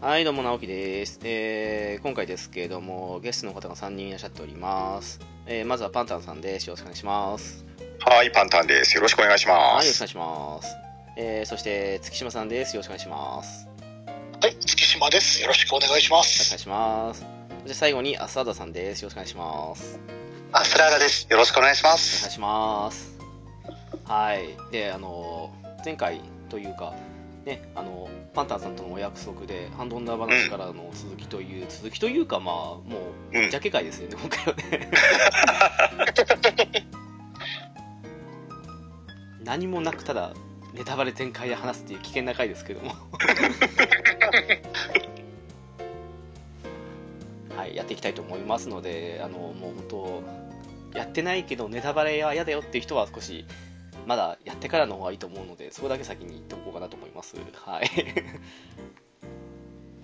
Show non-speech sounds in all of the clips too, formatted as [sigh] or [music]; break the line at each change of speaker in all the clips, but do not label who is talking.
はい、どうも、直樹です。えー、今回ですけれども、ゲストの方が3人いらっしゃっております。えー、まずはパンタンさんです。よろしくお願いします。
はい、パンタンです。よろしくお願いしま
はい、よろしくお
す。
願いします。えー、そして、月島さんです。よろしくお願いします。よ
はい、月島です。よろしくお願いしま
ろしくお願
す
い。します。そして最後に、アスアダさんです。よろしくお願いします。お
アスラーダです。よろしくお願いしま
願い
す。
します。はい。で、あのー、前回というか、ね、あのーパンタンさんとのお約束で、ハンドンダー話からの続きという、続きというか、まあ、も
う
う、
ん
ジャケ会ですよね、今回はね。何もなくただネタバレ全開で話すっていう危険な回ですけどもはいやっていきたいと思いますのであのもう本当やってないけどネタバレは嫌だよっていう人は少しまだやってからの方がいいと思うのでそこだけ先に言っておこうかなと思いますはい [laughs] とい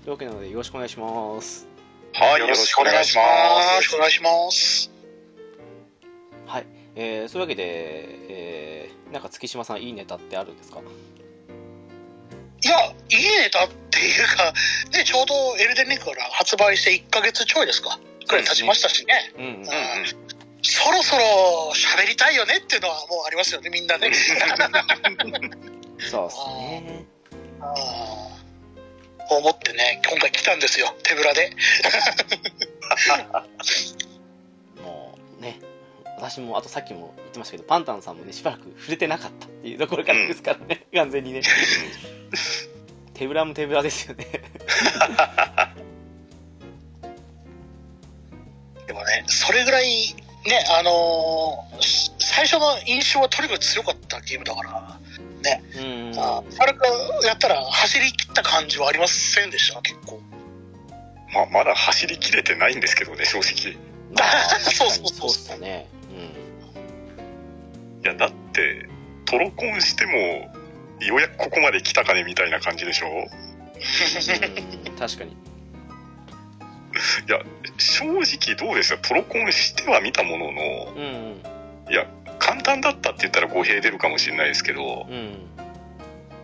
うわけなのでよろしくお願いします
は
よろしくお願いします。よろしくお願いします。
はい、えー、そういうわけで、えー、なんか月島さんいいネタってあるんですか
いや、いいネタっていうか、ね、ちょうどエルデンリングから発売して1ヶ月ちょいですか。くらい経ちましたしね。
うん、うん
うん、そろそろ喋りたいよねっていうのはもうありますよね、みんなね。
そうですね
うんこう思ってね、今回来たんですよ、手ぶらで。
もうね、私もあとさっきも言ってましたけど、パンタンさんもね、しばらく触れてなかったっていうところからですからね、完全に [laughs] ね。手ぶらも手ぶらですよね。
でもね、それぐらい、ね、あのーし最初の印象はとにかく強かったゲームだから。
うん。
あ軽くやったら走り切った感じはありませんでした結構
まあ、まだ走り切れてないんですけどね、正直。い
まあ、確か
そう
に
そう
そ
そうう
っすね。うん。
や、だって、トロコンしても、ようやくここまで来たかねみたいな感じでしょ
うん確かに。
いや、正直どうですかトロコンしては見たものの、
うんうん。
いや、簡単だったって言ったら語弊出るかもしれないですけど、
うん。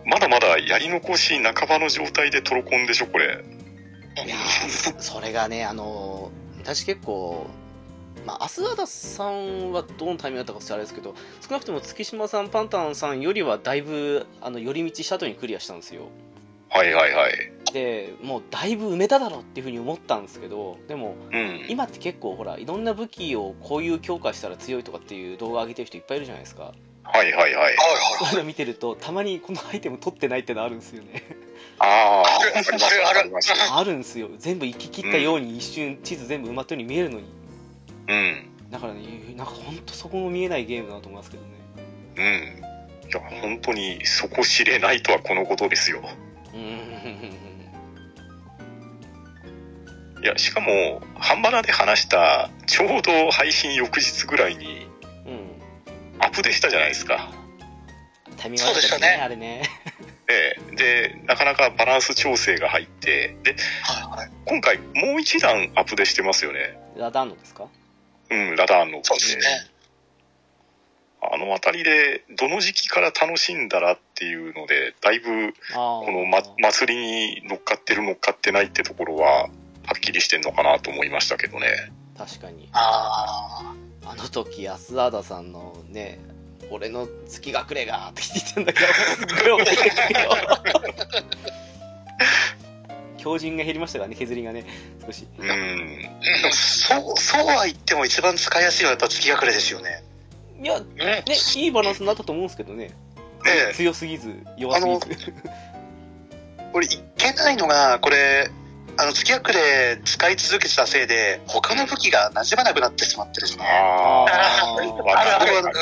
まだまだやり残し半ばの状態でトロコンでしょ、これ。
いやーそれがね、あのー私結構、まあ、アスアダさんはどのタイミングだったかちょっとあれですけど、少なくとも月島さん、パンタンさんよりはだいぶ、あの、寄り道した後にクリアしたんですよ。
はいはいはい。
でもうだいぶ埋めただろうっていうふうに思ったんですけどでも
うん。
今って結構ほらいろんな武器をこういう強化したら強いとかっていう動画上げてる人いっぱいいるじゃないですか
はいはいはい。
そういうの見てるとたまにこのアイテム取ってないってのあるんですよね
ああ、
あるあるある
わかりまし
[laughs]
た
あるんですよ全部行き切ったように一瞬地図全部埋まったように見えるのに
うん。
だからねなんかほんとそこも見えないゲームだなと思いますけどね
うん。いや、本当に、そこ知れないとはこのことですよ。
うーん
いや、しかも、半端なで話した、ちょうど配信翌日ぐらいに、
うん
アップデートしたじゃないですか。
タイミング悪かった
そうでしたね
あれね [laughs]
ええで、なかなかバランス調整が入って、で、
はいはい
今回、もう一段アップデートしてますよね。
ラダーノですか
うん、ラダーンの。
そうですね
あのあたりで、どの時期から楽しんだらっていうので、だいぶ、
ああ
この、ま、祭りに乗っかってる乗っかってないってところは、はっきりしてんのかなと思いましたけどね。
確かに
あ
あの時安アダさんのね俺の月隠れがって聞いてんだけどすっごい覚
[laughs]
えてるよ強靭が減りましたからね削りがね少し
うん。
あ、そう、そうは言っても一番使いやすいのはやっぱ月隠れですよね。
いやね
うん。ね
いいバランスになったと思うんですけどね
え
強すぎず弱すぎず
俺いけないのがこれあの月隠れ使い続けてたせいで他の武器が馴染まなくな [laughs] ってしまってですね
あ
ああ。
あ
ー
るある
わ
うん
かる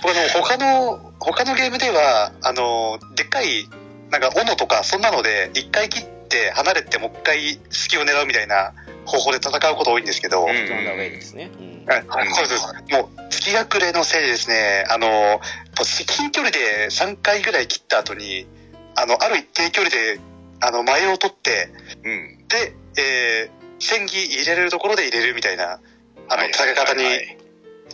僕あの他の他のゲームではあのでっかいなんか斧とかそんなので一回切って離れてもう一回隙を狙うみたいな方法で戦うこと多いんですけど、
うん
ジョン・ダウェイですね、うん
はいそうですそうです。もう、月隠れのせいでですね、あの、至近距離で3回ぐらい切った後に、あの、ある一定距離で、あの、前を取って、
うん。
で、えー、戦技入れれるところで入れるみたいな、あの、戦い方に
はい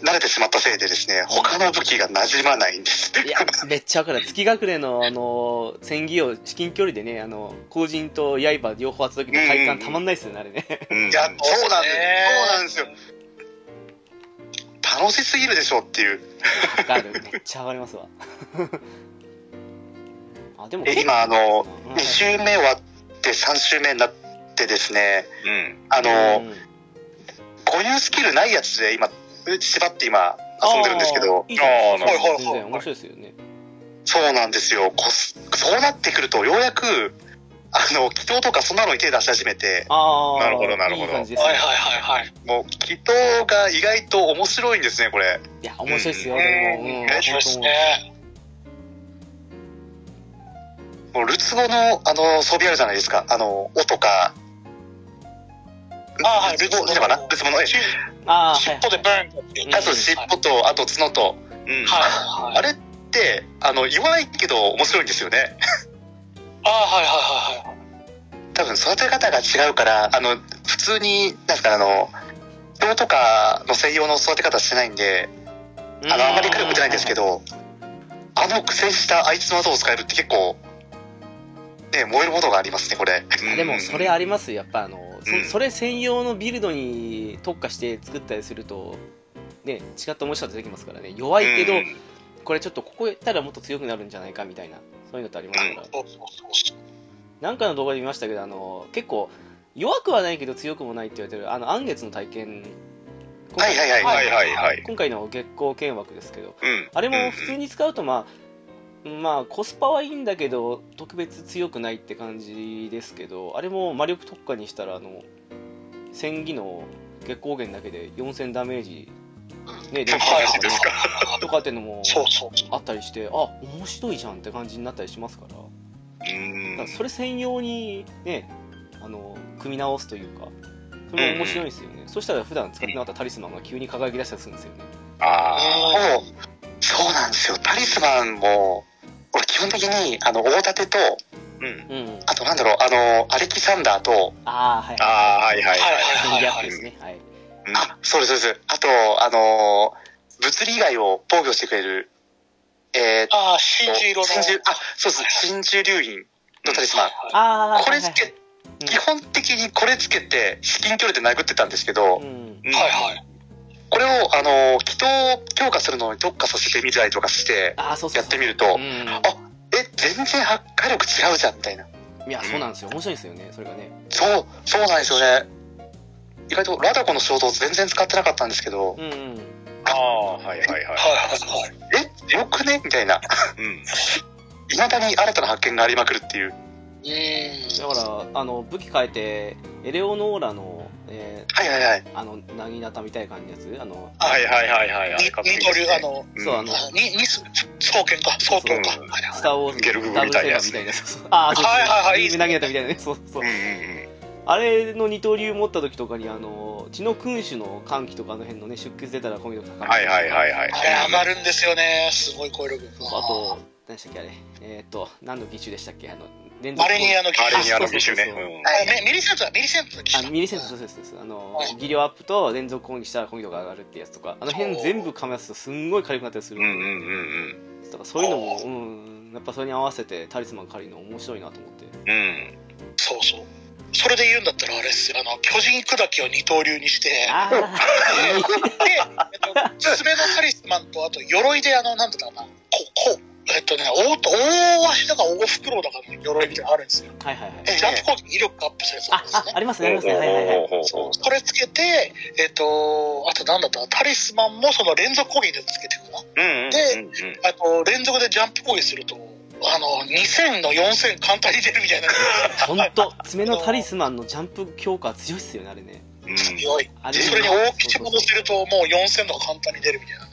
慣れてしまったせいでですね、他の武器が馴染まないんです。
いや、めっちゃわかる。月隠れの、あの、戦技を至近距離でね、あの、後人と刃両方発動時の体感たまんないっすよね、あれね。
うん
いや、そうなんです。そうなんです
そう
よ。楽しすぎるでしょうっていう。
わかる。めっちゃ上がりますわ。あ、でも、
え今あの
うん
2周目終わって3周目になってですね、
うん。
あの、
うん
こういうスキルないやつで今、縛って今遊んでるんですけど
あー、いいじゃないですか
あー
なるほど
全然面白いですよね。
そうなんですよ。こそうなってくると、ようやく、あの、祈祷とかそんなのに手出し始めて、
ああ、
なるほどなるほど
いい感じですね
はいはいはいはい。
もう祈祷が意外と面白いんですね、これ。
いや、面白いっすよ、
うん
でも。うん
面白いですね。。
もうルツ語の、あの、装備あるじゃないですか。あの、尾とか。
あーはい
ルツ
ル
語
ツ
いい
語
のかなルツ語の、え
尻
ああ、はい
尻尾でブーンっ
う
てや
ん
つ。
あと尻尾と、あと角と。
うん。
はいはい。
あれって、あの、弱いけど面白いんですよね。
あはいはいはいはい。
多分育て方が違うからあの普通になんですかねあの人とかの専用の育て方してないんであのあんまり強く出ないんですけ
ど。
どあの苦戦したあいつの技を使えるって結構ね燃えるものがありますねこれ
あでも、それありますよ。やっぱ、あの、
うん
そそれ専用のビルドに特化して作ったりすると、ね、違った面白さ出てきますからね。弱いけど、
うん
これちょっとここやったらもっと強くなるんじゃないかみたいなそういうのってありますから、
そうそうそう。
なんかの動画で見ましたけどあの結構弱くはないけど強くもないって言われてるあの暗月の体験今回
はいはいはい
はいはいはい
今回の月光剣枠ですけど
うん。
あれも普
う
通
ん
に使うとまあ、まあコスパはいいんだけど特別強くないって感じですけどあれも魔力特化にしたらあの戦技の月光剣だけで4000ダメージね連
マジ
発
ですか。
とかっていうのも
そうそうそう。
あったりしてあ面白いじゃんって感じになったりしますからだ
うん
からそれ専用にねあの組み直すというかそれも面白いですよね、そしたら普段使ってなかったタリスマンが急に輝き出したりするんですよね
あ
もうそうなんですよタリスマンも俺基本的にあの大盾と
ー。うん。
うん
あとなんだろうあのアレキサンダーと
ああはい
ああ、はいはい
はい
は
戦技アップですねはい
あそうですそうですあとあの物理以外を防御してくれるえー、
ああ、真珠色の。
真珠、あ、そうそう、真珠流飲のタリスマン。
はい
ああ
これつけ、
うん
基本的にこれつけて、至近距離で殴ってたんですけど、
うん
い。
はいはい。
これを、あの、祈祷を強化するのに特化させてみたりとかして、
ああそうそう
や
そう
ってみると、
うん
え、全然発火力違うじゃん、みたいな。
いやそうなんですよ面白いですよねそれがね
そう、そうなんですよね。意外とラダコの衝動全然使ってなかったんですけど、
うんうん
ああー、はいはいは。
はいいはいはい。
え、よくねみたいな。 [laughs]
うん。
いまだに新たな発見がありまくるっていう。
うーん。
だからあの武器変えてエレオノーラの、え
はいはいはい。
ー、あのなぎなたみたいな感じのやつあの
はいはいはいはいはい。
二刀流、あの、
うん、
そうあの
に、に、双剣か、双剣か。はい
ス
は
ター・ウォーズ
ゲルググみたいなやつ
ダブルセーバーみたいなそうそうああ、そうそう
はいはいはい
リーグ投げたみたいなね。そうそう
う。んうん
あれの二刀流持った時とかに、あの、血の君主の歓喜とかあの辺のね、出血出たら攻撃力高
う
め
ん。
る
はいはいはいはい。
い。あれ上がるんですよね。すごい攻力。
あと、何でしたっけ、あれ。えーっと、何の義手でしたっけあの、連
マレニアの
あれ
技
に
術。
あの機種ね。
そうそうそう
は
あ
い
メミリセントだ、ミリセントの技
あ
術。
ミリセントそうですそうですあの
はい
技量アップと連続攻撃したら攻撃力が上がるってやつとかあの辺全部かみ合わせるとすんごい軽くなったりする
うんうんうんうん
だからそういうのもうんやっぱそれに合わせてタリスマン借りるの面白いなと思って
うん。うん。
そうそう。それで言うんだったらあれっすよあの巨人砕きを二刀流にして
ああ、
で、えっと、すすめのカリスマンとあと鎧であのなんだったかなここえっとね大と大足だか大袋だかの鎧みたいなのあるんですよ
[laughs] はいはいはい。
ジャンプ攻撃威力アップするやつな
あ
んで、す
あ
ね、
ありますね、ありますね。はいはいはい。
そうこれつけて、えっ、と、あとなんだったかなタリスマンもその連続攻撃でつけていくな。
うんうん
で、
うんうん
あと、連続でジャンプ攻撃すると、あの、2000の4000簡単に出るみた
[laughs]
いな。
ほんと、爪のタリスマンのジャンプ強化強いっすよね、あれね。
うん
強い。
あ
でそれに大吉戻せると、もう4000の簡単に出るみたいなね。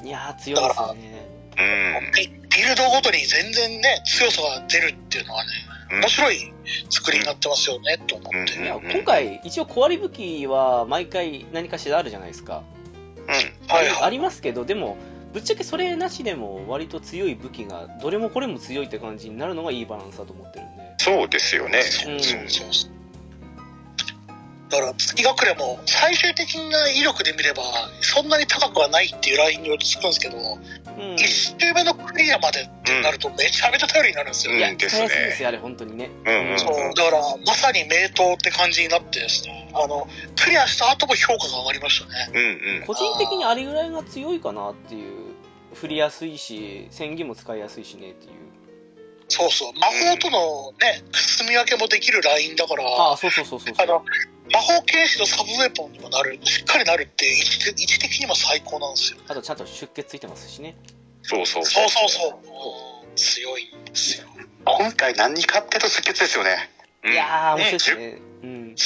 あ
いやー、強いっすよね。
ービビルドごとに全然ね、強さが出るっていうのはね、
うん
面白い作りになってますよね、と思って。
うん
い
うん
や今回、一応、小割り武器は毎回何かしらあるじゃないですか。
はい
あ
はい。
りますけど、でも、ぶっちゃけそれなしでも、割と強い武器が、どれもこれも強いって感じになるのがいいバランスだと思ってるんで。
そうですよね。
そう
うん
そうそうそう。だから月隠れも最終的な威力で見ればそんなに高くはないっていうラインに落ち着くんですけど、
うん。
1周目のクリアまでってなるとめちゃめちゃ頼りになるんですよ
い
ね、
や、
うん
使
で
い
すね
やすいですよ、あれ、本当にね。
うんうんうん
そうだからまさに名刀って感じになってですねあのクリアした後も評価が上がりましたね
うんうん
個人的にあれぐらいが強いかなっていう。振りやすいし、戦技も使いやすいしねっていう。
そうそう魔法とのね住み分けもできるラインだから
あ
あ
あ、そうそうそうそうそう。
の魔法剣士のサブウェポンにもなるしっかりなるっていう位置位置的にも最高なんですよ
あと、ちゃんと出血ついてますしね。
そうそう
そうそうそううん強いんですよ
今回何かっていうと出血ですよね。
うん
いやー、面白いですね。うん。
出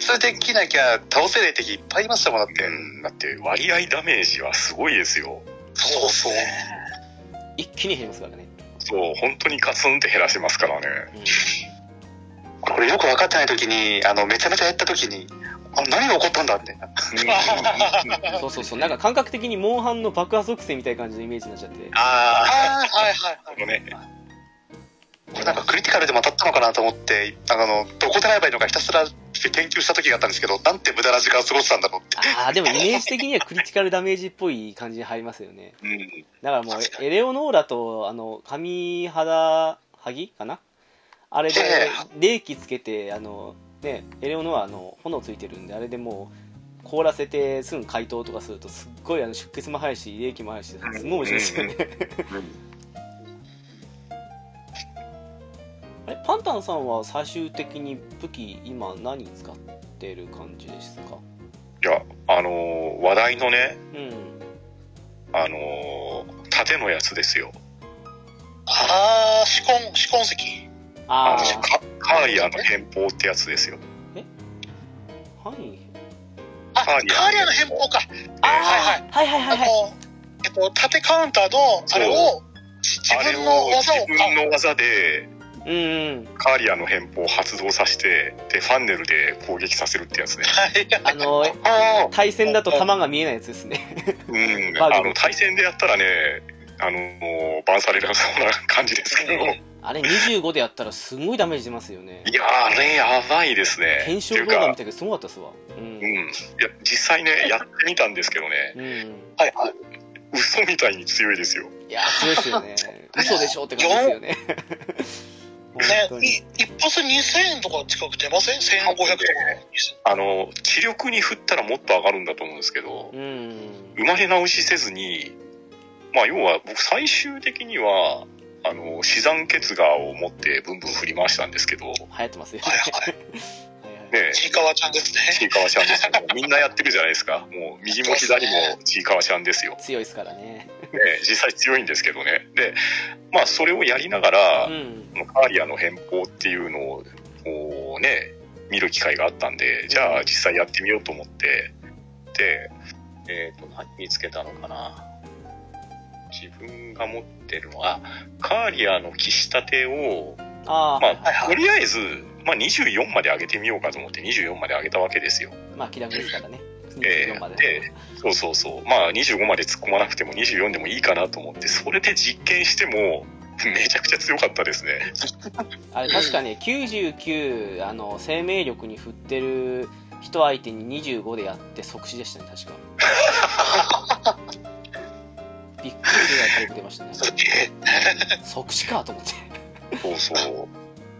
そう
血できなきゃ倒せない敵いっぱいいましたもんだって。
うんだって割合ダメージはすごいですよ。
そうそう
一気に減りますからね。
そう、本当にカツンって減らせますからね。
うん
これよく分かってない時に、あの、めちゃめちゃやった時に、あ何が起こったんだみたいな。
そうそうそう。なんか感覚的にモンハンの爆破属性みたいな感じのイメージになっちゃって。
あ
あ
ーはいはいはい
このね
これなんかクリティカルでも当たったのかなと思って、あの、どこでやればいいのかひたすら研究した時があったんですけど、なんて無駄な時間を過ごしたんだろうって。
ああ、でもイメージ的にはクリティカルダメージっぽい感じに入りますよね。
うん
だからもう、エレオノーラと、あの、神肌、萩かなあれで
え、
冷気つけて、あの、ね、エレオノーラの炎ついてるんで、あれでもう、凍らせてすぐ解凍とかすると、すっごいあの出血も早いし、冷気も早いし、すごい面白いですよね。 [laughs] あれパンタンさんは最終的に武器今何使ってる感じですか
いや、あのー話題のね、
うん
あのー盾のやつですよ。
ああ紫根紫根石
あ
あ
あ
の、カカーリアの偏方ってやつですよ。
はい
あ
カ
カ
ー
ー
リ
リ
ア
アの変貌かはい
はいはい
あ
はいはい
の、えっと、縦カウンターの、あれを、じ自
あれ
分の技を、
自分の技で、
うんうん
カーリアの偏方を発動させて、で、ファンネルで攻撃させるってやつね。
あの
あ
対戦だと弾が見えないやつですね
うん、
バグ
あの対戦でやったらね、あのもうバンされるような感じですけど、い
[laughs] あれ25でやったらすごいダメージ出ますよね
やー、あれ、やばいですね。
検証
ってい
動画
う
見
か
た、けどすごかったっすわう
うん、
ん
いや実際ね、やってみたんですけどね、
うん
はいはい。
嘘みたいに強いですよ。
いや強いっすよね [laughs] 嘘でしょって感じですよね本当
ね、
に
い一発2000円とか近く出ません ?1500 とか。
あの気力に振ったらもっと上がるんだと思うんですけど
う、ん
生まれ直しせずに、まあ、要は僕、最終的には、あの死産血牙を持ってブンブン振り回したんですけど、ね
流行ってますよ
はいは
[laughs]
い。
はいはい
え、
ちいかわちゃんですね。
ちいかわちゃんですよ。みんなやってるじゃないですか。もう右も左もちいかわちゃんですよ。
強いっすからね
ね、実際強いんですけどね。で、まあそれをやりながら、
うん
このカーリアの変更っていうのを、こうね、見る機会があったんで、じゃあ実際やってみようと思って、で、えっ、と、何見つけたのかな。自分が持ってるのは、カーリアの騎士盾を、
ああ
ま
はい
あ、
は
と
い。
りあえず、まあ、24まで上げてみようかと思って24まで上げたわけですよ。
まあ気楽ですからね
ええ
24まで、
でそうそうそう。まあ25まで突っ込まなくても24でもいいかなと思って、それで実験しても、めちゃくちゃ強かったですね。
あれ確かね99あの生命力に振ってる人相手に25でやって即死でしたね確か
[laughs]
びっくりするぐらい軽く出ましたね
すげえ
即死かと思って
そうそ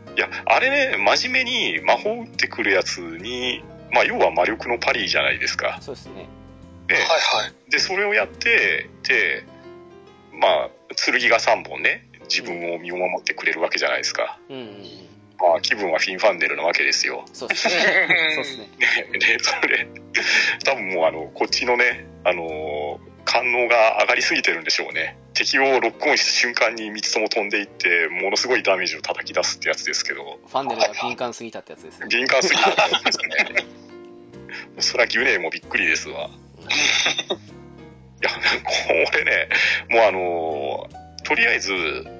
う。いや、あれね、真面目に魔法打ってくるやつに、まあ、要は魔力のパリーじゃないですか。
そうですね。
ね
はい。
で、それをやって、で、まあ、剣が3本ね、自分を身を守ってくれるわけじゃないですか。
うんうんうん。
まあ、気分はフィンファンデルなわけですよ。
そう
[laughs]
ですね。そうですね。
で、それ、多分もう、あの、こっちのね、あのー官能が上がりすぎてるんでしょうね。敵をロックオンした瞬間に3つとも飛んでいって、ものすごいダメージを叩き出すってやつですけど、
ファンデルが敏感すぎたってやつですね。
敏感すぎたんですね。そら、ギュネ [laughs] もびっくりですわ。いや、これね、もうあのーとりあえず、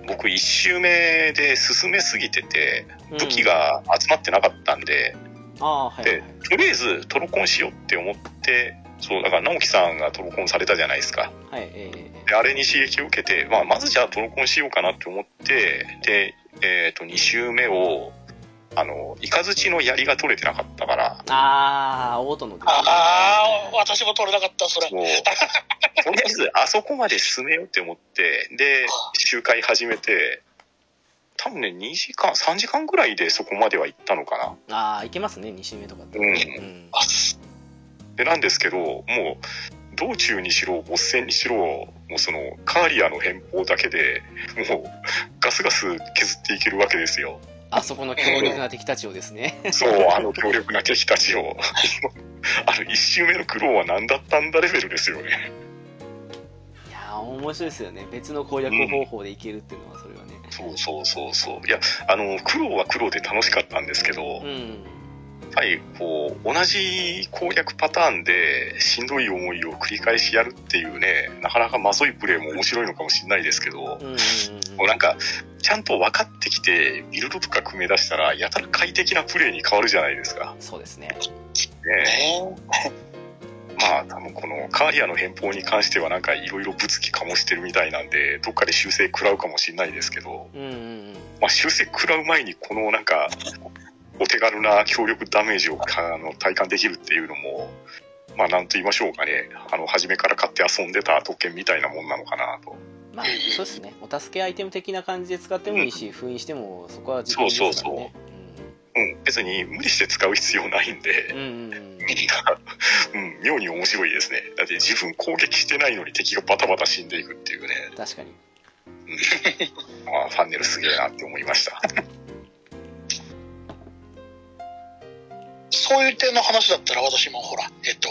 僕1周目で進めすぎてて、
うん
[laughs] 武器。が集まってなかったんで、
ああ、はいはい
で
はい。、
とりあえずトロコンしようって思って、そう、だから直樹さんがトロコンされたじゃないですか。
はい、えー
で、あれに刺激を受けて、まあ、まずじゃあトロコンしようかなって思って、で、えっ、と、2周目を、あの、イカズチの槍が取れてなかったから、
ああ、オートのですね。
ああ、私も取れなかった、それ。
もう、とりあえずあそこまで進めようって思って、で、周回始めて、多分ね、2時間、3時間ぐらいでそこまでは行ったのかな。
ああ、いけますね、2周目とかって。
うん
うん
あす
で、なんですけど、もう、道中にしろ、ボス戦にしろ、もうその、カーリアの変貌だけで、もう、ガスガス削っていけるわけですよ。
あそこの強力な敵たちをですね。
そう、あの強力な敵たちを。 [laughs] あの、一周目の苦労は何だったんだレベルですよね。
いやー、面白いですよね。別の攻略方法でいけるっていうのは、それはね。
そうそうそうそう。いや、あの、苦労は苦労で楽しかったんですけど、
う
やっ
ん。
ぱり、こう、同じ攻略パターンで、しんどい思いを繰り返しやるっていうね、なかなかまずいプレイも面白いのかもしれないですけど、
うんうんうん
もうなんか、ちゃんと分かってきて、ビルドとか組み出したら、やたら快適なプレイに変わるじゃないですか。
そうですね。
ね
ね
えまあ、多分このカーリアの変貌に関しては、なんかいろいろ物議かもしてるみたいなんで、どっかで修正食らうかもしれないですけど、
うんうんうん。
まあ、修正食らう前に、このなんか、お手軽な強力ダメージをかあの体感できるっていうのも、まあ、なんと言いましょうかね、あの、初めから買って遊んでた特権みたいなもんなのかなと。
まあ、そうですね。お助けアイテム的な感じで使ってもいいし、封印しても、そこは自由ですからね。
うん、別に無理して使う必要ないんで
うん、うんうんうん。
うん、妙に面白いですね。だって自分攻撃してないのに敵がバタバタ死んでいくっていうね、
確かに。
ああファンネルすげえなって思いました。
そういう点の話だったら、私もほら、えっと、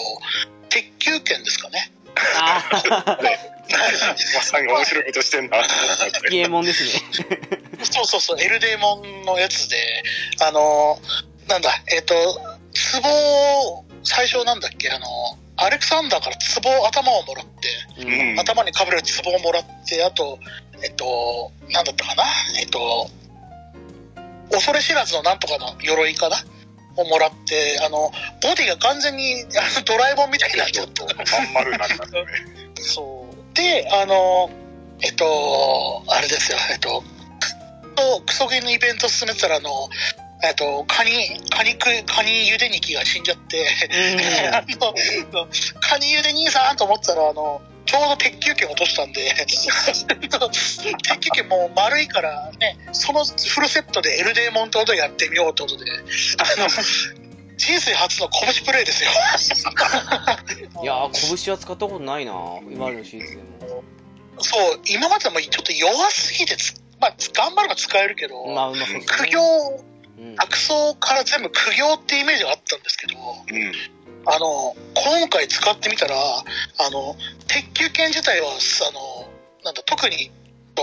鉄球券ですかね。
ああ、
まさんが面白いことしてんなって思って
ピエモンですね。
そうそうそう、エルデーモンのやつで、あの、なんだ、えっと、壺を、最初なんだっけ、あの、アレクサンダーから壺を頭をもらって、
うん
うん
頭にかぶる壺をもらって、あと、えっと、なんだったかな、えっと、恐れ知らずのなんとかの鎧かなをもらって、あの、ボディが完全にあのドラえもんみたいになっちゃった。
まん丸になったんだね。
そう。で、あの、えっと、あれですよ、えっと、とクソゲーのイベント進めてたら、あの、えっと、カニ、カニ食い、カニ茹で肉が死んじゃって、あの、カニ茹で兄さんと思ってたら、あの、ちょうど鉄球券落としたんで、 [laughs] 鉄球券もう丸いからね、そのフルセットでエルデーモンとやってみようってことで、あの、人生初の拳プレイですよ。
いやー、拳は使ったことないな今までのシリーズでも。
そう、今までもちょっと弱すぎてつ、まあ、頑張れば使えるけど、
まあ、うまそうですね
苦行、
うん
悪僧から全部苦行ってイメージがあったんですけど、
うん。
あの、今回使ってみたら、あの、鉄球剣自体は、あの、なんだ、特に、と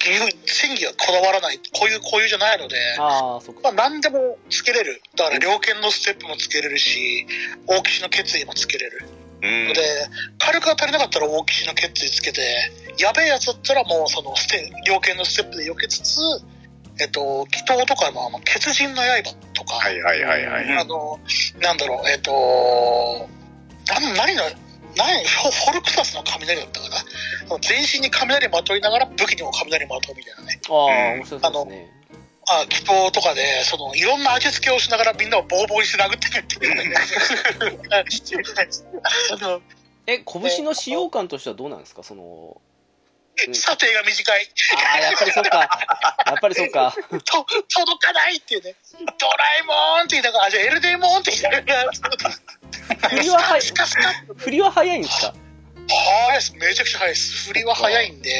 技術戦技はこだわらない、こういう、こういうじゃないので、
ああ、そっか。
まあ、何でもつけれる。だから、猟犬のステップもつけれるし、大吉の決意もつけれる。
うん
ので、火力が足りなかったら大きいの決意つけて、やべえやつだったらもうそのステ、猟犬のステップで避けつつ、えっと、祈祷とかも、あの、血人の刃とか、
はいはいはいはい。
あの、なんだろう、えっと、なん何の、何フォフォルクサスの雷だったかなあの全身に雷まといながら武器にも雷まとうみたいなね。
ああ、面白そうですね。
あ祈祷とかで、その、いろんな味付けをしながらみんなをボーボーにして殴ってくっていうね。あの
え、拳の使用感としてはどうなんですかその、うん
査定が短い。
ああ、やっぱりそっか。やっぱりそっか。
と、届かないっていうね。ドラえもんって言いながら、あ、じゃあエルデモンって言いながら、
振りは早い
スカスカ。
振りは早いんですか
はいです。めちゃくちゃ早いです。振りは早いんで、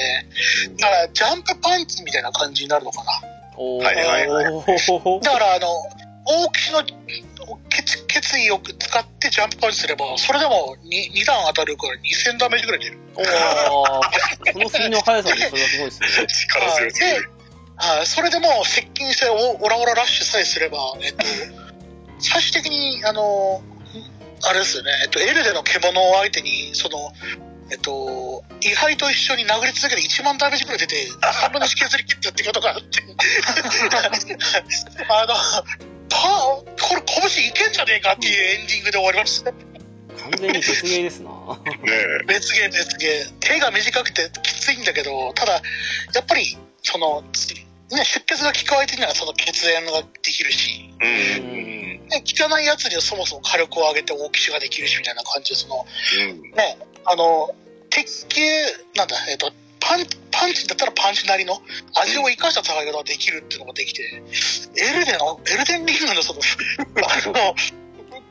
だからジャンプパンチみたいな感じになるのかな。
おー。
はいはいはい
おー
だからあの大きの決決意を使ってジャンプパンチすればそれでも 2, 2段当たるから2000ダメージぐらい出る
おーその次の速さでそれはすごいですね。
力強いです
はいであーそれでもう接近してオオラオララッシュさえすれば、えっ
[laughs]
と、最終的にあのあれですよね、えっと、エルデの獣を相手にそのえっと位牌と一緒に殴り続けて1万ダメージぐらい出て3分の1削り切ったってことが
[laughs]
あってあのパーこれ拳いけんじゃねえかっていうエンディングで終わりました
完全に別芸ですな。は
ねえ
別ゲー別ゲー手が短くてきついんだけどただやっぱりその、つね、出血が効く相手にはその血縁ができるし、
うん
ね、効かないやつにはそもそも火力を上げて大きしができるしみたいな感じでその
うん
ねあの鉄球なんだえっとパンパンチだったらパンチなりの味を生かした戦い方ができるっていうのができて、エルデンのエルデンリングのそのあの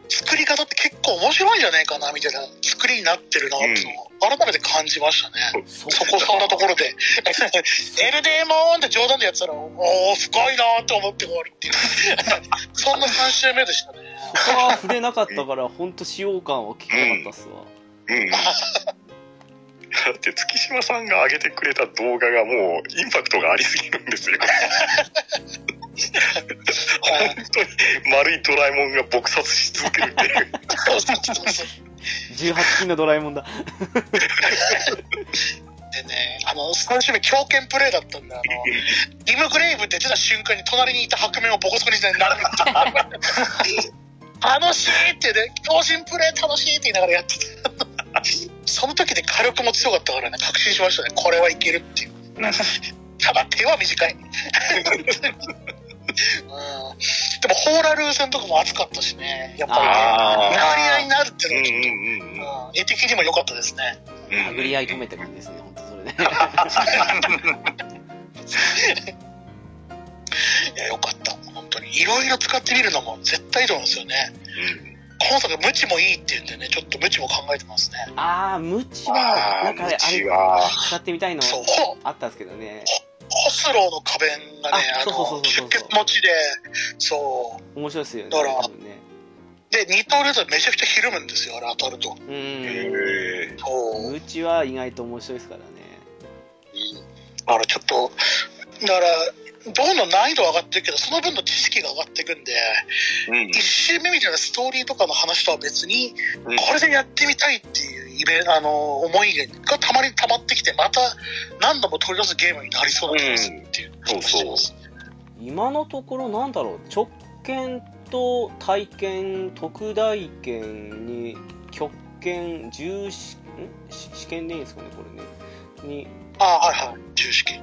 作り方って結構面白いんじゃないかなみたいな作りになってるなっていうのを改めて感じましたね。
そ
そこそんなところで、エルデーモンって冗談でやってたら、おー、すごいなーって思って終わるっていう、そんな3周目でしたね。
そこは触れなかったから、ほんと使用感は聞かなかったっすわ。
うんだって月島さんが上げてくれた動画がもうインパクトがありすぎるんですよ本当に丸いドラえもんが撲殺し続けるっていう
そうそうそうそう
18金のドラえもんだ。
でね、あの、3周目、狂犬プレイだったんで、あ
[laughs]
の、リムグレイブって出た瞬間に隣にいた白面をボコボコにして
[laughs]
なるっていう楽しいってね、狂人プレイ楽しいって言いながらやってた。その時で火力も強かったからね、確信しましたね、これはいけるっていう。ただ手は短い。うんでも、ホーラルー戦とかも熱かったしね、やっぱりね、
あー
殴り合いになるって
う
いうのはちょっと、
んうんうんうん
うん絵的にも良かったですね。
殴り合い止めって感じですね、ほんとそれね。
いや、よかった。本当に。いろいろ使ってみるのも絶対いいと思うんですよね。
うん
今作、無知もいいって言うんでね、ちょっと無知も考えてますね。
あー、ムチは、
あ
な
あ
んかね、あ
口
れ、
は
使ってみたいの
そう、ホ
あったんですけどね。
ホスローの花弁がね、
あ
あ
そうそうそうそうそう
の、出血持ちで、そう。
面白いっすよね。
だから
多分ね
で、二刀流だとめちゃくちゃひるむんですよ、あれ当たると。
うーん。
へえ
そう。
ムチは意外と面白いですからね。
だからちょっと、だから、どんどん難易度は上がってるけど、その分の知識が上がっていくんで、
うん
一周目みたいなストーリーとかの話とは別に、
うん
これでやってみたいっていうイベあの思いがたまに溜まってきてまた何度も取り出すゲームになりそうな気がするっていう、
そうそう
今のところなんだろう直剣と体験特大剣に極剣重視んし試験でいいんですかねこれねに
ああはいはい重式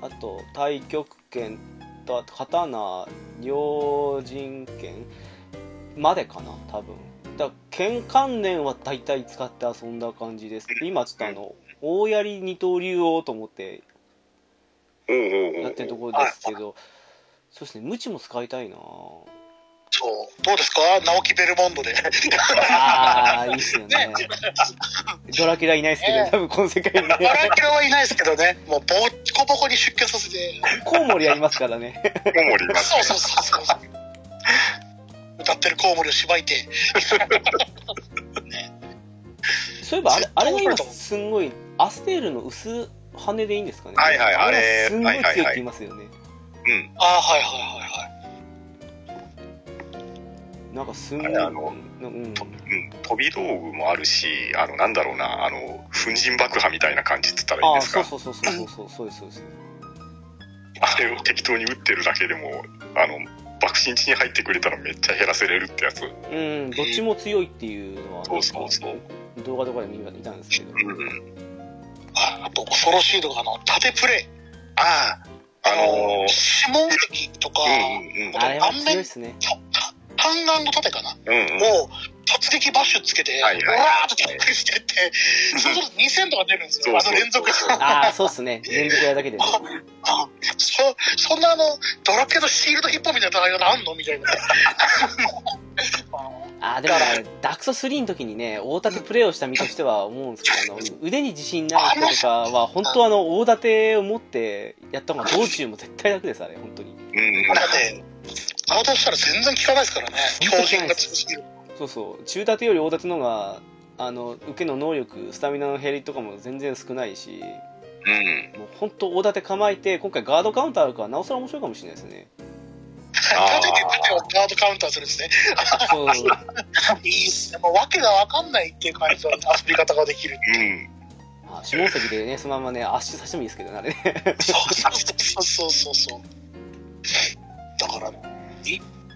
あと太極拳とあと刀両人剣までかな多分だから剣関連は大体使って遊んだ感じです今ちょっとあの大槍二刀流をと思って
おうおうお
や
う
ってるところですけどそうですね無知も使いたいなぁ
そうどうですか直木ベルモンド
[laughs]
で
ああ、いいっすよね
ね。
ドラキュラいないっすけど、
ね
多分この世界にね
バ、ラキュラはいないですけどねもうボッコボコに出血させ
[laughs]
て
コウモリやりますからね。
小森が
そうそうそうそうそう歌ってるコウモリをしばいて
そういえば、あれ、あれが
コウモ
今
リと
すんごい、アステールの薄羽でいいんですかね。
はいはいあれ
がすんごい
はいはい
強いって
はい
言いますよね。
うん
ああはいはいはいはい
なんかすんごい、
あれあの
うん、
うん飛び道具もあるしあのなんだろうなあの粉塵爆破みたいな感じっつったら
あ
いい
あ、
です
そう
か
そうそうそうそう、そうです、そうです。
あれを適当に打ってるだけでもあの爆心地に入ってくれたらめっちゃ減らせれるってやつ
うん、どっちも強いっていうのは、
そうそうそう
動画とかで見た見たんですけど。
うん
ああと恐ろしいのがあの縦プレイ
あああのー
指紋石とか、
うんうんうん
あれは強いっすね。
単眼の盾かな、
うんうん
を突撃バッシュつけて、うわ
はいはい
ーってタックルしてって、そうすると2000とか出るんですよ、あ
そうそう
の連続
そうそう
ああ、そうっすね。連続やだけでね。
あそそんなあのドラケのシールド一本みたいな戦い方あんのみたいな
ああ、でもね、ダクソ3の時にね、大盾プレイをした身としては思うんですけど、あの、腕に自信ない人とかは、本当あの、大盾を持ってやった方が道中も絶対楽です、あれ、本当に。
うん
だって行動したら全然効かないですからね
効かない
強靭が強すぎる
そうそう、中盾より大盾の方が、あの、受けの能力、スタミナの減りとかも全然少ないし、
うん。
もう本当大盾構えて、今回ガードカウンターあるから、なおさら面白いかもしれないですね。
あー
縦で縦をガードカウンターするんですね
そう、
いいっすねもう訳が分かんないっていう感じの遊び方ができる
うん。
あ下関でね、そのままね、圧縮させてもいいですけどね、あれね。
そうそうそうそうそうだからい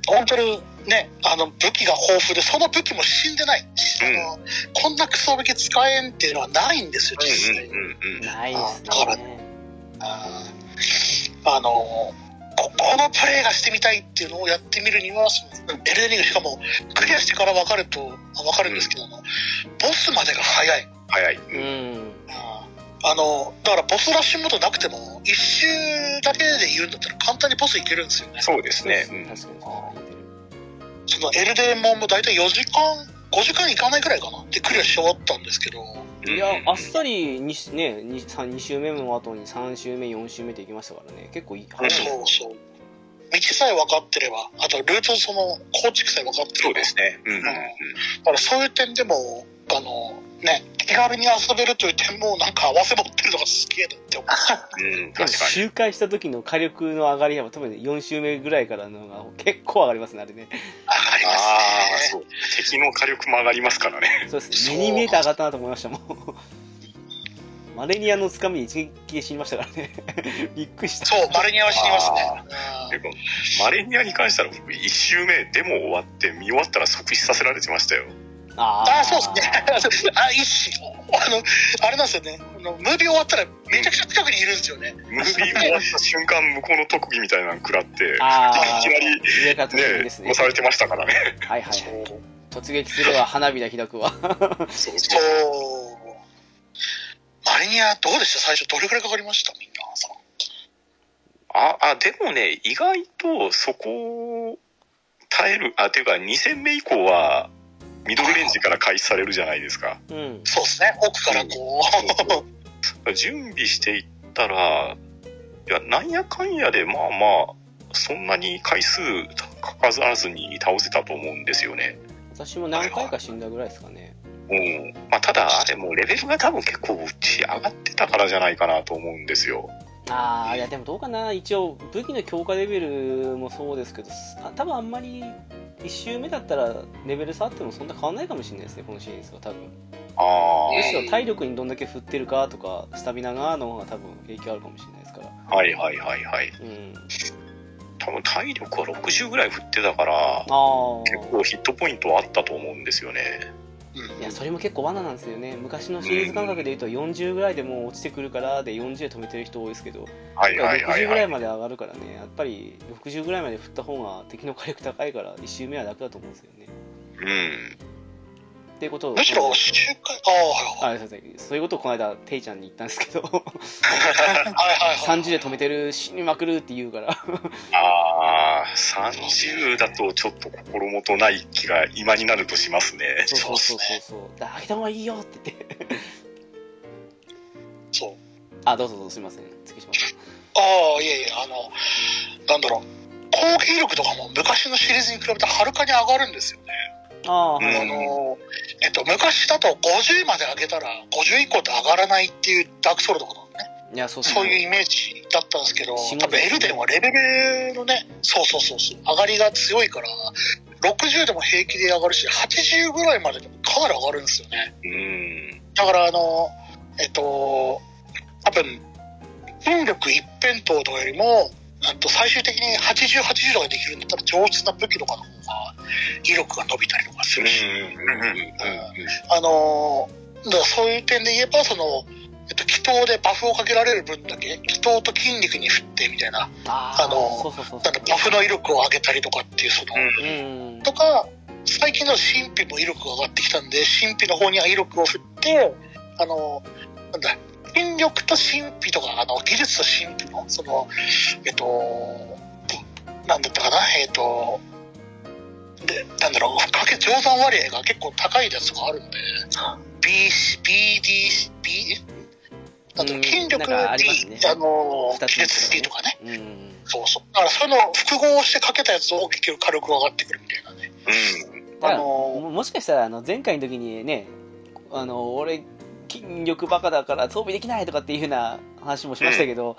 本当にねあの武器が豊富でその武器も死んでない、あのこんなクソ武器使えんっていうのはないんですよ実際、
うんうんうん。
ないです
あだから
ね。
あーあのここのプレイがしてみたいっていうのをやってみるにはそのエルデンリングしかもクリアしてから分かるとあ分かるんですけども、ボスまでが早い
早い。
う
うん
ん。
あのだからボスラッシュモードなくても一周だけで言うんだったら簡単にボスいけるんですよね
そうですね。
確かにそれは言ってる。
そのエルデンモンも大体4時間5時間いかないくらいかなでクリアし終わったんですけど
うん
いや、あっさりにし、ね、2, 2週目の後に3週目、4週目っていきましたからね、結構いい話です
そうそう道さえ分かってればあとルートのその構築さえ分かってれば
そうですね。うんうんうん。
だからそういう点でもあのね気軽に遊べるという点もなんか合わせ持ってるのがすげえなって思う
うん、
でも
確かに。
周回した時の火力の上がりは、多分ね4週目ぐらいからのが結構上がりますね、あれね。
上がり
あ
ます
あ、
ね
そう。敵の火力も上がりますからね。
そうです
そ
ね、
う
目に見えて上がったなと思いましたもん。マレニアのつかみに一撃で死にましたからね。 [laughs] びっくりした。
そうマレニアは死にますね
でもマレニアに関しては僕1周目でも終わって見終わったら即死させられてましたよ
あ
ああーそうですね [laughs] あいいしあのあれなんですよねあのムービー終わったらめちゃくちゃ近くにいるんですよね
ムービー終わった瞬間向こうの特技みたいなの食らって
[laughs]
あ
い
ー
きなり
上から突撃
ね
ですね。
押されてましたからね
はいはいはい。突撃するわ、花火だ、開くわ。
そう
そ
そうう
マレニアどうでした最初どれくらいかかりましたみんなさ
ああでもね意外とそこを耐えるあていうか2戦目以降はミドルレンジから開始されるじゃないですか
うん。
そうですね奥からこ
そうそう準備していったらいやなんやかんやでまあまあそんなに回数かからずに倒せたと思うんですよね
私も何回か死んだぐらいですかね。
うんまあ、ただ、あれもうレベルが多分結構打ち上がってたからじゃないかなと思うんですよ。
ああ、いや、でもどうかな、一応、武器の強化レベルもそうですけど、あ多分あんまり、1周目だったら、レベル差あってもそんな変わんないかもしれないですね、このシリーズは、多分
あ
むしろ体力にどんだけ振ってるかとか、スタミナがの方が多分影響あるかもしれないですから。
あ、はいはいはいはい。
うん。
多分体力は60ぐらい振ってたから、
あ
結構ヒットポイントはあったと思うんですよね。
あ。いや、それも結構罠なんですよね。昔のシリーズ感覚で言うと、40ぐらいでもう落ちてくるから、で、40で止めてる人多いですけど、
はいはいはい
60ぐ
は
ら
い。
いまで上がるからね、やっぱり60ぐらいまで振った方が敵の火力高いから、1周目は楽だと思うんですよね。
うん。
っていうことを
むしろ周回あ
あすいませんそういうことをこの間ていちゃんに言ったんですけど
あはいはいはい
30で止めてる死にまくるって言うから
ああ、30だとちょっと心もとない気が今になるとしますね。
[laughs] そうそうそうそうそうだから上げた方がいいよって言って
そう
あどうぞどうぞすいません月島さん
ああいえいえあのなんだろう攻撃力とかも昔のシリーズに比べてはるかに上がるんですよね、
ああー、
うん
あのえっと、昔だと50まで上げたら50以降って上がらないっていうダークソウルとかのね
いやそう
そういうイ
う
メージだったんですけど
そう
多分エルデンはレベルのねそうそうそうそう上がりが強いから60でも平気で上がるし80ぐらいまででもかなり上がるんですよね
うん。
だからあのえっと多分風力一辺倒とかよりもなんと最終的に8080とかできるんだったら上質な武器とかの方が威力が伸びたりとかす
うん
るし、
うんうん
あのだからそういう点で言えばその、えっと、気筒でバフをかけられる分だけ気筒と筋肉に振ってみたいな
あー
あの
そうそうそうそ
なんかバ
う
フの威力を上げたりとかっていうその、
うん
うん
とか最近の神秘も威力が上がってきたんで、神秘の方には威力を振って、あの、なんだ、権力と神秘とか、あの、技術と神秘の、その、えっと、なんだったかな、えっと、で、なんだろう、かけ、乗算割合が結構高いやつがあるんで、B、BD、B、なんだろ
うん
う、権力
なんかありますね
D、あの、
二つ
技術 D とかね。
うん
そうそう。だからそういうのを複合してかけたやつを結局火力が上がってくるみたいなね。
うん。
だから
あのー
ももしかしたらあの前回の時にねあの俺筋力バカだから装備できないとかっていうふうな話もしましたけど、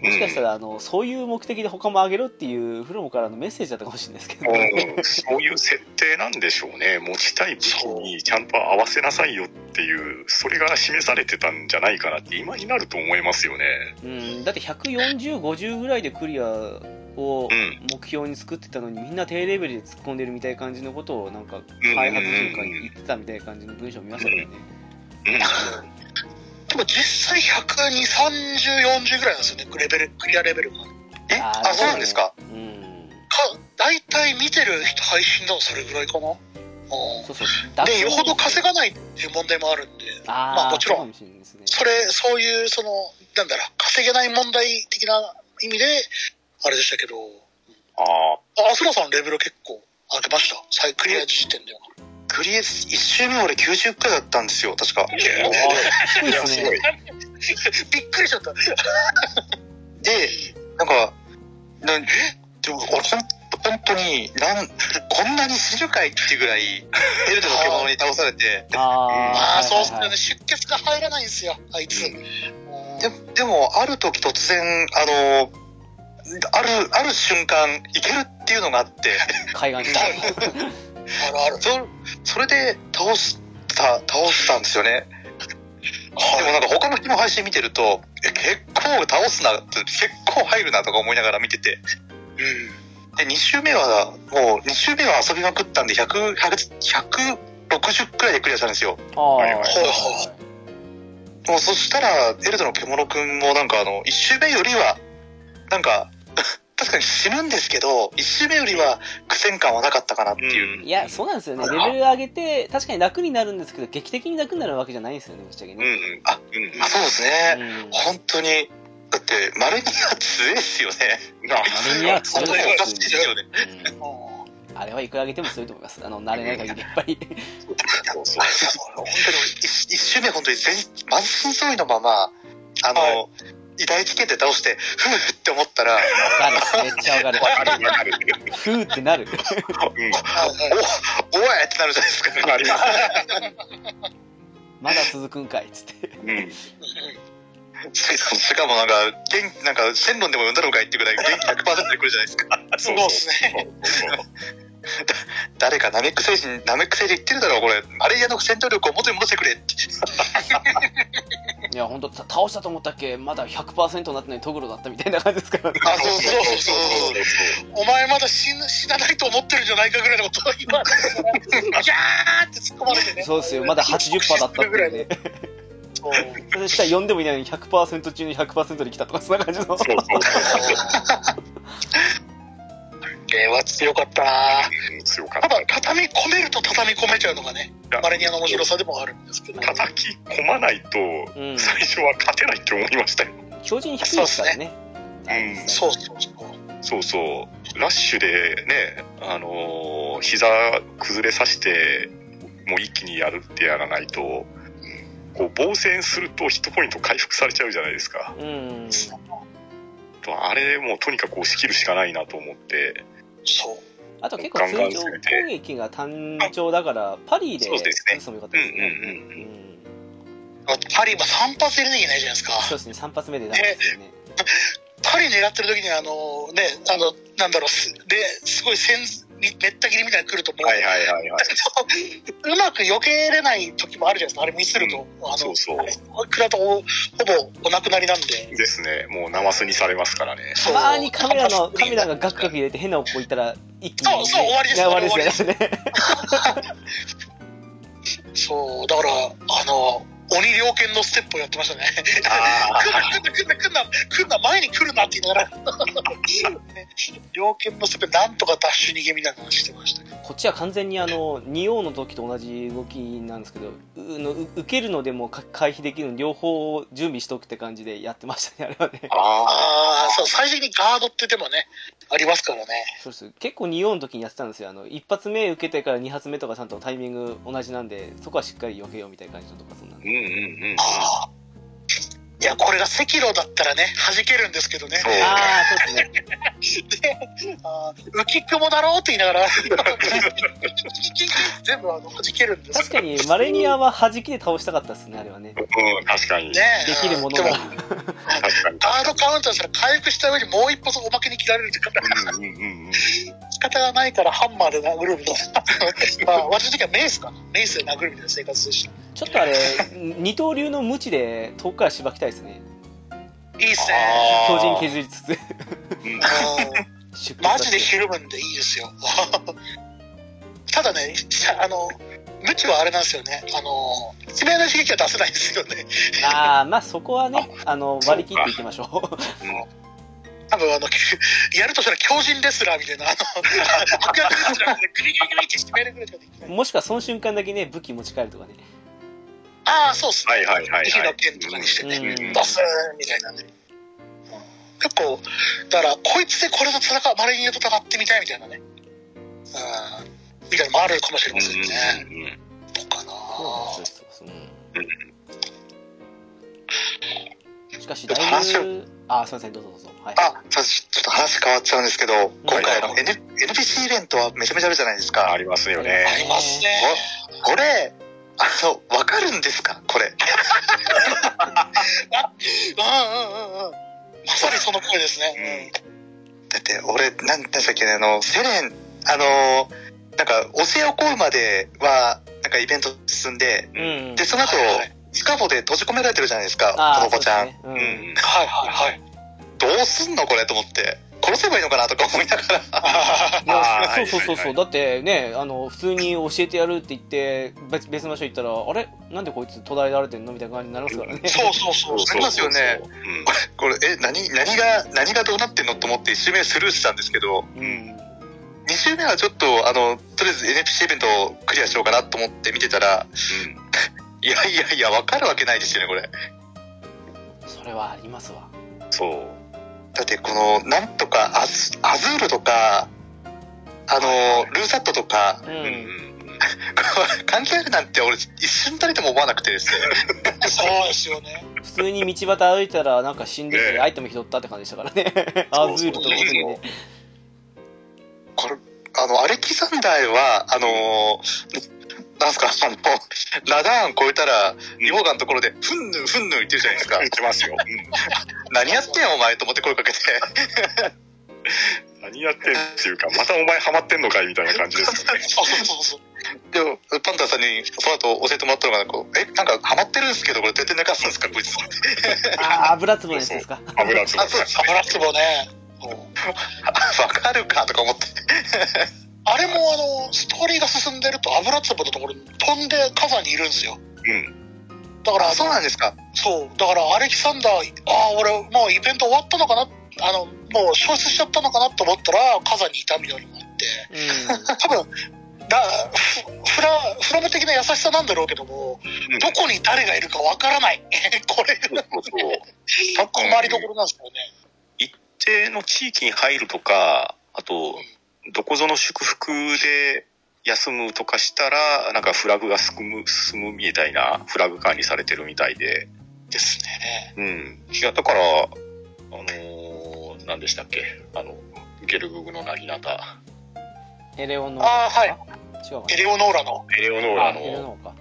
もしかしたらあのそういう目的で他もあげろっていうフロムからのメッセージだったかもしれないですけど、
うんそういう設定なんでしょうね。持ちたい武器にちゃんと合わせなさいよっていう、それが示されてたんじゃないかなって今になると思いますよね。
うん、だって14050ぐらいでクリアを
うん。
目標に作ってたのにみんな低レベルで突っ込んでるみたいな感じのことをなんか
うん
開発中間に言ってたみたいな感じの文章を見ましたけどね、
でも実際120、30、40ぐらいなんですよね、レベル、クリアレベルが。か、
え
あ
あ
ー
そうなんですか。
うん、
大体見てる人配信だとそれぐらいかな。うん
そうそう
で、よほど稼がないっていう問題もあるんで、
あー、
まあもちろん
そうかもしれないですね
それ、そういう、その、なんだろう、稼げない問題的な意味で、あれでしたけど、
あ
あ、アスラさんのレベル結構上げました。再クリア時点では。
クリエ、一周目俺90回だったんですよ、確か。
あ、いや
低いです
す
ね
ごい。
びっくりしちゃった。
で、なんか、なんでも俺ほん本当になん、こんなに死ぬかいっていうぐらい、エルドの獣に倒されて、
あ
あ
あ
あ、そうっす
はいは
よ
い
ね。出血が入らないんですよ、あいつ。うん
ででも、ある時突然、あの、ある、ある瞬間、いけるっていうのがあって、
海岸した
あるある。
そそれで倒した、倒したんですよね。でもなんか他の人の配信見てると、え、結構倒すなって、結構入るなとか思いながら見てて、で、2周目は、もう2周目は遊びまくったんで、100、100、160くらいでクリアしたんですよ。
ああ
はいはい
もうそしたら、エルドの獣くんもなんかあの、1周目よりは、なんか、 [laughs] 確かに死ぬんですけど、1周目よりは苦戦感はなかったかなっていう。
いやそうなんですよねレベル上げて確かに楽になるんですけど劇的に楽になるわけじゃないんですよねぶっちゃけ
うんう
ね、
ん。
あ
うん
あ、そうです
う
ね。
ん
本当に。だって、丸には強いですよね。
な
あれには強
本
い
当におかしいですよね。
うんあれはいくら上げても強いと思いますあの慣れない限りやっぱり
そうそう
あいや本当に一一周目本当に全満身創痍のままあの、
は
偉大危険で倒してふうって思ったら
わかるめっちゃわかる
わかるわかる。
ふーってなる
う
おおいってなるじゃないですか
ん。なります。
まだ続くんかいっつって
うん。
しかもなんか元なんか線路でも呼んだろうかいってぐらい元気100%で来るじゃないですか
そうですね。
誰かナメック星人ナメック星人言ってるだろうこれマレーヤの戦闘力を元に戻してくれって
いや本当倒したと思ったっけまだ100%になってないトグロだったみたいな感じですからね
あ
そうそうそうそう
[laughs]
お前まだ死ぬ死なないと思ってるんじゃないかぐらいのことを今、ギャーって突っ込まれてね。
そうですよまだ80%だったって
ぐら
い
いう
ね
で。そう
それしたら4でもいないのに100%中に100%で来たとかそんな感じの
そうそう
れは強かったな
うん強かった
た。だ、畳み込めると畳み込めちゃうのがね
いや、
マレニアの面白さでもあるんですけど。
叩き込まないと
うん
最初は勝てないって思いましたよ、
標準低いですからね
ね
うん
そうそうそう。
そうそうラッシュでねあのー膝崩れさせてもう一気にやるってやらないとこう防戦するとヒットポイント回復されちゃうじゃないですか
うん
とあれもうとにかく押し切るしかないなと思って
そう。
あと結構通常攻撃が単調だからパリで
そうです
も
ね
よかったですね
うんうん
うん
パリ、今3発入れなきゃいけないじゃないですか。
そうですね3発目でダメですよね
パリ狙ってる時にあのねあのなんだろうすですごいせんめった切りみたいなの来るともう、
はいはいは
うまく避けれない時もあるじゃないですかあれミスると、あの
そうそう
クラとほぼお亡くなりなんで
いですねもう生すにされますからね
た
そう
まにカメラのカメラがガクガク入れて変な音こ行ったら一気に
そうそう終わりです
ね終わりですよね
そうだからあの鬼猟犬のステップをやってましたね。
あー
来んな、来んな、来んな、来んな、前に来るなって言いな
[laughs]
がら。ね猟犬のステップ、なんとかダッシュ逃げみたいな話してましたけど。
こっちは完全にあの仁王の時と同じ動きなんですけどうのう受けるのでもか回避できるの両方準備しとくって感じでやってましたねあれはね
あ
ああ、そう、最初にガードって手もね、ありますからね。
そうです結構仁王の時にやってたんですよあの一発目受けてから二発目とかちゃんとタイミング同じなんでそこはしっかり避けようみたいな感じのとかそんなん
ー。う
で
んうんうん。
いや、これが赤炉だったらね、弾けるんですけどね。
そう
ああそうですね
で、あー浮き雲だろうって言いなが [laughs] ら、全部あの、弾けるんです
確かにマレニアは弾きで倒したかったですねあれはねで
うん、確かに。
ね
き
え
るもの
で
が
も、
確かに。
ガードカウンターしたら回復した上にもう一発おまけに切られるって方
うんうんうんうん。
仕方がないからハンマーで殴るみたい [laughs] な。まあ、私的にはメイスかな。メイスで殴るみたいな生活でした。
ちょっとあれ [laughs] 二刀流の無知で遠くからしばきたいですね
いいっすね。
あ
強
ー
人削りつつ
うん
あ
出
の
血さ
マ
せ
ジ
て
でひるむんでいいですよ。 [laughs] ただね、しゃあの、無知はあれなんですよね。あの、致命な刺激は出せないんですよね。
ああまあそこはねあの割り切っていきましょう
多分あの、 [laughs] やるとしたら強人レスラーみたいな、あの、悪役レスラーみたいな、グリグリグリって締めるぐらいしかできな
[laughs]
い。
もしくはその瞬間だけね武器持ち帰るとかね
ああ、そうっすね。
はいはいはいはい
火の剣とかにしてね、
うん
ドスーンみたいなね。結構、だから、こいつでこれと戦う、マレニアと戦ってみたいみたいなね。うん。みたいなのもあるかもしれませんね。
うんうんうん
とかな
そう
ぁ。
そうそう
う
しかし
でも
だい
話
ぶあーすいませんどうぞどうぞはい
あ、ちょっと話変わっちゃうんですけど、今回あ
は
の
い
N- NPC イベントはめちゃめちゃあるじゃないです
あ
か
あ。りますよ
あ
ね。
ありますね。
これ、あの、わかるんですかこれ。
うんうんうんうん。まさにその声ですね。
だって俺、なんなんでしたっけね、あの、セレン、あの、なんか、教えをこうまでは、なんかイベント進んで、
うんうん
で、その後、
はいはい
スカボで閉じ込められてるじゃないですか、
あー
この子ちゃん。
そう
う
ですね
ん。
はいはいはい。
どうすんのこれと思って。殺せばいいのかなとか思いながら。
いや
あー
そうそうそうそう、
はいはいはい
だってねあの普通に教えてやるって言って別別の場所行ったらあれなんでこいつ途絶えられてんのみたいな感じになりますからね [laughs]
そうそうそう。
ありますよね
うん。
これ、え、何、何が、何がどうなってんのと思って1周目スルーしたんですけど、
うん
2周目はちょっと、あの、とりあえず NPC イベントをクリアしようかなと思って見てたら、いやいやいや、わかるわけないですよね、これ。
それはありますわ
うんそう。
だってこのなんとかアズアズールとかあのルーサットとか
うん、
うん
[laughs]
うんうん。
関係あるなんて俺一瞬たりとも思わなくてですね
そうですよね。
普通に道端歩いたらなんか死んでて、
ねえ
アイテム拾ったって感じでしたからね
そうそう
アズールとか特にね
これあのアレキサンダーはあのなんすかあのラダーン超えたら溶岩のところでふんぬんふんぬん言ってるじゃないですか
言ってますよ。うん
何やってんお前と思って声かけて
何やってんっていうか、またお前ハマってんのかいみたいな感じですよね。
そうそうそう。
でもパンダさんにその後教えてもらったのがこうえなんかハマってるんですけどこれ絶対寝かすんですかこいつ [laughs]
あー油壺のやつですか
油壺
あそうです
油壺ね。
わかるかとか思って
あれもあの、ストーリーが進んでると油壺のところに飛んで火山にいるんですよ。
うん。
だから、
あそうなんですか
そう、だからアレキサンダー、ああ、俺、もうイベント終わったのかな、あの、もう消失しちゃったのかなと思ったら、火山に痛みのにもあって、
う
多分だフフラ、フラム的な優しさなんだろうけども、
うん
どこに誰がいるかわからない。 [laughs] これ、
そうそう。
困りどころなんですよね。
一定の地域に入るとか、あと、どこぞの祝福で休むとかしたら、なんかフラグが進む、進むみたいなフラグ管理されてるみたいで。
ですね。
うん。いや、だから、あのー、何でしたっけあの、ゲルググのなぎなた。
んエレオの
ああ、はい。
違うか
エレオノーラの。
エレオノー
な
ラ
あエレ
の、
オのか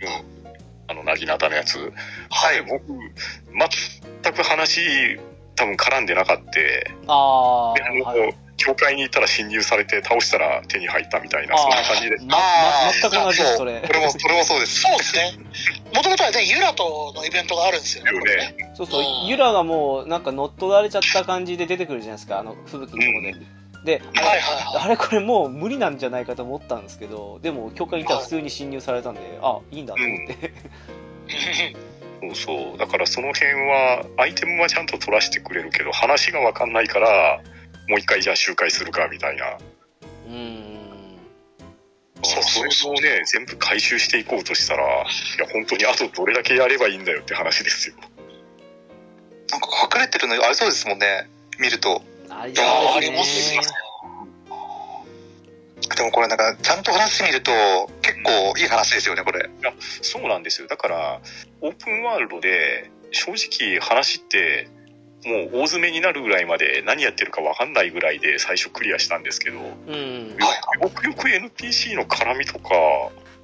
うん。あの、なぎなたのやつ。
はい。
僕、全く話、多分絡んでなかって、
あ
で、あ
ー
の、
はい
教会に行ったら侵入されて倒したら手に入ったみたいな、
あ
そんな
ー
感じで。
まま
あ
全
ー
く同じですそれ
これもそれもそうです
そうですね。もともとはね、ユラとのイベントがあるんですよね。
よ
これね
ね。
そうそう
あ、ー
ユラがもうなんか乗っ取られちゃった感じで出てくるじゃないですか、あの吹雪のとこで。で、あ
はい
れ
はいはい。
あれこれもう無理なんじゃないかと思ったんですけど、でも教会に行ったら普通に侵入されたんで、あいいんだと思って。
そうそう。だからその辺は、アイテムはちゃんと取らせてくれるけど、話がわかんないから、もう一回じゃあ周回するか、みたいな。
うーん
そ
そうそう
れをね、全部回収していこうとしたら、いや、本当にあとどれだけやればいいんだよって話ですよ。
なんか隠れてるのありそうですもんね。見ると。
あり
いやー
そう
あ
で
ります
ね
よ。でもこれなんか、ちゃんと話してみると、結構いい話ですよね、これ。
そうなんですよ。だから、オープンワールドで、正直話って、もう大詰めになるぐらいまで何やってるかわかんないぐらいで最初クリアしたんですけど、
うん
よくよく NPC の絡みとか、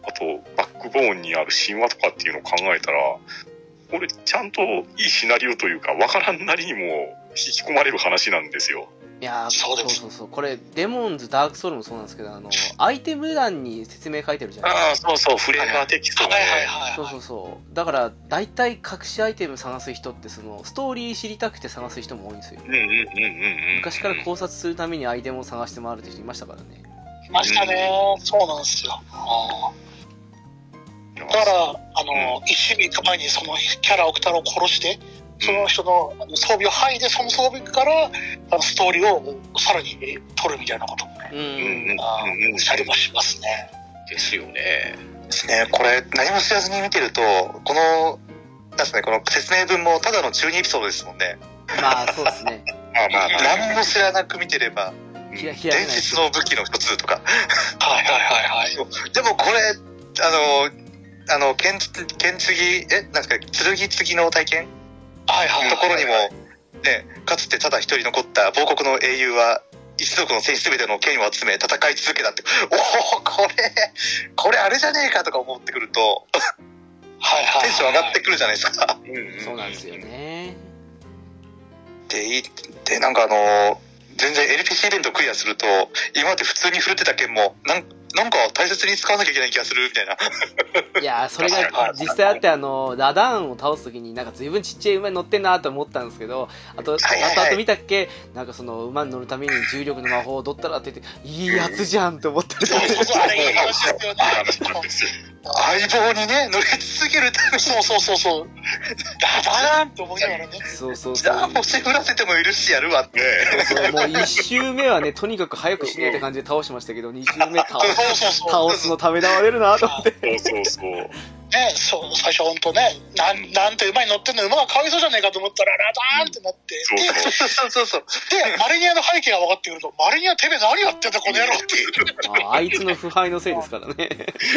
あとバックボーンにある神話とかっていうのを考えたら、これちゃんといいシナリオというか、わからんなりにも引き込まれる話なんですよ。
いやー
そうです
そうそうこれデモンズダークソウルもそうなんですけどあのアイテム欄に説明書いてるじゃないですか
ああ、そうそう、フレーバーテキスト
はい
が
は
ね。
いはい
そう
は
そうそうだから大体隠しアイテム探す人ってそのストーリー知りたくて探す人も多いんですよ
うんうんうんうんうん。
昔から考察するためにアイテムを探して回るって人いましたからね
い。ましたね。そうなんですよ。
だ
だから、あの、一週行く前にそのキャラ、オクタロを殺して、その人のあの装備を剥いで、その装備から、あのストーリーをさらに取るみたいなこともね、
うん、
うんうんうん
あ
うんうん
ーしたりもしますね。
ですよね。
ですね。これ、何も知らずに見てると、この、なんですかね、この説明文もただの中二エピソードですもんね。
まあそうですね
まあまあまあ。
何も知らなく見てれば、
ひらひら
伝
めない
説の武器の一つとか。
はいはいはいはい。
でもこれ、あの、あの、剣つ、剣継ぎ、え、なんですか、剣継ぎの体験
はいはいはい。
ところにも、ね、かつてただ一人残った亡国の英雄は、一族の戦士全ての権威を集め戦い続けたって、おおこれ、これあれじゃねえかとか思ってくると、
はいはいはい。
テンション上がってくるじゃないですか。
そうなんですよね
で、いで、なんかあのー全然 LPC イベントクリアすると、今まで普通に振るってた剣も、なんなんか大切に使わなきゃいけない気がするみたいな。
いやーそれ
確か
が
に
実際あってあのラダーンを倒す時になんか随分ちっちゃい馬に乗ってんなと思ったんですけどあと
はいはい
あとあと見たっけなんかその馬に乗るために重力の魔法を取ったらって言っていいやつじゃんと思って
そうそうそう、あれいい話ですよね。
話なんですよ。
相棒にね、乗り続けるために、
そうそうそうそう。ダバランって思いながらね。
そうそう
じ
そう
ゃあ星降らせても許してやるわって。
ねえ
そうもう1周目はねとにかく早く死ねって感じで倒しましたけど2周目倒す
[laughs] そうそうそう。
倒すのためらわれるなと思って
そうそうそう。
ね、そう最初本当ねなんなんて馬に乗ってんの馬がかわいそうじゃねえかと思ったらラダーンってなって
そうそう
で
[laughs] そうそうそう。
でマレニアの背景が分かってくるとマレニアてめえ何やってんだこの野郎っていう
ああいつの腐敗のせいですからね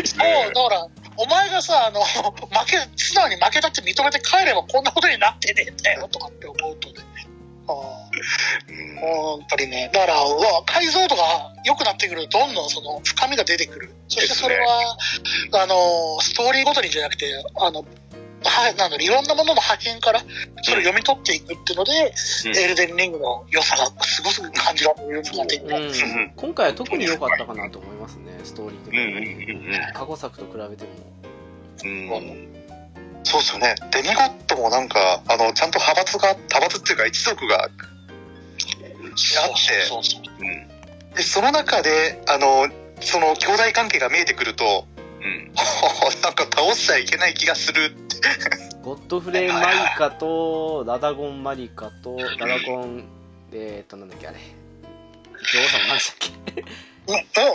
そうだからお前がさあの [laughs] 負け素直に負けたって認めて帰ればこんなことになってねえんだよとかって思うとねあー
う
もうやっぱりねだからうわ解像度が良くなってくるとどんどんその深みが出てくるそしてそれは、あのストーリーごとにじゃなくてあのはなんだろういろんなものの派遣からそれを読み取っていくっていうので、
うん
エルデンリングの良さがすごく感じられるようになっていった、
うん
ん
今回は特に良かったかなと思いますねストーリー的
うんうん
に
うんうん
過去作と比べても
うん
そうですよね。デミゴットもなんか、あの、ちゃんと派閥が、派閥っていうか一族があって、
そうそうそう
うん
で、その中で、あの、その兄弟関係が見えてくると、
うん
[laughs] なんか倒しちゃいけない気がする。
ゴッドフレーマリカとラダゴンマリカとラダゴンえーっとなんだっけあれ女王様何でしたっけ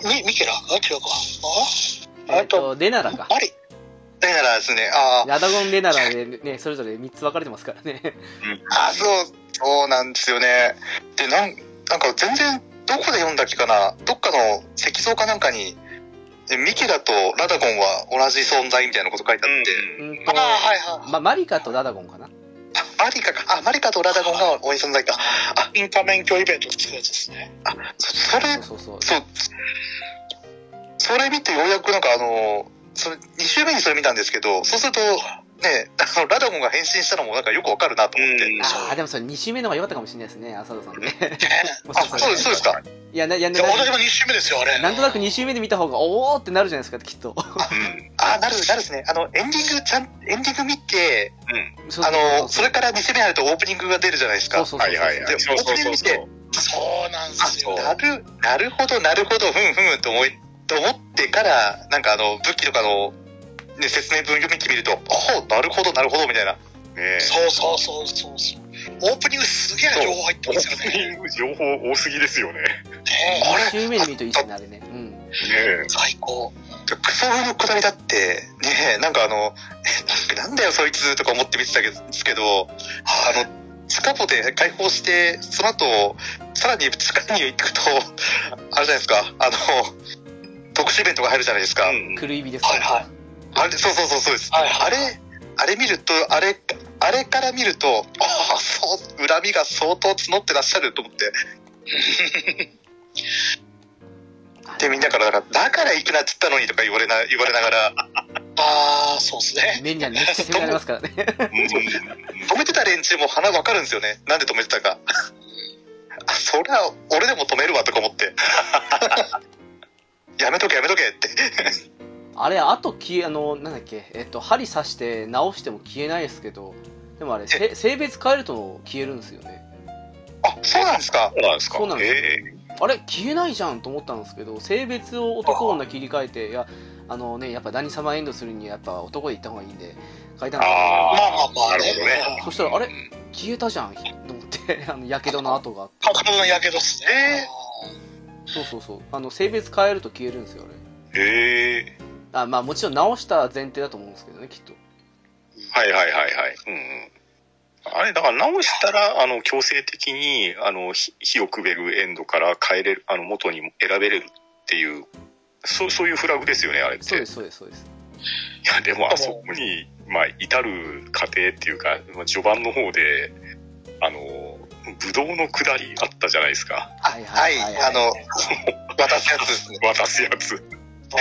みみミケラあ違うかあ
えー
あ
っと
と
レナラか
マリ
だからですね、あ
ラダゴンレナラでねそれぞれ3つ分かれてますからね
あ、あ、そう、そうなんですよね。で、なん、なんか全然、どこで読んだっけかな、どっかの石像かなんかに、でミキラとラダゴンは同じ存在みたいなこと書いてあって、
うん
あ
と
ーはいはい
まマリカとラダゴンかな
あマリカか、あ、マリカとラダゴンが同じ存在か。
インカ免許イベント作るやつですね
そそれ
そうそうそう
そう、それ見てようやくなんかあの、それ、2週目にそれ見たんですけど、そうすると、ね、あの、ラダゴンが変身したのもなんかよくわかるなと思って。
うん
ああでもそれ2週目の方が良かったかもしれないですね浅田さんねもし
あ、
かしたら
そうです、そうですか。
[laughs] いやな、いや
い
な
や私も2周目ですよあれ
なんとなく2週目で見た方がおおってなるじゃないですかきっと
あ、なる、なるですね。あの、エンディング、ちゃん、エンディング見て、
そう
あの、それ
か
から2週目になるとオープニングが出るじゃないです
そ
か
う。そうそう
はいはいはい。
で
そうそうそうそう。
そうなんですよ
なる、なるほど、なるほど、ふんふんと思い、と思ってから、なんかあの、武器とかの、ね、説明文読み切ると、ああ、なるほど、なるほど、みたいな。
ね
そうそうそうそうそうオープニングすげえ情報入って
オ
ますよ
ープニ
ね
ング情報多すぎですよね。ね
ね
あれ
1周目に見るといいですね、あれね。うん。
え
最高
クソ上のくだりだって、ねえ、なんかあの、えなんだよ、そいつとか思って見てたけど、ですけど、あの、地下ポで解放して、その後、さらに地下に行くと、あれじゃないですか、あの、特殊イベントが入るじゃないですか。
うん
狂い火ですか
は
ら
いはい
あれ、そうそうそう、そうです。
はいは
あれ、あれ見ると、あれ、あれから見ると、ああ、そう、恨みが相当募ってらっしゃると思って、で、みんなから、だから、だから行くなっつったのにとか言われな、言われながら、
ああそうですね
目にはめっちゃ攻められますからね。
[laughs] 止めてた連中も鼻わかるんですよね。なんで止めてたか。あ、そりゃ、俺でも止めるわとか思って。 [laughs] やめとけやめとけって。
[laughs] あれ、あと消え、あの、なんだっけ、えっと、針刺して直しても消えないですけど、でもあれ、 [laughs] せ性別変えると消えるんですよね。
あ、そうなんですか。
そうなんですか。
そうなんですよ
え
あれ、消えないじゃんと思ったんですけど、性別を男女切り替えて、いや、あのね、やっぱ何様エンドするにはやっぱ男で行った方がいいんで、変えたんです
え
ま
あ
あ
あ、
まあまあ
なるほどね。
けど、そしたら、あれ、消えたじゃんと思って、 [laughs] あの、やけどの跡があって。
角度のやけどっすね
そうそうそう。あの、性別変えると消えるんですよ、あれ。
ええ
あまあもちろん直した前提だと思うんですけどねきっと
はいはいはいはい。うんうん。あれ、だから直したら、あの、強制的に、あの、火火をくべるエンドから変えれる、あの、元に選べれるっていう、そう、そういうフラグですよね、あれって。
そうですそうですそうです
いや、でも、あそこに、まあ、至る過程っていうか、まあ序盤の方で、あの、ぶどうの下りあったじゃないですか。
はい
はい、あの、渡すやつですね。
渡すやつ。あ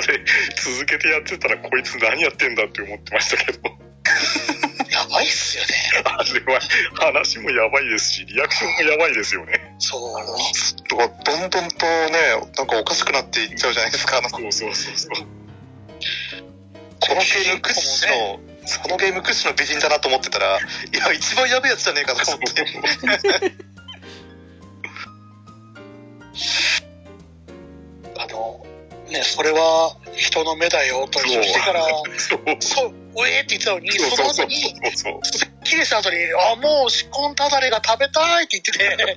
れ、続けてやってたら、こいつ何やってんだって思ってましたけど。
やばいっすよね
あれは、話もやばいですし、リアクションもやばいですよね。
そう
とか、どんどんとね、なんかおかしくなっていっちゃうじゃないですか。あの、こ
そうそうそうそう。
のゲーム屈指の、そのゲーム屈指の美人だなと思ってたら、いや、一番やべえやつじゃねえかと思って。
あのねそれは人の目だよと一緒にしてから
そう。
そううえーって言ってたのに
そう
そ
そ
の
うそ
後
う
に
そう。
すっきりした後に、あ、もう仕込んだだれが食べたいって言って [laughs] て、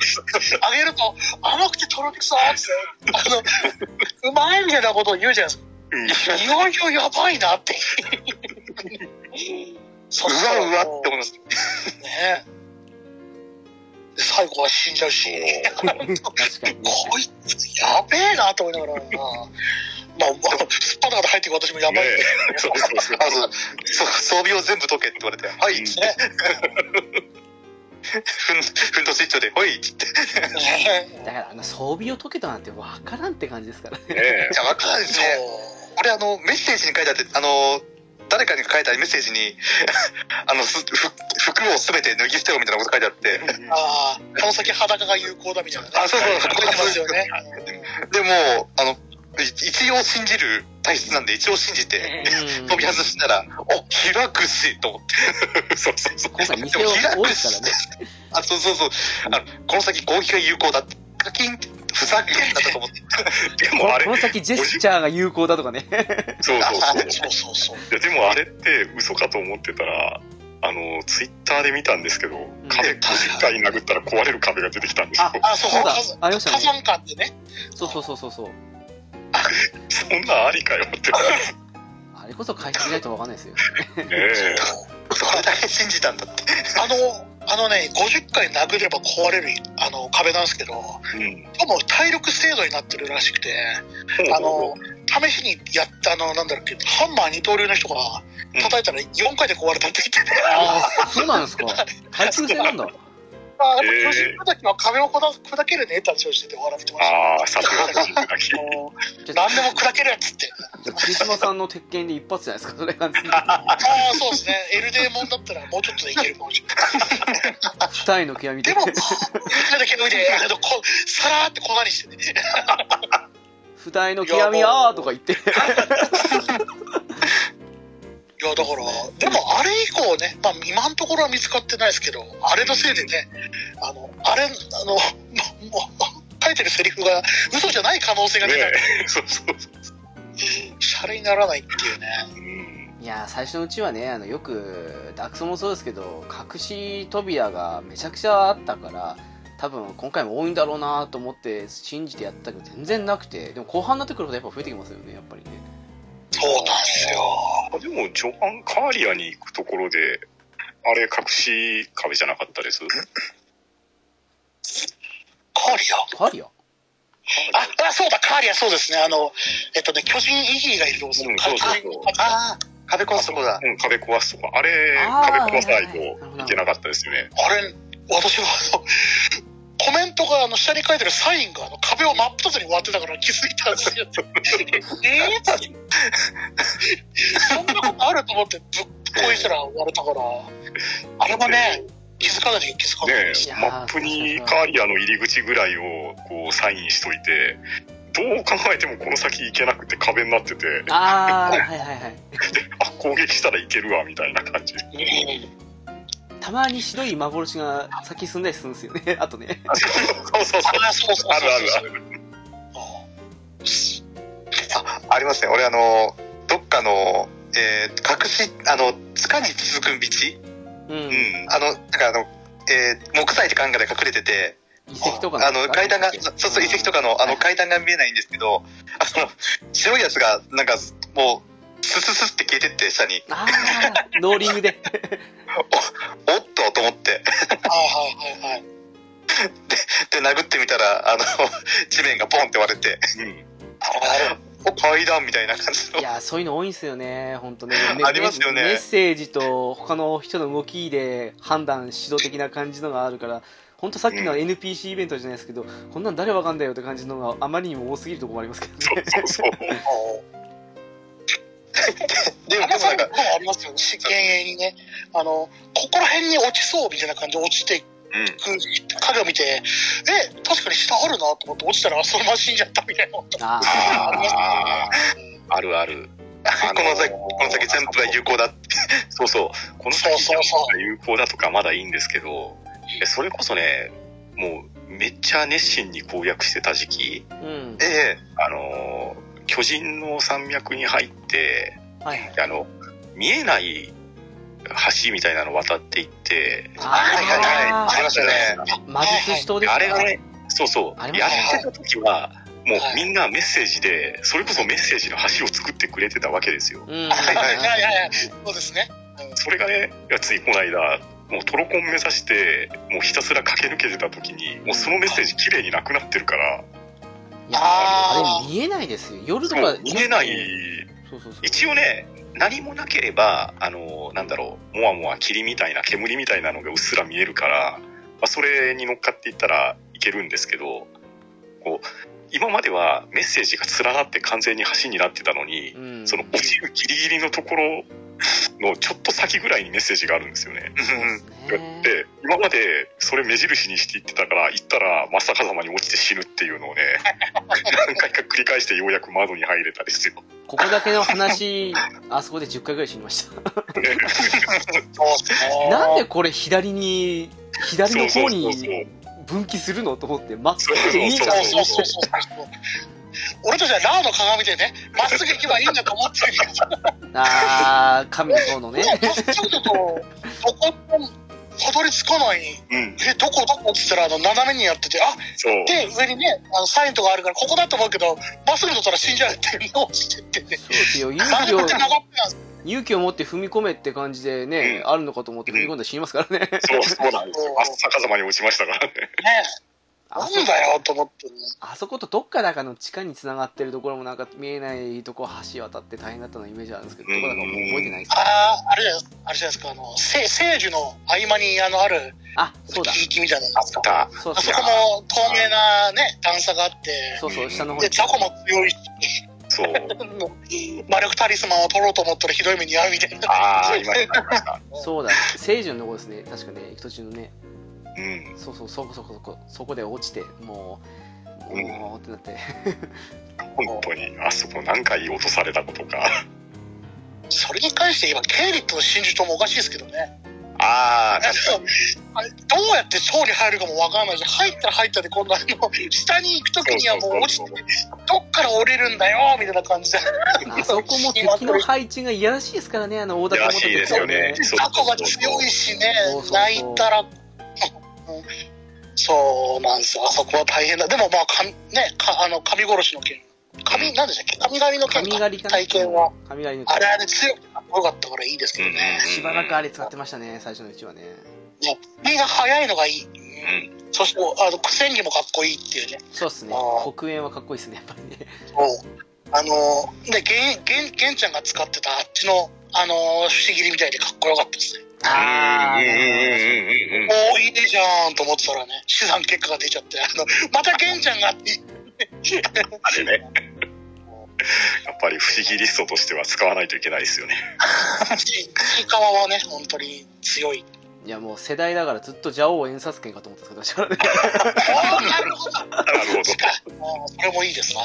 あげると、甘くてとろけそうって、あの、うまいみたいなことを言うじゃない
うん
ですか。いよいよやばいなって。そう
わうわって思い
ね
ます。
で最後は死んじゃうし、
確かにね
こいつやべえなと思いながら、 [laughs] まあ、まあ、スパナで入ってく私もやばいんで
ねえそうそうそう
あの、そう装備を全部解けって言われて、はい、
うん
つって。ふん、ふんどし一丁で、ほいっつって。い
ね
だからあの装備を解けたなんてわからんって感じですからね
ねえ
や、わかんないです
そ
ね。
う。
これあの、メッセージに書いてあって、あの、誰かに書いてあるメッセージに、 [laughs] あの、すふ服をすべて脱ぎ捨てろみたいなこと書いてあって、
ああ、この先裸が有効だみたいな、ね。
あそうそう
書いてますよね。
でも、あの、い一応信じる体質なんで、一応信じて、
うん
飛び外したら、お、開くし、と思って。
そうそうそう。
今回店は多いですからね
あ、そうそうそう。あの、この先攻撃が有効だって。課金、ふざけんなと思って。
で
こ
もあれ
こ、の先ジェスチャーが有効だとかね
そうそうそう。
そうそうそう。
いや、でもあれって嘘かと思ってたら、あの、ツイッターで見たんですけど、壁50回殴ったら壊れる壁が出てきたんですよ。
あ、そう
そうだ
そう。
ありました
火
ね
山館でね。
そうそうそうそうそう
そんなんありかよって。
あれこそ回避しないとわかんないですよ
ね
[laughs]
え。
それだけ信じたんだって。
あの、あのね、50回殴れば壊れるあの壁なんですけど、
うん。
どうも体力制度になってるらしくて、あの、試しにやった、あの、なんだろうっけ、ハンマー二刀流の人が叩いたら4回で壊れたって言ってて、
ああそうなんですか耐久性なんだ
あ
へ
の、
え
巨人叩きは壁を砕けるねって話をしてて笑ってました。
ああ、さすがに泣き。
あの
じゃあ
何でも砕けるやつって。
じゃあ霧島さんの鉄拳で一発じゃないですかそれ感じ
ああ、そうですね。エルデーモンだったらもうちょっとでいけるかもしれない。
二重の極み
でも、みんなで煙で、あのこさらーって粉にしてね。
二重の極みあーとか言って
いや、だから、でもあれ以降ね、まあ今のところは見つかってないですけど、あれのせいでね、あの、あれ、あの、もうもう書いてるセリフが嘘じゃない可能性が出た
ね
ら、
え。そうそうそ
シャレにならないっていうね。
う。うん。
いやー最初のうちはねあのよくダークソもそうですけど隠し扉がめちゃくちゃあったから多分今回も多いんだろうなと思って信じてやったけど全然なくてでも後半になってくるほどやっぱ増えてきますよねやっぱりね
そうなんですよ。
あでも、序盤、カーリアに行くところで、あれ、隠し壁じゃなかったです。
カーリ
カリア
ア。あ、あそうだ、カーリア、そうですね。あの、えっとね、巨人イギーがいるとこ
うんそうそうそう
ああ、壁壊すとこだ。
うん、壁壊すとか。あれ、
あー
壁壊さない
はいはいはい
といけなかったですね。
あれ、私はあの、コメントがあの下に書いてるサインがあの壁を真っ二つに割ってたから気づいたんですよ。えーって [laughs] そんなことあると思ってぶっこいしたら割れたから、あれもね、気づかない気づかな
ね
いですよ。
いやー
マップにカーリアの入り口ぐらいをこうサインしといて、どう考えてもこの先行けなくて壁になってて、
あ
あ
あはいはいはい
攻撃したらいけるわ、みたいな感じ。
たまに白い幻が先進んだりするんですよね [laughs] あとね
そうそうそう。
あそうそうそうそう
あるあるある。
あ、ありますね。俺あの、どっかの、えー隠し、あの、地下に続く道
うん、
うん。
あの、なんかあの、えー木材って考えで隠れてて、
遺跡とか
あの、階段が、そうそう、遺跡とかの、あ
は
の、
い
階段が見えないんですけど、あの、白いやつが、なんか、もう、スススって消えてって、下に、
ああローリングで
おっとと思って、
はいはいはい
[laughs]
はい。
で、殴ってみたら、あの、 [laughs] 地面がポンって割れて、お、階段みたいな感じの
い。やーそういうの多いんですよね本当ね
ありますよね
メッセージと他の人の動きで判断指導的な感じのがあるから本当さっきの
う
NPC イベントじゃないですけど、こんなん誰わかんだよって感じのがあまりにも多すぎるところもありますけど
そう
ね
そうそう。
でも、
あ
でも
そ
な
うんいうの
か、
ありますよね。真剣にね、あの、ここら辺に落ちそうみたいな感じで落ちていく
うん。
影を見て、え、確かに下あるなと思って落ちたら、あそのまま死んじゃったみたいな。
あ
ああるある。
この先、この先全部が有効だって。
[laughs] そうそう。この先
そうそうそう
が有効だとかまだいいんですけど、えそれこそね、もうめっちゃ熱心に攻略してた時期、
ーうん
え
あのー、巨人の山脈に入って、
はいはい
あの、見えない橋みたいなの渡っていって、
はいはい
あ
はい。ありましたね。
ー魔術師島ですか
あれがね、そうそう、
あ
や
り
っ
ま
したね
てた時は、もう
はい
みんなメッセージで、それこそメッセージの橋を作ってくれてたわけですよ。
うんはい
はいはい
はいはいそうですね。
それがね、ついこの間、もうトロコン目指して、もうひたすら駆け抜けてた時に、もうそのメッセージ綺麗になくなってるから、
いやあれ見えないですよ夜と
も
か
う見えない、
そうそうそう
一応ね、何もなければ、あの、なんだろう、もわもわ霧みたいな、煙みたいなのがうっすら見えるから、まあ、それに乗っかっていったらいけるんですけど、こう、今まではメッセージが連なって完全に橋になってたのに、
うん
その落ちるギリギリのところのちょっと先ぐらいにメッセージがあるんですよね。
そうですね
で、今までそれ目印にしていってたから、行ったら真っ逆さまに落ちて死ぬっていうのをね、 [laughs] 何回か繰り返してようやく窓に入れたですよ。
ここだけの話あそこで10回ぐらい死にました
ね
そうですね。
なんでこれ左に左の方
そうそうそうそう
に分岐するのと思ってまっすぐでいいじゃん
そうそうそうそう。俺たちはラーの鏡でね、まっすぐ行けばいいんだと思ってるけど、
ああ神の方の
ね
ね、
まっすぐだと、どこもたどり着かない。
うん、
え、どこどこって言ったら、あの、斜めにやってて、あ、
そう。
で、上にね、あの、サインとかあるから、ここだと思うけど、まっすぐだったら死んじゃうっていうのをしてってね。
そうですよ勇
なん
気
で
を
こっち曲がってたんです
勇気を持って踏み込めって感じでね、あるのかと思って踏み込んだら死にますからね、
[laughs]
そう、そうなんですよ。真っ逆さまに落ちましたからね。
ね。
あ
なん
そ
だよと思ってね。
あそことどっかだかの地下につながってるところもなんか見えないとこ橋渡って大変だったのイメージあるんですけどどこだかもう覚えてないです
ああ、あれじゃないですあれじゃないですか、あの、せ聖樹の合間に、あの、ある、
あそうだ
木みたいなのがあった
た
そう
あそ
そう
こも透明なね、段差があって、
そうそう下の方
で、
に
ザコも強いし、 [laughs]
そう。
魔力タリスマンを取ろうと思ったらひどい目に遭うみたいな。
ああ、いました、いました。
そうだ聖樹のとこですね確かね行く途中のね
うん。
そうそうそこそこそこそこで落ちてもう
うん
もうってなって
本当に、あそこ何回落とされたことか。
それに関して今、ケイリットの真珠ともおかしいですけどね。
あ
ああ、
あ
確か
の
に。
あれどうやって層に入るかもわかんないし、入ったら入ったで、今度あの、下に行くときにはもう落ちて、どっから降りるんだよ、みたいな感じで。
あそこも敵の配置がいやらしいですからね、あの、大
い
高
やら
元
しいですよね。そう
タコが強いしね
そうそうそう、
泣いたら、うんそうなんですよ、あそこは大変だ。でもまあ、かんね、かあの、神殺しの件。神、なんでしたっけ神狩りの件
神
か。
狩りかな
体験は。
神狩りの
あれあれ強くてかっこよかったからいいですけどね。
しばらくあれ使ってましたね、最初のうちはね。
目が早いのがいい。
ん
そして、あの、戦技もかっこいいっていうね。
そうっすね
あ。ー
黒煙はかっこいいっすね、やっぱりね。
そうあの、で、ゲン、ゲン、ゲンちゃんが使ってたあっちの、あの、不思議みたいでかっこよかったですね。
あ
うんうん
ー、
うんうんうんうん。
おー、いいじゃんと思ってたらね、試算結果が出ちゃって、あの、またケンちゃんがって。
あれね。やっぱり不思議リストとしては使わないといけないですよね。
ちいかわはね、本当に強い。
いや、もう世代だからずっと蛇王演殺権かと思ってたんですけど、私はね。
おー、なるほど。
なるほど。
もうそれもいいですわ。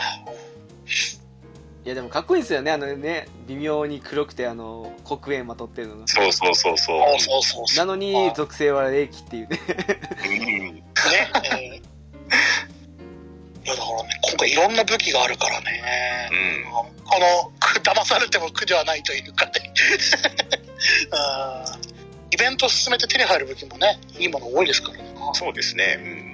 いや、でもかっこいいですよね、あのね、微妙に黒くて、あの、黒煙まとってるのが。
そうそうそうそう。
そうそうそうそ
な
う。
の
あ
に
ー、
属性は霊気っていうね。
うん
ね。えーいやだからね、今回いろんな武器があるからね、
うん
このく騙されても苦ではないというかね
[laughs]
うんイベント進めて手に入る武器もねいいもの多いですからね
そうですね。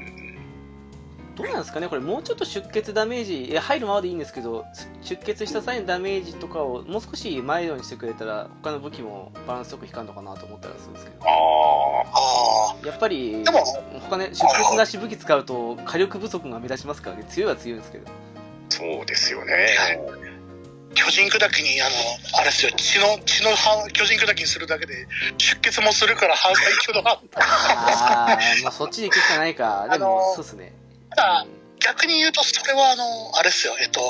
どうなんですかね、これ、もうちょっと出血ダメージ、いや入るままでいいんですけど、出血した際のダメージとかをもう少しマイルドにしてくれたら、他の武器もバランスよく引かんのかなと思ったりするんですけど
うん、、ああ、
ああ
やっぱり、
でも
他ね、出血なし武器使うと、火力不足が目立ちますからね、強いは強いんです
[laughs]
けど、
そうですよね。
巨人砕きにあのあれですよ血の血の半巨人砕きにするだけで出血もするから半最強の半 [laughs]
あー、まあ、そっちで行くしかないか、でも
あの、ー
そうっすね。
ただ逆に言うとそれはあのあれですよえっと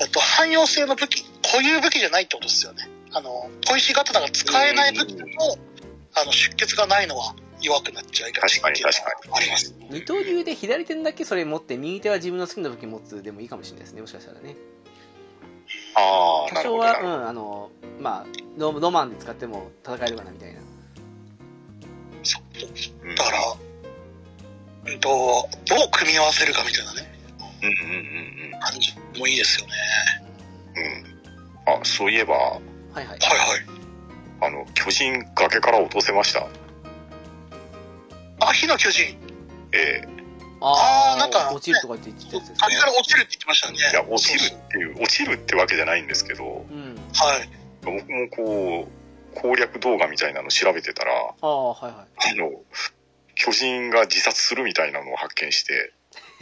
えっと汎用性の武器固有武器じゃないってことですよねあの小石刀が使えない武器だとあの出血がないのは弱くなっちゃいがちっていうのは
確かに確かに
あります
二刀流で左手だけそれ持って、右手は自分の好きな武器持つでもいいかもしれないですね、もしかしたらね。
ああ、
多
なる
少
ほど。
は、
な
う
るほ
ん、あの、まあ、ノノマンで使っても戦えるかなみたいな。
そう
どうん
だからうんとどう組み合わせるかみたいなね
うんうんうん
感じもいいですよね
うんうん。あ、そういえば、
はいはい。
はいはい
あの、巨人崖から落とせました。
あ火の巨人
ええ
あーなんか
落ちるとかって言ってたやつです
あれか
ね。
ら落ちるって言ってましたよね。
いや、落ちるっていう、落ちるってわけじゃないんですけど、
うん。
はい。
僕もこう、攻略動画みたいなの調べてたら、あ
ああ、はいはい。
の、巨人が自殺するみたいなのを発見して、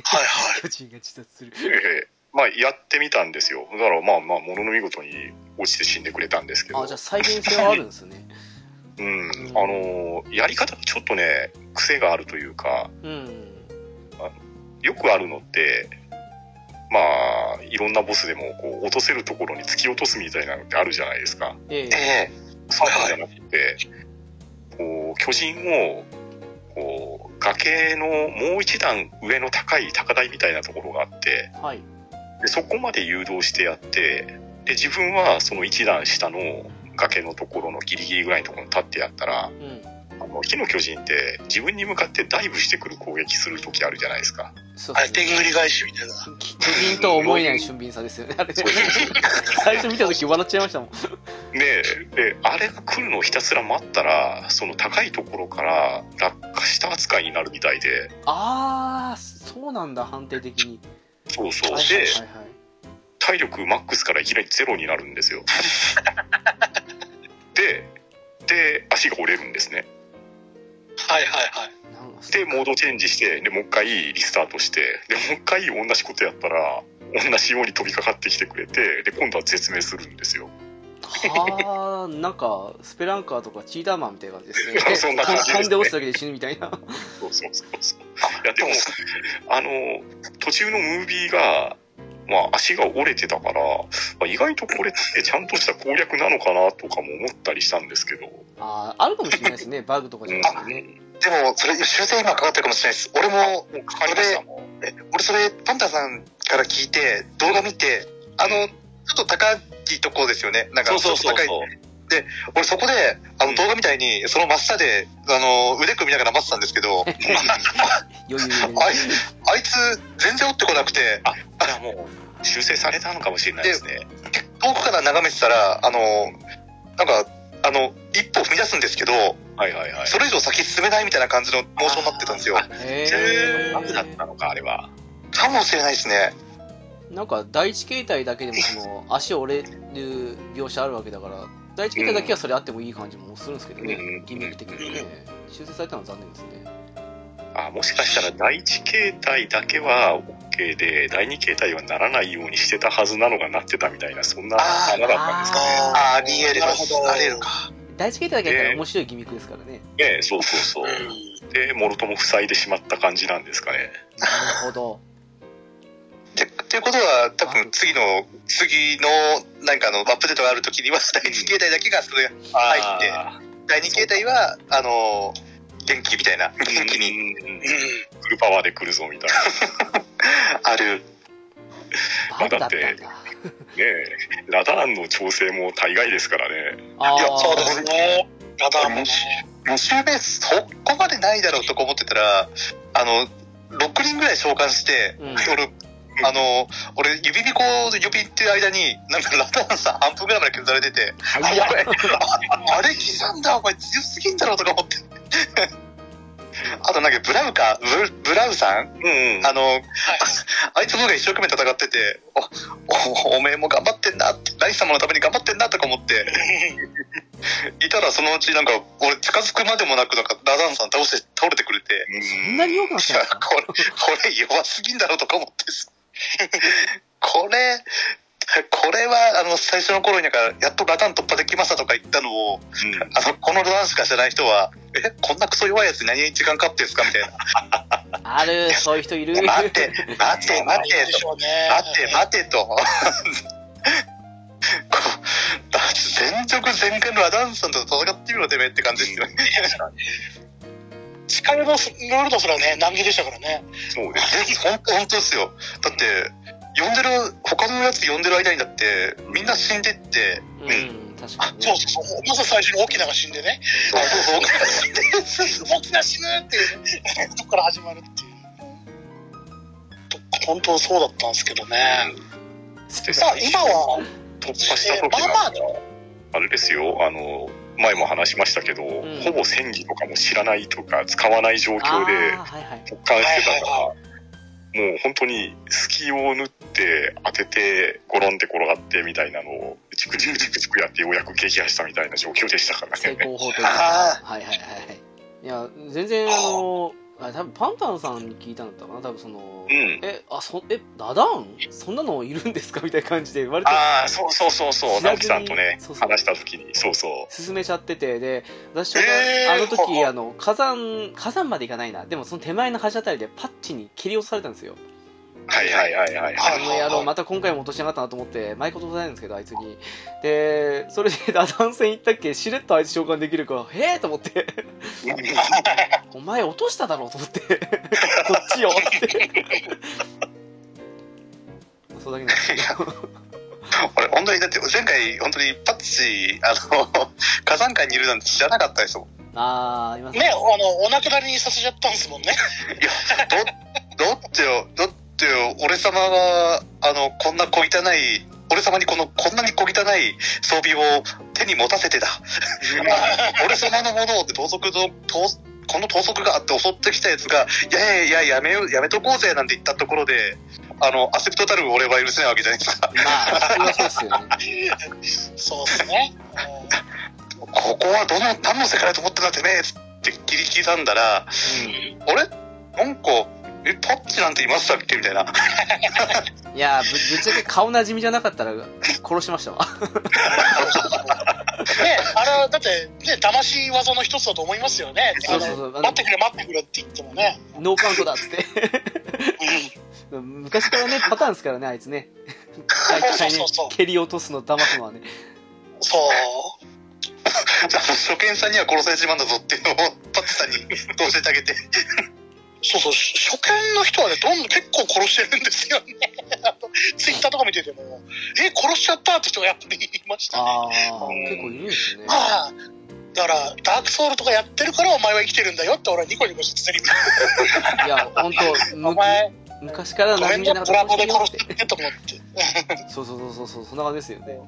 はいはい。
巨人が自殺する。
ええ [laughs] まあ、やってみたんですよ。だから、まあまあ、ものの見事に落ちて死んでくれたんですけど。
あじゃあ再現性はあるんですね。
うん、あのーやり方がちょっとね、癖があるというか、
うん。
よくあるのって、まあ、いろんなボスでも、こう、落とせるところに突き落とすみたいなのってあるじゃないですか。
ええ
え
そうじゃなくて、こう、巨人を、こう、崖のもう一段上の高い高台みたいなところがあって、
はい。
でそこまで誘導してやって、で、自分はその一段下の崖のところのギリギリぐらいのところに立ってやったら、
うん。
あの火の巨人って自分に向かってダイブしてくる攻撃する時あるじゃないですか。
そう
あ
です
れ、で
ね。
んぐり返しみたいな。
き巨人とは思えない俊敏さですよね、
[laughs]
あれね。最初見たとき笑っちゃいましたもん。
で、で、あれが来るのをひたすら待ったら、その高いところから落下した扱いになるみたいで、
ああ、そうなんだ、判定的に。
そうそう。
はい
で、
はいはい。
体力マックスからいきなりゼロになるんですよ。で、で、足が折れるんですね。
はいはいはい。
なんか
で、モードチェンジして、で、もう一回リスタートして、で、もう一回同じことやったら、同じように飛びかかってきてくれて、で、今度は絶命するんですよ。。
はあ、なんか、スペランカーとかチーターマンみたいな感じですね
[laughs] そんな感じですね
勘で落ちただけで死ぬみたいな。
そうそうそうそう。いや、でも、あの、途中のムービーが、まあ、足が折れてたから、まあ、意外とこれってちゃんとした攻略なのかなとかも思ったりしたんですけど、
ああ、あるかもしれないですね、バグとかじゃなくてね。
でも、それ、修正今かかってるかもしれないです。俺も、
もうかかりましたもん。
え俺それ、パンタさんから聞いて、動画見て、あの、ちょっと高いとこですよね。なんか、
そうそうそう
ちょっと
そう。で、俺そこで、あ
うん
の動画みたいに、その真下で、あの、腕組みながら待ってたんですけ [laughs] ど、
余裕でね
あいあいつ、全然追ってこなくて、
あ、じゃあもう、修正されたのかもしれないですね。
遠くから眺めてたら、あの、なんか、あの、一歩踏み出すんですけど、
はいはいはい。
それ以上先進めないみたいな感じのモーションになってたんですよ。
へ
楽だっ
ー
たのか、あれは。
かもしれないですね。
なんか第一形態だけでもその足折れる描写あるわけだから第一形態だけはそれあってもいい感じもするんですけどね、
うん
ギミック的にね、修正されたのは残念ですね
あ、もしかしたら第一形態だけは OK で、第二形態はならないようにしてたはずなのがなってたみたいな、そんな
あー
穴だったんですかね。
あー、ありえる
なるほど
ありえるか。
第一形態だけやったら面白いギミックですからね
ねそうそうそう。で、もろとも塞いでしまった感じなんですかね。
なるほど
ってっていうことは、多分次の、次の、なんかあの、アップデートがあるときには、第一形態だけがそれ入って、
あ
第二形態は、あの、元気みたいな、元
ー、
気に
うんフルパワーで来るぞみたいな。
ある。
バグだったんだ
ね
[laughs]
え、ラダーンの調整も大概ですからね。
あ
いやそう
ー
だ
すね。ラダーもね。
2周目、そこまでないだろうとか思ってたら、あの、6人ぐらい召喚して、
うん
俺、あの、俺、指びこを呼びってる間に、なんかラダーンさん半分ぐらいまで削られてて、
早
あ、
い
やばい、ああれ刻んだ、お前強すぎんだろうとか思って。 [laughs] あとなんかブラウか、ブブラウさん
うんうん。
あの、あいつ僕が一生懸命戦ってて、お、お、おめえも頑張ってんなって、ライス様のために頑張ってんなとか思って、 [laughs] いたらそのうちなんか、俺近づくまでもなく、なんか、ラダンさん倒して、倒れてくれて、
そんなに良くなっ
い
たん
や
ですか
これ、これ弱すぎんだろうとか思ってす [laughs] これ、これは、あの、最初の頃になんか、やっとラダン突破できましたとか言ったのを、
うん
あの、このラダンしか知らない人は、え、こんなクソ弱いやつに何に時間かかってんすかみたいな。
あるそういう人いる
待って、待って、待
いい
て
で
と
し。ょうね。
待て待てと。 [laughs] こう全力全開のラダンスさんと戦ってみろてめえって感じですよね。
力のロールドすらね、難儀でしたからね。
そうです。
本当本当ですよ。だって、呼んでる、他のやつ呼んでる間にだって、みんな死んでって、
うん確かに、ね、
そうそうそう。まず最初に大きなが死んでね。
そうそう
[laughs] 大きな死ぬっていうとこから始まるっていう。本当そうだったんですけどね。さあ、今は、
突破した時
えーまあまあ
なんかあれですよあの前も話しましたけど、
ん
ほぼ戦技とかも知らないとか使わない状況
あ
で
ーはいはい
突貫してたから、
は
もう本当に隙を縫って当てて転んで転がってみたいなのをチクチクチクチクやってようやく撃破したみたいな状況でしたから
成
ね。
功法というか
あ
はいはいはいはいいや全然あのあ多分パンタンさんに聞いたんだったかな多分その、
うん
えあそえダダンそんなのいるんですかみたいな感じで割と
ああそうそうそうそう
知らずに
直樹さんとね
そうそう
話した時にそうそ
進めちゃっててで私は、
えー
あの
ほ
時あの火山火山まで行かないなでもその手前の橋あたりでパッチに蹴り落とされたんですよ
うはいはいはいはい
あ
はい
の野郎また今回も落としやがったなと思って毎回落とされるんですけどあいつにでそれでダダン戦行ったっけしれっとあいつ召喚できるからへえと思ってお前落としただろうと思ってこっちよってそうだけなんですけど
俺、本当に、だって前回、本当にパッチ、あの、 [laughs] 火山界にいるなんて知らなかったですもん。
あーあります
ね、あの、お亡くなりにさせちゃったんですもんね。 [laughs]
ど、どってよ、どってよ、俺様は、あの、こんな小汚い、俺様にこの、こんなに小汚い装備を手に持たせてだ。俺様のものを盗賊の、盗この盗賊があって襲ってきたやつが、いやいやいや、やめよう、やめとこうぜ、なんて言ったところで、あの、アセプトたる俺は許せないわけじゃないですか。
まあ普通はそうですよね
そうですね。
ここはどの、何の世界だと思ってんだてめえって切り刻んだら、あれなんか、え、タッチなんていましたっけみたいな。
いやーぶぶっちゃけ顔なじみじゃなかったら殺しましたわ
ね、あれはだって、ね、騙し技の一つだと思いますよね。
そうそうそう
あの待ってくれ、待ってくれって言ってもね。
ノーカウントだっつって昔からねパターンですからねあいつね大体ね
そうそうそう
蹴り落とすの騙すのはね
そう。
じゃあ初見さんには殺されちまうんだぞっていうのをタッチさんに教えてあげて
そうそう、初 [laughs] 見の人はね、どんどん結構殺してるんですよね。ツイッターとか見てても、え、殺殺しちゃったって人がやっぱりいましたね。
ああ、
うん
結構いるんですね。
まあ、だから、ダークソウルとかやってるからお前は生きてるんだよって俺はニコニコしてセリフ。
いや、本当
お前、
昔から
ごめ
馴染
ん
みじ
ね、
ゃな
ブ
か
ラ
った
ボ
で
で
よ
す殺
っ
しててねと思って。
そうそうそうそうそう、そんな感じですよね。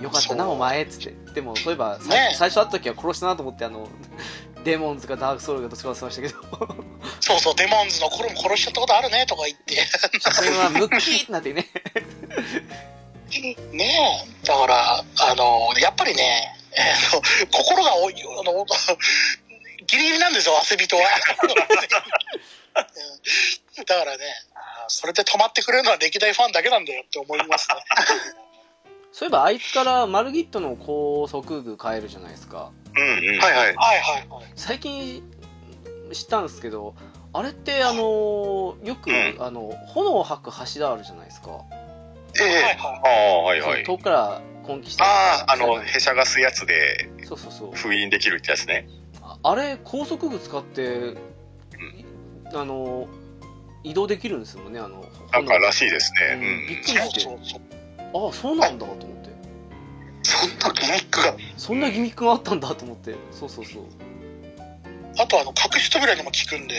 よかったな、お前っつって。でも、そういえば、さ
ねえ
最初会った時は殺したなと思って、あの、 [laughs] デーモンズかダークソウルがどっちか忘れましたけ
[laughs]
ど、
そうそう、デモンズの頃も殺しちゃったことあるねとか言って。
それはムッキーってなってね。
ねえ、だから、あの、やっぱりね、えっと、 [laughs] 心がおい、あの、 [laughs] ギリギリなんですよ、汗人は。 [laughs] うんだからね、あーそれで止まってくれるのは歴代ファンだけなんだよって思いますね。
そういえば、あいつからマルギットの高速具変えるじゃないですか。
うんうん。
はいはい。
はいはいはい。
最近知ったんですけど、あれって、あの、よく、
うん
あの、炎を吐く柱あるじゃないですか。
え
はい
え
は
ああ、はい
そ
は
の
い。
遠くから根気して
ああ、あの、へしゃがすやつで
そうそうそう。
封印できるってやつね。
ああれ高速具使って、あの移動できるんですもんねあの
なんから
し
しいです
いびっくり
ね。
い。
して
そうそうそう。
ああそうなんだと思って
そんなギミックが。
そんなギミックがあったんだと思ってそうそうそう
あとあの、隠し扉にも効くんで、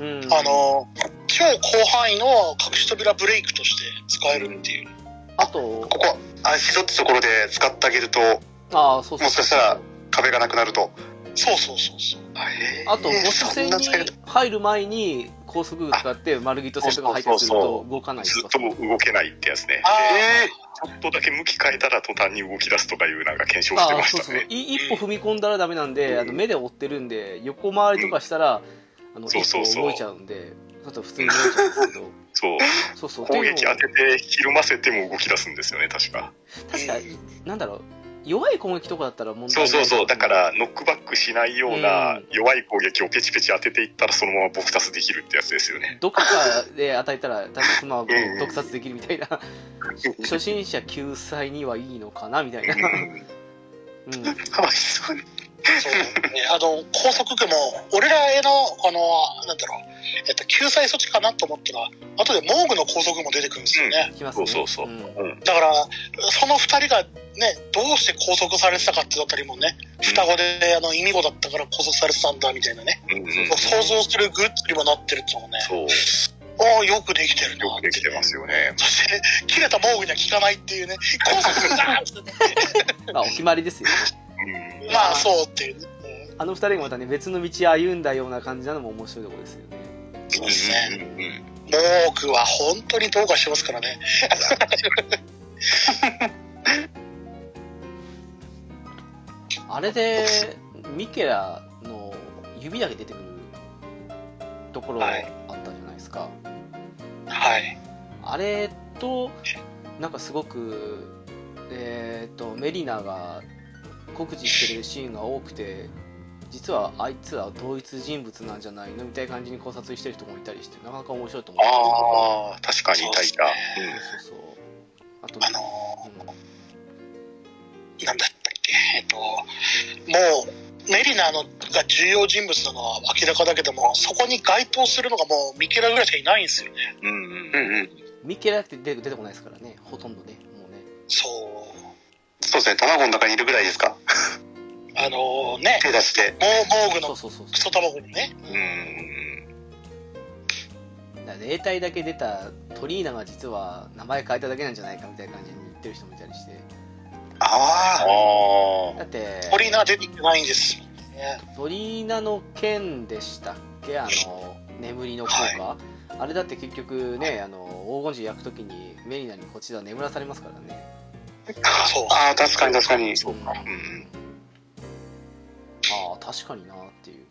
うん
あの、超広範囲の隠し扉ブレイクとして使えるっていう。
あと
ここ、足取ってところで使ってあげると、
ああそうそう
もしかしたら壁がなくなると。
そうそうそうそう。
あと
え
五
え
色線に
そんな使い方
入る前に高速具使ってマルギット線とか入ったりする
そう
と
そ
動かない
ず
と
っ
か
と動けないってやつね。
あー
え
ちょっとだけ向き変えたら途端に動き出すとかいうなんか検証して
あ
ま
あ
し
そう
た
そう
ね。
い一歩踏み込んだらダメなんで、あの目で追ってるんで横回りとかしたら、あの
そう
一
そう
歩
そう
動いちゃうんでちょっと普通に動いちゃうんですけど
そう。
そうそう
攻撃当
って
て
いうのを
てひるませても動き出すんですよね、確か。
確かになんだろう弱い攻撃とかだったら問題
そ
な
う
い
そうそう。だから、ノックバックしないよう
う
なん弱い攻撃をペチペチ当てていったらそのまま撲殺できるってやつですよね。
どこかで与えたら多分スマホを
うん
毒殺できるみたい
[laughs]
な初心者救済にはいいのかなみたいな、うん、
かわいそうに。
そうね、あの高速区も俺らへのあのなんだろう、えっと、救済措置かなと思ったら後でモーグの高速区も出てくるんですよね、
きますね
そうそうそうん
だからその2人がねどうして拘束されてたかってだったりもね双子であの意味語だったから拘束されてたんだみたいなね、
うんうん
想像するグッズにもなってるっていうのもね
そう。
ああよくできてるな
よ
っ
く
て
できてますよね。
そして切れたモーグには効かないって
[laughs]
いうね拘束するなっつって
まあお決まりですよね
うん
まあそうっていうね、うん
あの二人がまたね別の道歩んだような感じなのも面白いところですよね
そうですね、
うんうんうん
モークは本当にどうかしてますからね。
あれでミケラの指だけ出てくるところあ
はい
ったじゃないですか、
はい。
あれと、なんかすごく、えっとメリナが酷似してるシーンが多くて、実はあいつらは同一人物なんじゃないのみたいな感じに考察してる人もいたりして、なかなか面白いと思う
ああ、確かにいたいた。
そう
そうそうそう。あと、
あの
うん
ー、なんだったっけ、えっと、もう、メリナのが重要人物なのは明らかだけども、そこに該当するのがもうミケラぐらいしかいないんですよね。
うんうん
うんうん。
ミケラって出て出てこないですからね、ほとんどね、もうね。
そう。
そうですね、卵の中にいるぐらいですか。
あのー、ね、
手出して。
モーモー
そ
グ
う
の
そうそう
ク
そ
ソ卵にね、
うんうん
う。だから霊体だけ出たトリーナが実は名前変えただけなんじゃないかみたいな感じに言ってる人もいたりして。
あ
ああ。
あ
だって、
ポリーナは出てきてないんですよね。
トリーナの剣でしたっけあの眠りの効果、あれだって結局ねあの黄金樹焼くときにメリナにこちら眠らされますからね
そう。
ああ、確かに確かに。
そうか
う
うんん
ああ確かになっていう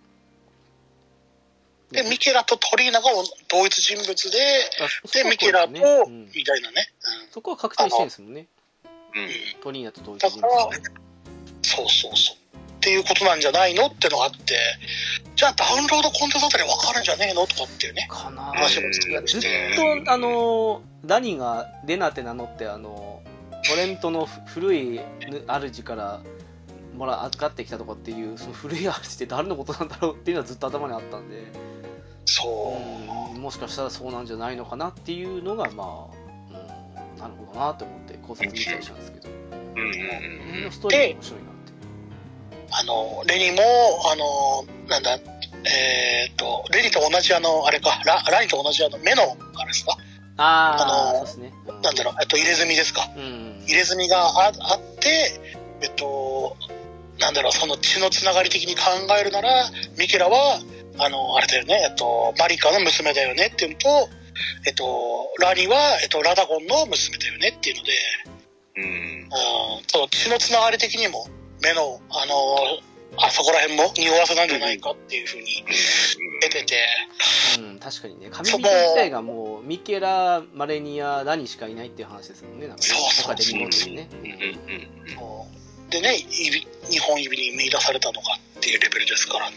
で、ミケラとトリーナが同一人物
あ
で、
そそこ
で、
は
ミケラと
こうです、ねうん
みたいなね。
そこは確定してるんですもんね
うん
トリーナと同一
だ
人
か
物
ら、そうそうそう。っていうことなんじゃないのってのがあって、じゃあダウンロードコンテンツあたり分かるんじゃねえのとかっていうね。
かな
話もしてたり
ずっ
して。
とあのダニがレナって名乗ってあのトレントのふ古い主からもら預かってきたとかっていうその古い主って誰のことなんだろうっていうのはずっと頭にあったんで
そう。
うんもしかしたらそうなんじゃないのかなっていうのがまあ、うん、なるほどなって思って考察見たりしたんですけど、
うんうん
うん、ストーリーが面白いなって
あの、レニも、あの、なんだ、えーっと、レニと同じあの、あれか、ララニと同じあの、目の、あれですか
ああ
あのー
そうですねうん
なんだろう、えっと、入れ墨ですか。
う、ん、
入れ墨がああって、えっと、なんだろう、その血のつながり的に考えるなら、ミケラは、あの、あれだよね、えっと、マリカの娘だよねっていうのと、えっと、ラニは、えっと、ラダゴンの娘だよねっていうので、
うん
うん、その血のつながり的にも、目の、あの、あそこら辺も匂わせなんじゃないかっていうふうに出てて、
うん、確かにね神人自体がもうミケラマレニアラニしかいないっていう話ですもんねなんかね
そうそう
とかで見事にね
うんうん
うんでね、指日本指に見出されたのかっていうレベルですからね。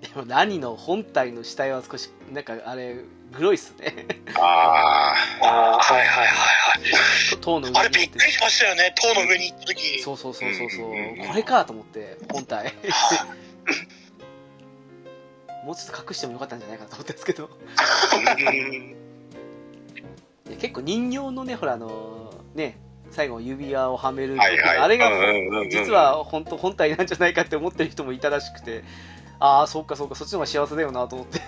でもラニの本体の死体は少しなんかあれグロいっすね
[laughs]
あ
ああ、はいはいはいはい。
塔の上に
あれびっくりしましたよね、塔の上に行った時。
そうそうそうそうそう、
うんうんうん
これかと思って本体
はい
[laughs] もうちょっと隠してもよかったんじゃないかなと思ったんですけどいや結構人形のねほらあのね最後指輪をはめる
はいはい
あれが、
うんうんうんうん
実は本当本体なんじゃないかって思ってる人もいたらしくてああそうかそうかそっちの方が幸せだよなと思って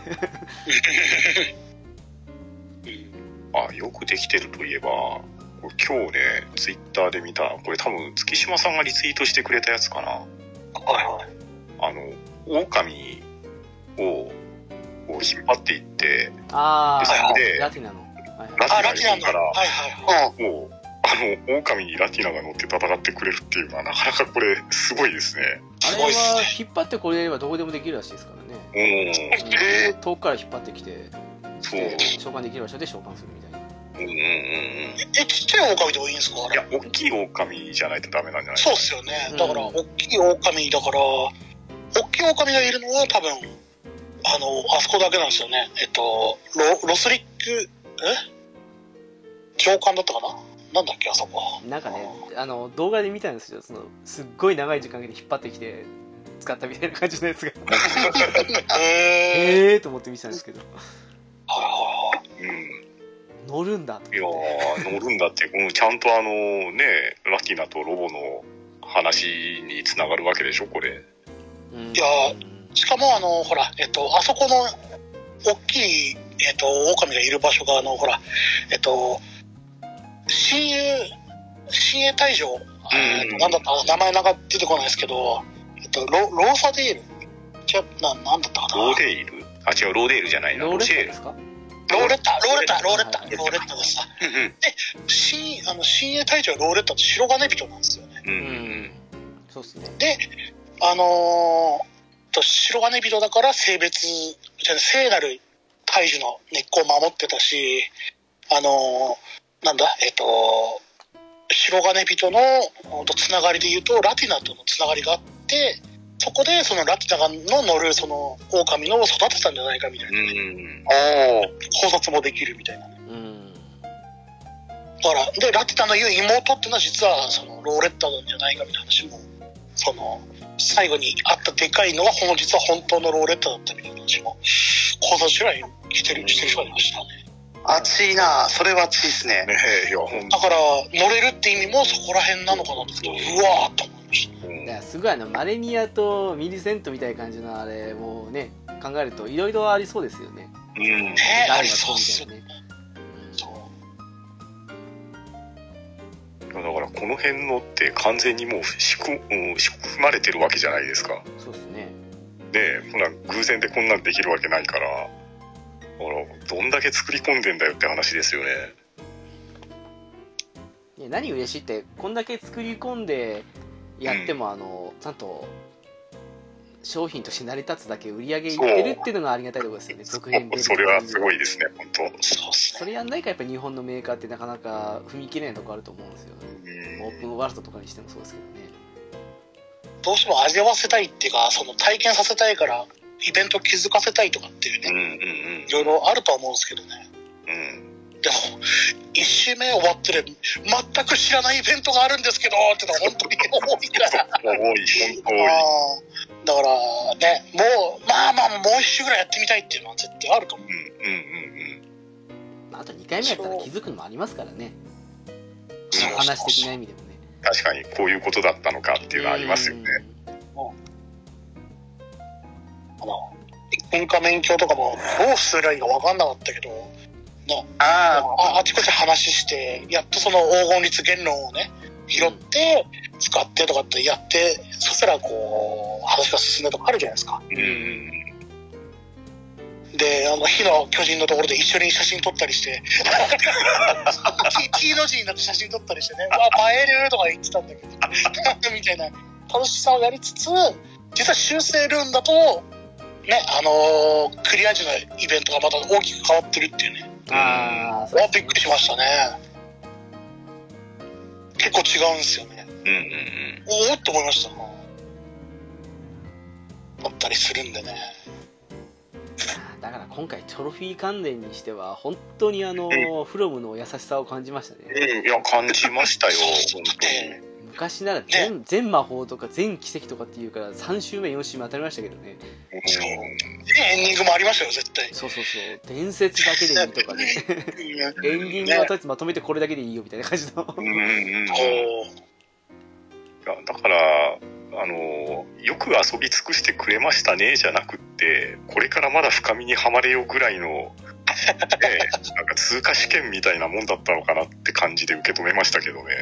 ああよくできてるといえばこれ今日ねツイッターで見たこれ多分月島さんがリツイートしてくれたやつかな
はいはい。
あの狼をこう引っ張っていって
ああ
で
ラティナの、はいはい
ラ
あ、ラティナ
い
ン
る
だ。
か
はい
ら
はいはい。
う
もうあの狼にラティナが乗って戦ってくれるっていうのはなかなかこれすごいですね
あ
す
れ
ごいっす
は
ね。
引っ張ってこれればどこでもできるらしいですからね
おお
うん
え
遠くから引っ張ってきて
そう
で召喚できる場所で召喚するみたいな
うんうんうんうん
え、ちっちゃい狼でもいいんですかあ
い
れ
や。大きい狼じゃないとダメなんじゃない
そうっすよね
うん。
だから、大きい狼だから、大きい狼がいるのは多分、あの、あそこだけなんですよね。えっと、ロロスリック、え上官だったかななんだっけ、あそこ。
なんかねあの動画で見たんですよそのすっごい長い時間かけて引っ張ってきて使ったみたいな感じのやつが
へー。
ええと思って見てたんですけど
はいはいはい。
うん
乗るんだと
いや
思って
ー乗るんだって、うん、ちゃんとあのねラティナとロボの話につながるわけでしょこれ
うん
いやしかもあのほらえっとあそこの大きいえっと狼がいる場所があのほらえっと親友親衛隊場えっとなんだった名前なんか出てこないですけどえっとロローサデールじゃななんだったかな
ローデイルあ違うローデイルじゃないな
ローレ
シェ
ッ
ー
ト
ル
ですか
ローレッタローレッタローレッタ
はいはい
ローレッタです
うん
新あの親衛隊長ローレッタって白金人なんですよね
う
うん
うん
そうっすね
であのー、と白金人だから性別じゃあ聖なる大樹の根っこを守ってたしあのーなんだえっ、と白金人のほんとつながりで言うとラティナとのつながりがあってそこでそのラティナの乗るその狼のを育てたんじゃないかみたいな
うん
おー
考察もできるみたいなだ
うん
からでラティナの言う妹ってのは実はそのローレッタなんじゃないかみたいな話もその最後にあったでかいのはほん実は本当のローレッタだったみたいな話も考察しないしてるしてる人がいましたね
熱いなそれは熱いっすね。
ねえいやほん
だから乗れるって意味もそこら辺なのかなと思ってうわーっと思いました
いやすごいあのマレニアとミリセントみたいな感じのあれもね考えるといろいろありそうですよね
うん
ね
ライ
あ
バル
り
と
そう
み
った
い
すよ
なね
そう
だからこの辺のって完全にもう仕組,、うん、仕組まれてるわけじゃないですか
うんそうっすね
でほな偶然でこんなんできるわけないからほらどんだけ作り込んでんだよって話ですよね
ね何嬉しいってこんだけ作り込んでやっても、あのちゃんと商品として成り立つだけ売り上げいってるっていうのがありがたいところ
[laughs]
ですよね続編出る
それはすごいですね本当
そうっす
そ
ね
れやんないからやっぱ日本のメーカーってなかなか踏み切れないとこあると思うんですよオープンワールドとかにしてもそうですけどね
どうしても味わせたいっていうかその体験させたいからイベント気づかせたいとかっていう
うん
ね
うんうん
いろいろあるとは思うんですけどね
うん
でも1周目終わってる全く知らないイベントがあるんですけどってのは本当に多いから
多い本当多い
あーだからねもうまあまあもう1周ぐらいやってみたいっていうのは絶対あると思う
うんうんうんうん
まあ、あと2回目やったら気づくのもありますからね
そうそう
話的な意味でもね
確かにこういうことだったのかっていうのはありますよね。
あの文化免許とかもどうすりゃいいか分かんなかったけどあ
あ
ああちこち話してやっとその黄金律言論をね拾って使ってとかってやってそしたらこう話が進んだとかあるじゃないですか
うん。
であの火の巨人のところで一緒に写真撮ったりして木の字になって写真撮ったりしてね「わあ映える」とか言ってたんだけど [laughs] みたいな楽しさをやりつつ実は修正ルーンだとねあのークリア時のイベントがまた大きく変わってるっていうね
ああ
わあびっくりしましたね結構違うんですよね
うんうんうん。
おおって思いましたもんあったりするんでね
だから今回トロフィー関連にしては本当にあの、フロムの優しさを感じましたね
うん、いや、感じましたよ、本
昔なら全,、全魔法とか全奇跡とかっていうから3周目4周目当たりましたけどね
当に。うん
いいエンディングもありましたよ絶対
そうそうそう伝説だけでいいとかね
[laughs]
エンディングはとりあえずまとめてこれだけでいいよみたいな感じの [laughs]
うんうんうん。
おー
いやだからあのよく遊び尽くしてくれましたねじゃなくってこれからまだ深みにはまれよぐらいの、 [laughs] ねえ、なんか通過試験みたいなもんだったのかなって感じで受け止めましたけどね。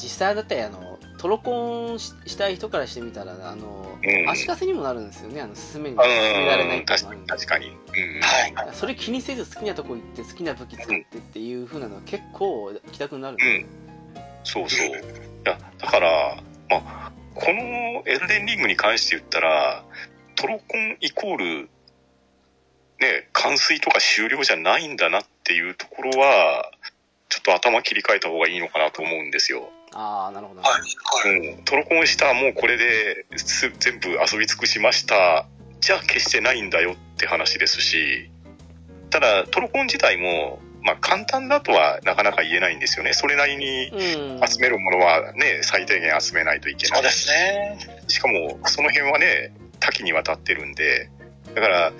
実際だってあのトロコンししたい人からしてみたらあの、
うん
足かせにもなるんですよねあの進めに進められないっていう
確
のもある
か
んで
に確かに。うん
はい
それ気にせず好きなとこ行って好きな武器作ってっていう風なのは結構行きたくなるんで
そうそう。いや、だから、まあ、このエルデンリングに関して言ったら、トロコンイコール、ね、完遂とか終了じゃないんだなっていうところは、ちょっと頭切り替えた方がいいのかなと思うんですよ。
ああなるほど、
はいはい
うん、トロコンした、もうこれです全部遊び尽くしました、じゃあ決してないんだよって話ですし、ただ、トロコン自体も、まあ簡単だとはなかなか言えないんですよね。それなりに
うん
集めるものはね、最低限集めないといけな
そうで
い。
すね
しかも、その辺はね、多岐にわたってるんで、だから、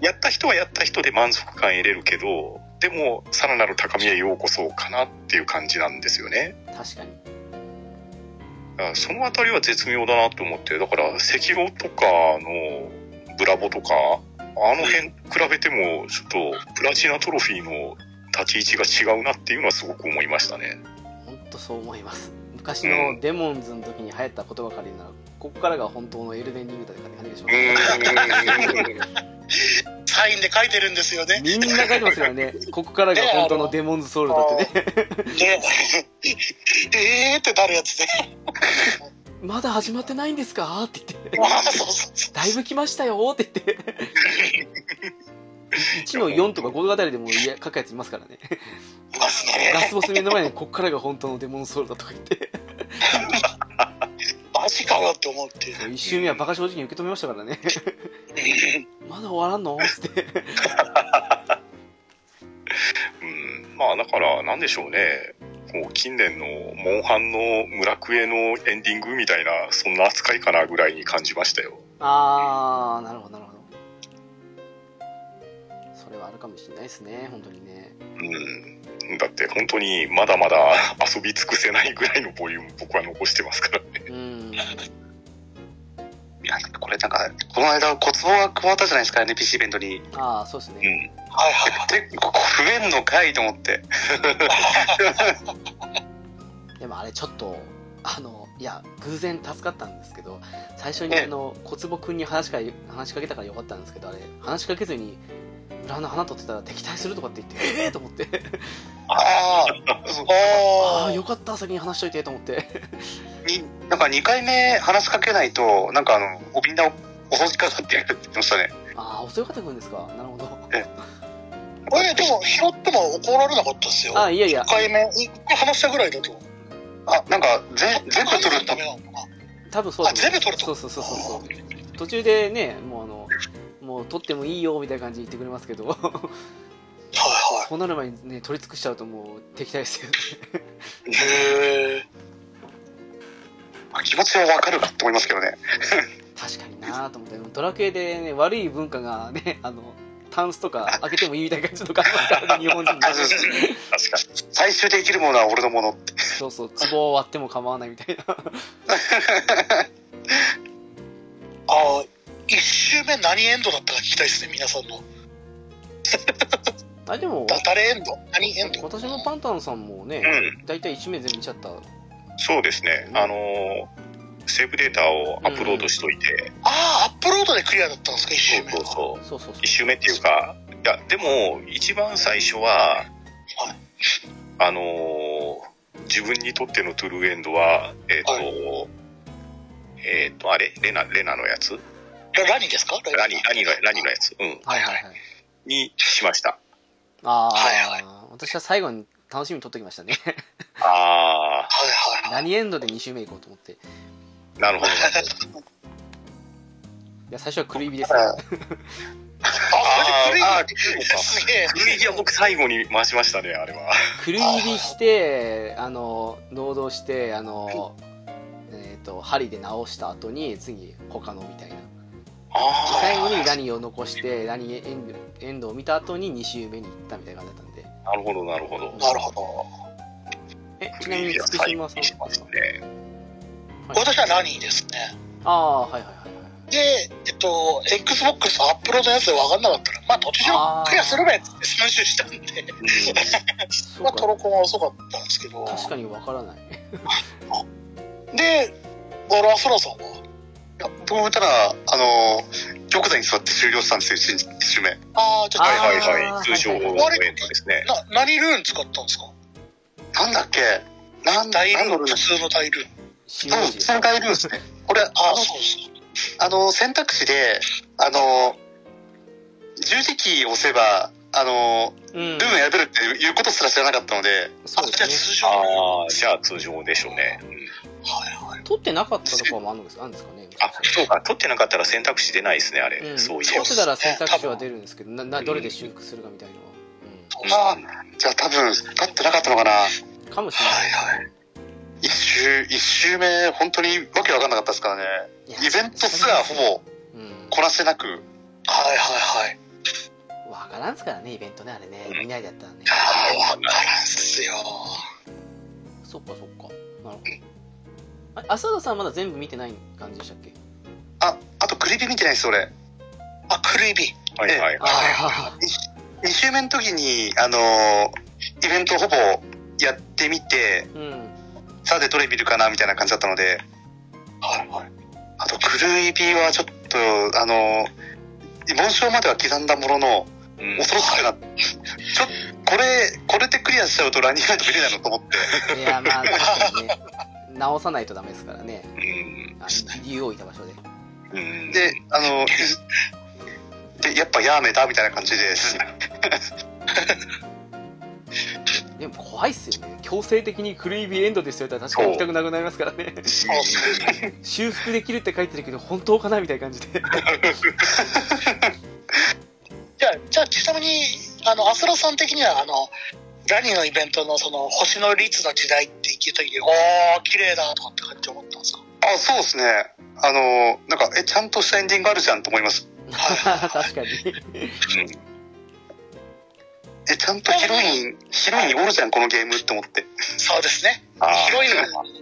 やった人はやった人で満足感得れるけど、でも、さらなる高みへようこそかなっていう感じなんですよね。
確かに
だからそのあたりは絶妙だなと思って、だから、赤狼とかのブラボとか、あの辺比べても、ちょっと、プラチナトロフィーの立ち位置が違うなっていうのはすごく思いましたね。
本当そう思います昔のデモンズの時に流行った言葉から言うならここからが本当のエルデンリングだって感じがし
う
ま
ーん。
サインで書いてるんですよね
すみんな書いてますからねここからが本当のデモンズソウルだってね
でえーってなるやつで
[laughs] まだ始まってないんですかって言って
わあそうそうそう
だいぶ来ましたよって言って1の4とか5あたりでもいや書くやついますからね
います
ラ
ね
スボス目の前にこっからが本当のデモンソウルだとか言って
マジかよって思うっていう
1周目はバカ正直に受け止めましたから
[laughs]
ねまだ終わらんのつって
うん、まあだから、なんでしょうね、こう近年のモンハンの村クエのエンディングみたいな、そんな扱いかなぐらいに感じましたよ。
ああなるほどなるほどそれはあるかもしれないですね本当にね
うん、だって本当にまだまだ遊び尽くせないぐらいのボリューム、僕は残してますからね。
うん
いやこれなんか、この間、小壺が加わったじゃないですか、NPC イベントに。
ああそうです
う
ね
ん、
はいはいはい
で、ここ増えんのかいと思って。
でもあれちょっとあのいや偶然助かったんですけど最初に
ええ
あの小坪君に話しか話しかけたからよかったんですけどあれ話しかけずに裏の花取ってたら敵対するとかって言ってええー、と思って
あ
あ
あ
あ
あ
よかった先に話しといてと思って
になんか2回目話しかけないと、なんかあの、みんな襲いかかってやるって言ってましたね。
ああ遅かったくんですかなるほど
あえでも拾っても怒られなかったですよ
ああいやいや
1回目一回話したぐらいだと
あ、なんか、ぜ全部取るため。
なのかな
多分そうだと思う
あ全部取ると
そうそうそうそうそう途中でねもうあのもう取ってもいいよみたいな感じで言ってくれますけど
は
そうなる前にね取り尽くしちゃうともう敵対ですよね
いはいへえ
まあ気持ちはわかるかと思いますけどね。
確かになーと思ってドラクエでね悪い文化がねあの [laughs] タンスとか開けてもいいみたいな感じの考え方で日本人にな
あ
る
そうそうそう
確かに。
最終で生きるものは俺のものって。
そうそう壺を割っても構わないみたいな
ああ、一周目何エンドだったか聞きたいですね、皆さんの。
あでも
だ誰エンド何エンド
私のパンタンさんもね、
う
大体1名全部見ちゃった
そうですね。あのーセーブデータをアップロードしといて、
ああ、アップロードでクリアだったんですか、一周目
そうそう
は。
そう。
そうそうそう
一周目っていうか、いや、でも、一番最初は、あのー自分にとってのトゥルーエンドは、えっ、と、
は
えっ、と、あれ、レナ、レナのやつ
ララニですか
ラニ、ラニの、ラニのやつ、うん、
はいはいはい
にしました。
ああ、
はい
私は最後に楽しみに撮ってきましたね
あ
はいはいはい。
何エンドで2周目行こうと思ってい
ー、な
[laughs]
るほど。
や最初は黒指で
だ
す
か
ね
ら
あ、それ
あーあ
クリアすげえ。
トゥルーエンドは僕最後に回しましたね、あれは。
黒指してあの濃度してあのえっ、と針で直した後に次他のみたいな
あ
最後にラニを残してラニエンドエンドを見た後に2周目に行ったみたいな感じだったんで
ー、なるほど、なるほど。
なるほど。
えち
トゥ
な
ルー
み
エン
に
ドは
月
最後
島さん
にしましたね。
私はラニですね。
ああはいはいはいはい
で、えっと、Xbox アップロードのやつで分かんなかったら、まあ、途中クリアするべって3周したんで、
そう
まあ、トロ
か
コンは遅かったんですけど。
確かにわからない
で、あら、ソラさんは。
僕もいたら、あのー、玉座に座って終了したんですよ、1周目。
ああ、じゃあ、
はい
あー
はいはい。通常のエンドですね。
な何ルーン使ったんですか
なんだっけなんだ、
大ル
なんだ
ー
ろ
ン、
うな
普。通の大ルーン。
使
多
用
分、
時
その概ルですね。これ、あ
ああ、
の、
そうです。
あの選択肢で、あの十字キーを押せば、あの
うん
ルーム選べるっていうことすら知らなかったので、
そう
あじゃ
で
あ、
すね
通常のルーン。
ああ、じゃあ通常でしょうね。うん
取ってなかったところもあるんですあるんですかね
あ、そうか、取ってなかったら選択肢出ないですね、あれ。
うん
そうい
取
えば
っ。てたら選択肢は出るんですけどななどれで修復するかみたいなのは
あじゃあ多分、立ってなかったのかな。
うんかもしれない
はい。
一周、一周目、本当にわけわかんなかったですからね。
いや
イベントすらほぼ
うん
こなせなく、
はいはいはい。
わからんすからねイベントねあれね
うん
見ないでやったらね
ああ、わからんっすよ。
そっかそっかなるほどあ浅田さんまだ全部見てない感じでしたっけ
あ、あとクリビ見てないです、俺。
あ、クルイビ。
はいはい。
あ
二周目の時に、あのイベントほぼやってみて、
あうん
さてどれ見るかなみたいな感じだったので、
はいはい。
あと、クルーイビーはちょっと、あの、紋章までは刻んだものの、
うん
恐ろしくなって、ちょこれ、これでクリアしちゃうとランニングアウト見れないのと思って、
いやまあ確かにね直さないとダメですからね
うん
あ理由を置いた場所で
うん
で、あの、で、やっぱやめだみたいな感じで、
でも怖いっすよね強制的にクルイビーエンドですよって言ったら確かに行きたくなくなりますからね
そうっすね。
修復できるって書いてるけど本当かなみたいな感じで
じゃあ、じゃあ、ちなみに、あの、アスラさん的には、あの、ラニのイベントの、その、星の率の時代って聞いた時に、おー、綺麗だとかって感じ思ったんですか
あ、そうですね。あの、なんか、え、ちゃんとしたエンディングあるじゃんと思います。
確かに
え、ちゃんとヒロイン、ヒロインおるじゃん、このゲームって思って。
そうですね。
あー
広いのが
確かにね。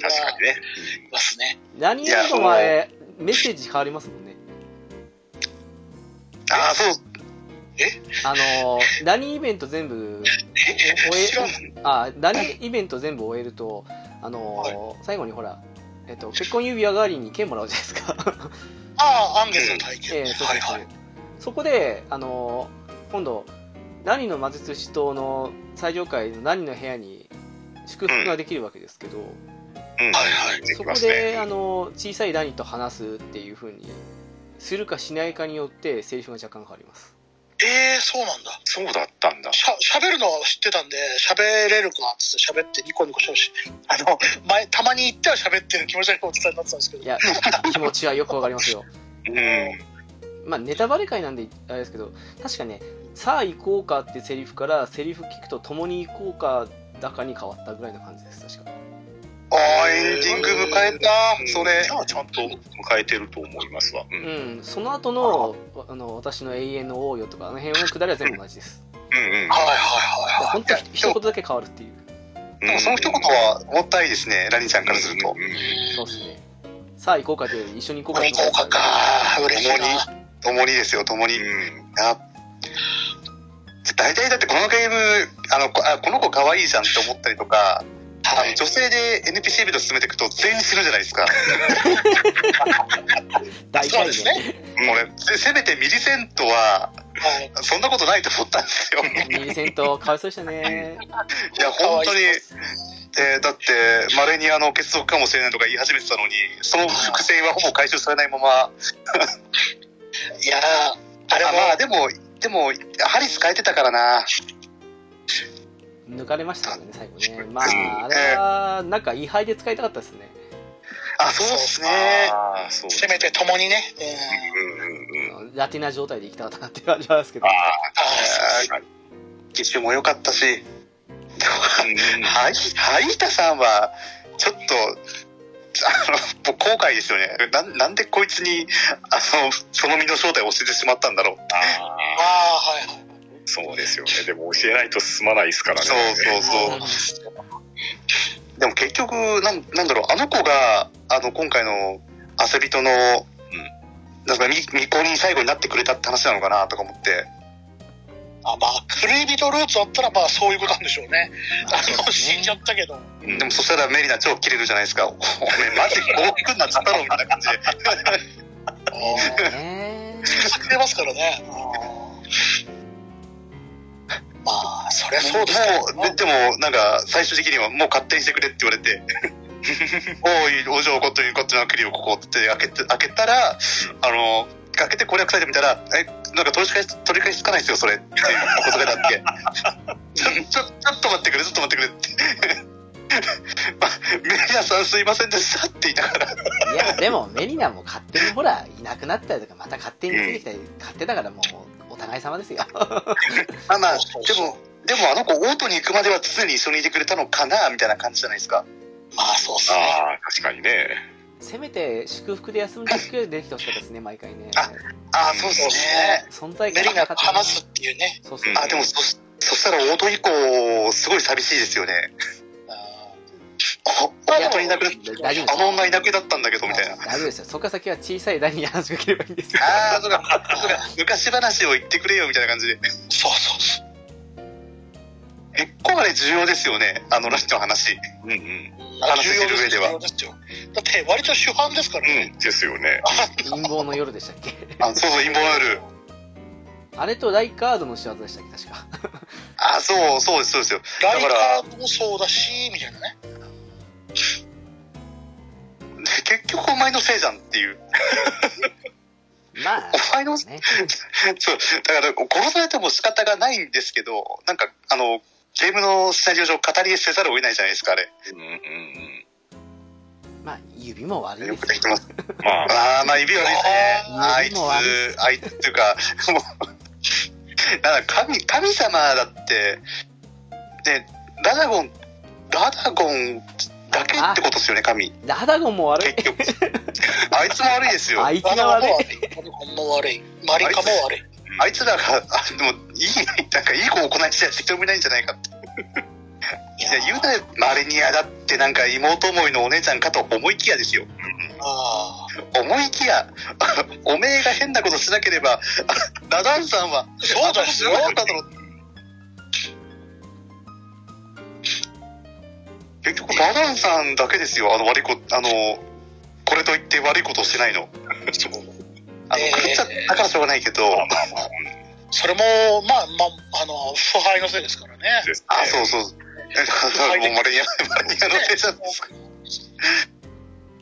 いますね。
何よりも前メッセージ変わりますもんね
ああ、そう。
あのー何イベント全部
え、
終
え、
え
知らん。
あ何イベント全部終えるとあのー最後にほらえっと、結婚指輪代わりに剣もらうじゃないですか、
[laughs]
ああ、アンゲスの体
え
験。
えそうそ
は
う
い
そう
はい。
そこで、あのー今度何の魔術師党の最上階の何の部屋に祝福ができるわけですけど、
うん
はいはい
で
そこ
きます
で、あ
ね。
の小さいダニと話すっていう風にするかしないかによってセリフが若干変わります
ええ、そうなんだ。
そうだったんだ。
しゃ喋るのは知ってたんで喋れるかっつって喋ってニコニコしてるしあの前たまに言っては喋ってる気持ち悪いことになってたんですけど
いや気持ちはよくわかりますよ
うん。
まあネタバレ会なんであれですけど確かね「さあ行こうか」ってセリフからセリフ聞くと「共に行こうか」だかに変わったぐらいの感じです確か
ああ、エンディング迎えた。それ
じ。ゃあちゃんと迎えてると思いますわ。う。
うんん、その後のわあの私の永遠の王よとか、あの辺のくだりは全部同じです。
うんうん。
はいはいはい。
本当、一言だけ変わるっていう。
で
でもその一言はもったいですね、ラニちゃん
か
からら
す
す
る
る
と。
と
う。ん
そうですね。さあ行こうかという、一緒に行こうか
行こうかか。嬉しいな。
共にですよ、共に。
うん
あ大体だってこのゲーム、あの、こあこの子可愛いじゃんって思ったりとか、あの女性で NPC ビルド進めていくと全員死ぬじゃないですか。
大体
そうですね。
俺、せせめてミリセントは、
はい。
そんなことないと思ったんですよ。い
ミリセント、かわいそうでしたね。
や、本当
かわ
に、
い
えーだって、稀にあの、結束かもしれないとか言い始めてたのに、その伏線はほぼ回収されないまま、
いやー、あれ
あ
も、
まあでも、でも、ハリス変えてたからな。
抜かれましたからね、最後ね。まあ、あれは、なんか、位牌で使いたかったですね。
あ、そうっすね。
ああ、そう。
せめて共にね。うん。
うんうんうん。
あのラティナ状態で行きたかったなっていう感じなんですけど
あ。
あ
あ、
月収も良かったし。
うん
はい、はいたさんは、ちょっと、あの、もう後悔ですよね。ななんでこいつに、あの、その身の正体を教えてしまったんだろう。
あー、
ああ
はいはい。
そうですよね。でも教えないと進まないですからね。
そうそうそう。でも結局、なんなんだろう、あの子が、あの、今回の、遊びとの、なんか、み未公認最後になってくれたって話なのかな、とか思って。
あまあ、クルイビトルーツだったら、まあ、そういうことなんでしょうね。
ま
あの、死んじゃったけど。
うん
でもそしたらメリナ超切れるじゃないですか。おおめえマジこうくんなっつったろみたいな感じで。
そうね
隠れますからね。まあ、そりゃそうですけど
もう、ででも、なんか、最終的にはもう勝手にしてくれって言われて、おい、お嬢子ということの国をここって開けて、開けたら、あの、開けて攻略されてみたら、え、なんか取り返し、取り返しつかないですよ、それ。っていうことがだって。ちょ、ちょ、ちょっと待ってくれ、ちょっと待ってくれって。 [laughs] まメリアさんすいませんでしたって言いながら、
いや、でも、メリナも勝手にほら、いなくなったりとか、また勝手に出てきたり、勝手だからもう、お互い様ですよ。
まあまあ、
そう
でも、でもあの子、オートに行くまでは常に一緒にいてくれたのかな、みたいな感じじゃないですか。
まあ、そうっすね。
ああ、確かにね。
せめて、祝福で休んでくれるできてほしかったですね、毎回ね。
あああ、そうですね。
存在
メ
感
リナ
なか
と
ったな
話すっていうね。
そうそう。
あ、でもそ、そしたらオート以降、すごい寂しいですよね。あオートいなくなっ
大丈夫です
あの女いなくなったんだけど、みたいな。
大丈夫ですよ。そこから先は小さい台に話しかければいいんですよ。
ああ、そうか、そうか、昔話を言ってくれよ、みたいな感じで。
そうそうそう。
結構あれ重要ですよね、あのラストの話。
うんうん。
話してる上では
重要ですよだって、割と主犯ですからね。
うん。ですよね。
陰謀の夜でしたっけ
あそうそう、陰謀の夜。
あれとライカードの仕業でしたっけ確か。
あそう、そうです、そうですよ。
ライ
だから
カーもそうだし、みたいなね。
で結局お前のせいじゃんっていう。
まあ、
お前のせい
ね。
そう、だから殺されても仕方がないんですけど、なんか、あの、ゲームのシナリオ上語りせざるを得ないじゃないですか、あれ。
うんうんうん。
まあ、指も悪い
よ
です
くできてます。
まあ、
ああ、まあ、指悪いですね。
あー
あい
指
つ
も悪い、
あいつっていうか、 [laughs] もう、だから神、神様だって、で、ラダゴン、ラダゴンだけってことですよね、神。
ラダゴンも悪い [laughs]
結。局。あいつも悪いですよ。
あ
あい
いつが悪い。
ラノも悪い。マリカも悪い。
つらが、あでも、いい、なんかいい子を行いしちゃ認めないんじゃないかって。
い
いや、言うなれ、マレニアだってなんか妹思いのお姉ちゃんかと思いきやですよ。
あー
思いきや、 [laughs] おめえが変なことしなければ、ラダンさんは、
そうですよ
あの子どうなったんだろう結局、ラダンさんだけですよ、あの悪いこ、あの、これといって悪いことをしてないの。
そう。
あの、
えー
食っちゃったからしょうがないけど、
まあまあまあ。
それも、まあ、まあ、あの、腐敗のせいですからね。
ですね
あ、そうそう。だからもうマレニア、マレニアの手じゃないですか。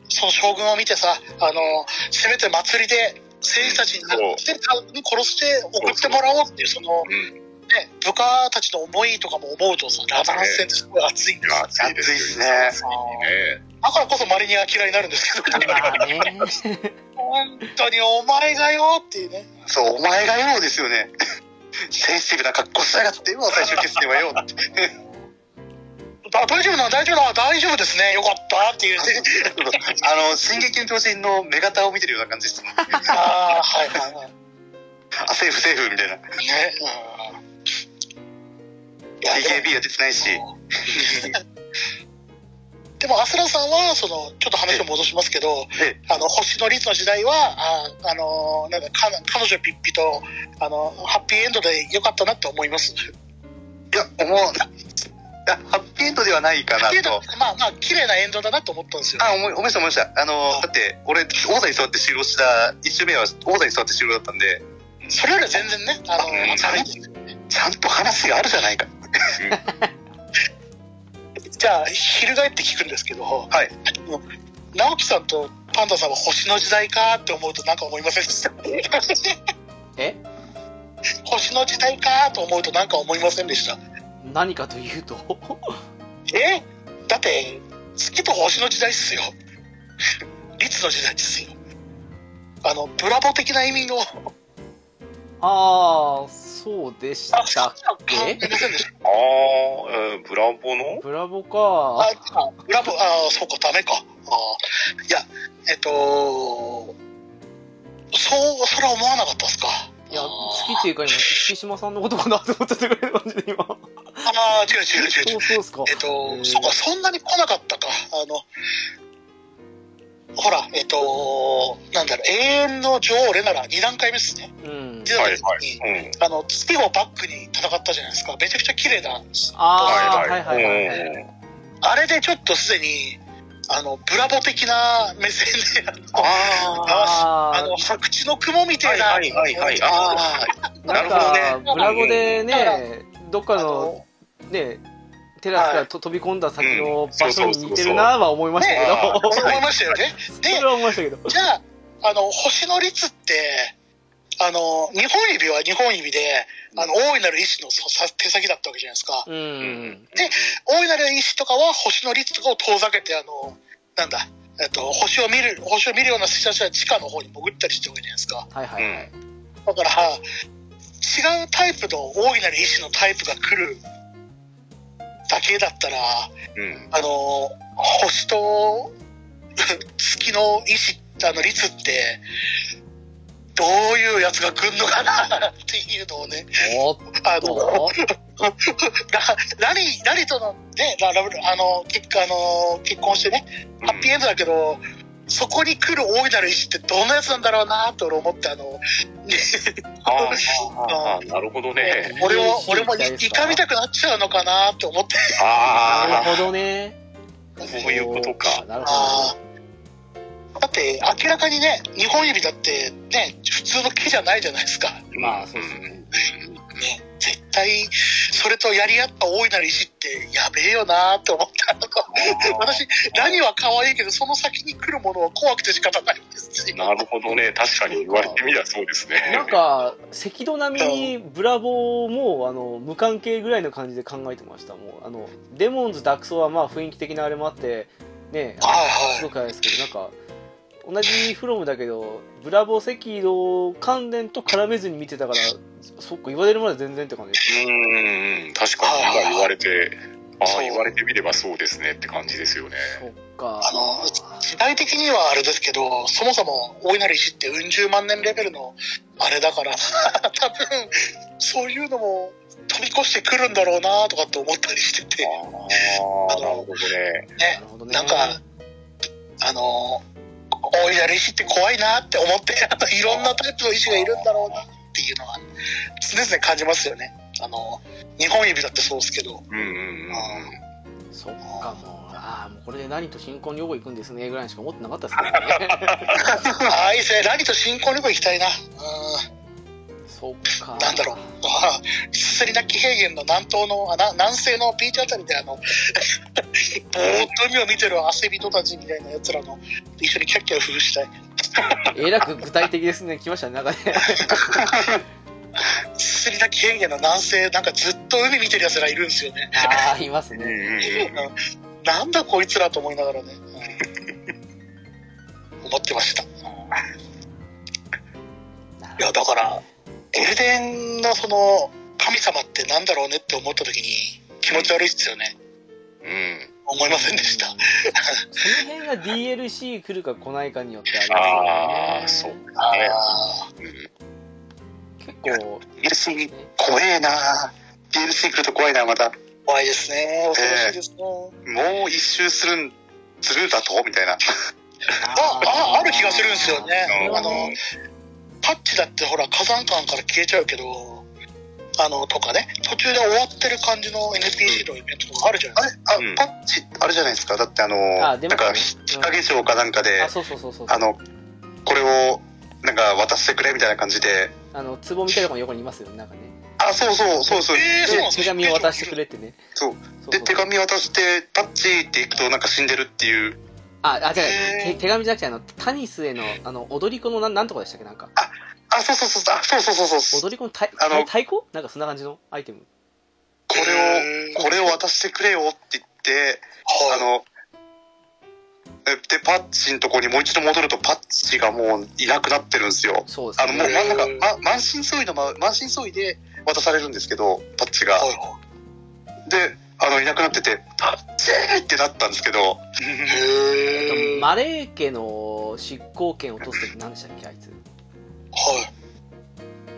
その将軍を見てさ、あの、せめて祭りで、戦士たちに
そう
殺して送ってもらおうっていう、その、
うん。
ね、部下たちの思いとかも思うとさ、ラダンス戦ってすごい熱いん
い
です
や、
よ。
暑いですよ。
暑いっすね
暑いね。
だからこそマリニア嫌いになるんですけど、
まあね。
[laughs]
本当にお前がよっていうね。
そう、お前がようですよね。センシティブな格好しやがってよ、最終決戦はよって。
だ大丈夫な大丈夫な大丈夫ですねよかったっていう [laughs]
あの、進撃の巨人の目型を見てるような感じです。
ああはいはいはい
あ、セーフセーフみたいな。
ねうんいやで
AKB は出てないし。
もでもアスラさんはそのちょっと話を戻しますけど
え
あの星野律の時代はああのなんかか彼女ピッピとあのハッピーエンドでよかったなって思います
いや、思う。あ、ハッピーエンドではないか
ハ
な
ッピーエンド
と。
まあまあ綺麗なエンドだなと思ったんですよ
あ、思い、思いました思いました。あの、だって、俺、王座に座って終了した、一周目は王座に座って終了だったんで、
それよりは全然ねあの
うん
チャレンジ
ちゃんと話があるじゃないか。
じゃあ翻って聞くんですけど、
い
もう直樹さんとパンダさんは星の時代かって思うとなんか思いませんで
[laughs]
した
え
星の時代かと思うとなんか思いませんでした
何かというと
えだって月と星の時代っすよ [laughs] 律の時代ですよあのブラボー的な意味の
ああそうでしたっ
え
け
ませんでした
ああ、えーブラボの
ブラボか
ああブラボーあそうかダメかあいやえっとそうそれは思わなかったですか
いや
あ
好きっていうか今月島さんのことかなと思っちゃったぐらいの感じで今
あー違う違う違う違
そ
う
うそうっすか
えっと
え、ー
そうか、そんなに来なかったか。あの、ほら、えっと、なんだろう、永遠の女王レナラ、2段階目ですね。 [laughs]
うん
出た
はい
時に、
はい。うん。
あの、月をバックに戦ったじゃないですか。めちゃくちゃ綺麗な。
ああ
は
はいい
は
はいいはいはい
うん
あれでちょっとすでに、あの、ブラボ的な目線で、
[laughs]
あ
あ
あの、白地の雲みたいな。
はいはいはいはい。あ
ーなん
なる
か
ほどね
ブラボで
だか
ねどっか
あ
の
の
ねテラスか
は
ら
い
と飛び込んだ先
う
の
ん
場所に似てるなは思いましたけ
そうそうそう
ど
そう思いました
[laughs]
よね。
[laughs] そ
で
れは思いましたけど
じゃあ、あの、星の率って、あの、日本指は日本指で、あの、大いなる意志のそさ手先だったわけじゃないですか。
う
あ。
ん
大いなる意志とかは星の率とかを遠ざけて、あの、なんだ、えっと、星を見る、星を見るような人たちは地下の方に潜ったりしてるわけじゃないですか。
はいはいはい
だから、違うタイプの大いなる意志のタイプが来るだけだったら、
うん。
あの、星と [laughs] 月の意志、あの、率って、どういうやつが来んのかなっていうのをね、
おっ
あの、
[laughs] と
ララリー、ラリーとの、ね、ララブあの、結あの、結婚してね、ハッピーエンドだけど、そこに来る大いなる意志ってどんなやつなんだろうなと俺思って、あの、ね
あーあー、なるほどね。
俺
いい意
も
志、
俺も
みたいです
イ
か
カ見たくなっちゃうのかなって思って、
な
あ
るほどね
あ、そういうことか。
なる
あ
ほ
ーだって明らかにね日本指だってね普通の木じゃないじゃないですか、ね、
どまあそうですね
絶対それとやり合った大いなる石ってやべえよなーって思ったのか私何は可愛いけどその先に来るものは怖くて仕方ないんですよ
なるほどね。確かに言われてみりゃそうですね。
なんか赤道並みにブラボーもあの無関係ぐらいの感じで考えてましたもうあのデモンズダクソはまあ雰囲気的なあれもあってねあの
はいはい
すごくあれですけどなんか同じフロムだけどブラボー赤道関連と絡めずに見てたからそっか言われるまで全然って感じです
うんうん、確かに今言われて、ああ、言われてみればそうですねって感じですよね。
そっか
あの時代的にはあれですけどそもそも大いなる石ってうん十万年レベルのあれだから [laughs] 多分そういうのも飛び越してくるんだろうなとかって思ったりしてて
ああ、なるほどね。
な
ね
るほどね
なんかあの大いなる石って怖いなって思って [laughs] あのいろんなタイプの石がいるんだろうなっていうのは常々感じますよねあの日本指だってそうですけど
うんうんうん。
そっかもうああもうこれで何と新婚旅行行くんですねぐらいしか思ってなかったですからね
ああいいですねラリと新婚旅行行きたいなうん [laughs]
そっか
なんだろう、 [laughs] あスセリナキ平原の南東の、あな南西のビーチあたりで、 [laughs] あの、ぼーっと海を見てる汗人たちみたいなやつらの、一緒にキャッキャ封したい。
えらく具体的ですね来ましたねなんかね
スセリナキ平原の南西、なんかずっと海見てるやつらいるんですよね。
ああいます
うんう
ね
んうん。
うんなんだこいつらと思いながらね、うん思ってました。
なるほ
い
ど
や、だから、エルデンのその、神様ってなんだろうねって思った時に、気持ち悪いっすよね。
うん。
思いませんでした。
その辺が DLC 来るか来ないかによってあり
ああ、
ます
そ
よ
う
ね。
あ
ね。
あ
うん。
結構、
DLC 怖えな DLC 来ると怖いなまたも
怖いですね。恐ろしいですね。
う一周するんするだとみたいな
ああある気がするんですよね
うん
あのパッチだってほら火山館から消えちゃうけど、あの、とかね、途中で終わってる感じの NPC のイベントとかあるじゃない
あれあ、
うん
パッチあれじゃないですかだってあの
あ出
なん
ましたね
か日陰城かなんかで、
あ、そうそうそうそう。
あのこれをなんか渡してくれみたいな感じで
あの、壺みたいなところの横にいますよね、なんかね。
あそうそうそうそう、
えーそうなんです
で
手紙を渡してくれってね。
そう
そう
で
そう
手紙渡してパッチって行くとなんか死んでるっていう
あ、あ、違
え
う、
ー
手手紙じゃなくて、あの、タニスへの、あの、踊り子のなん、なんとかでしたっけなんか。
あそうそうそうそうあそうそうそうそう
踊り子の太、
あの
太鼓なんかそんな感じのアイテム。
これをこれを渡してくれよって言ってあ
はい
のえでパッチのとこにもう一度戻るとパッチがもういなくなってるんですよ
そうです
あ
ね。
のもう真ん中
へー
ま満身創痍のま満身創痍で渡されるんですけどパッチが
はいは
であのいなくなってて「パッチー!」ってなったんですけど
い。へーは
マレー家の執行権を落とすとき何でしたっけあいつ。
い。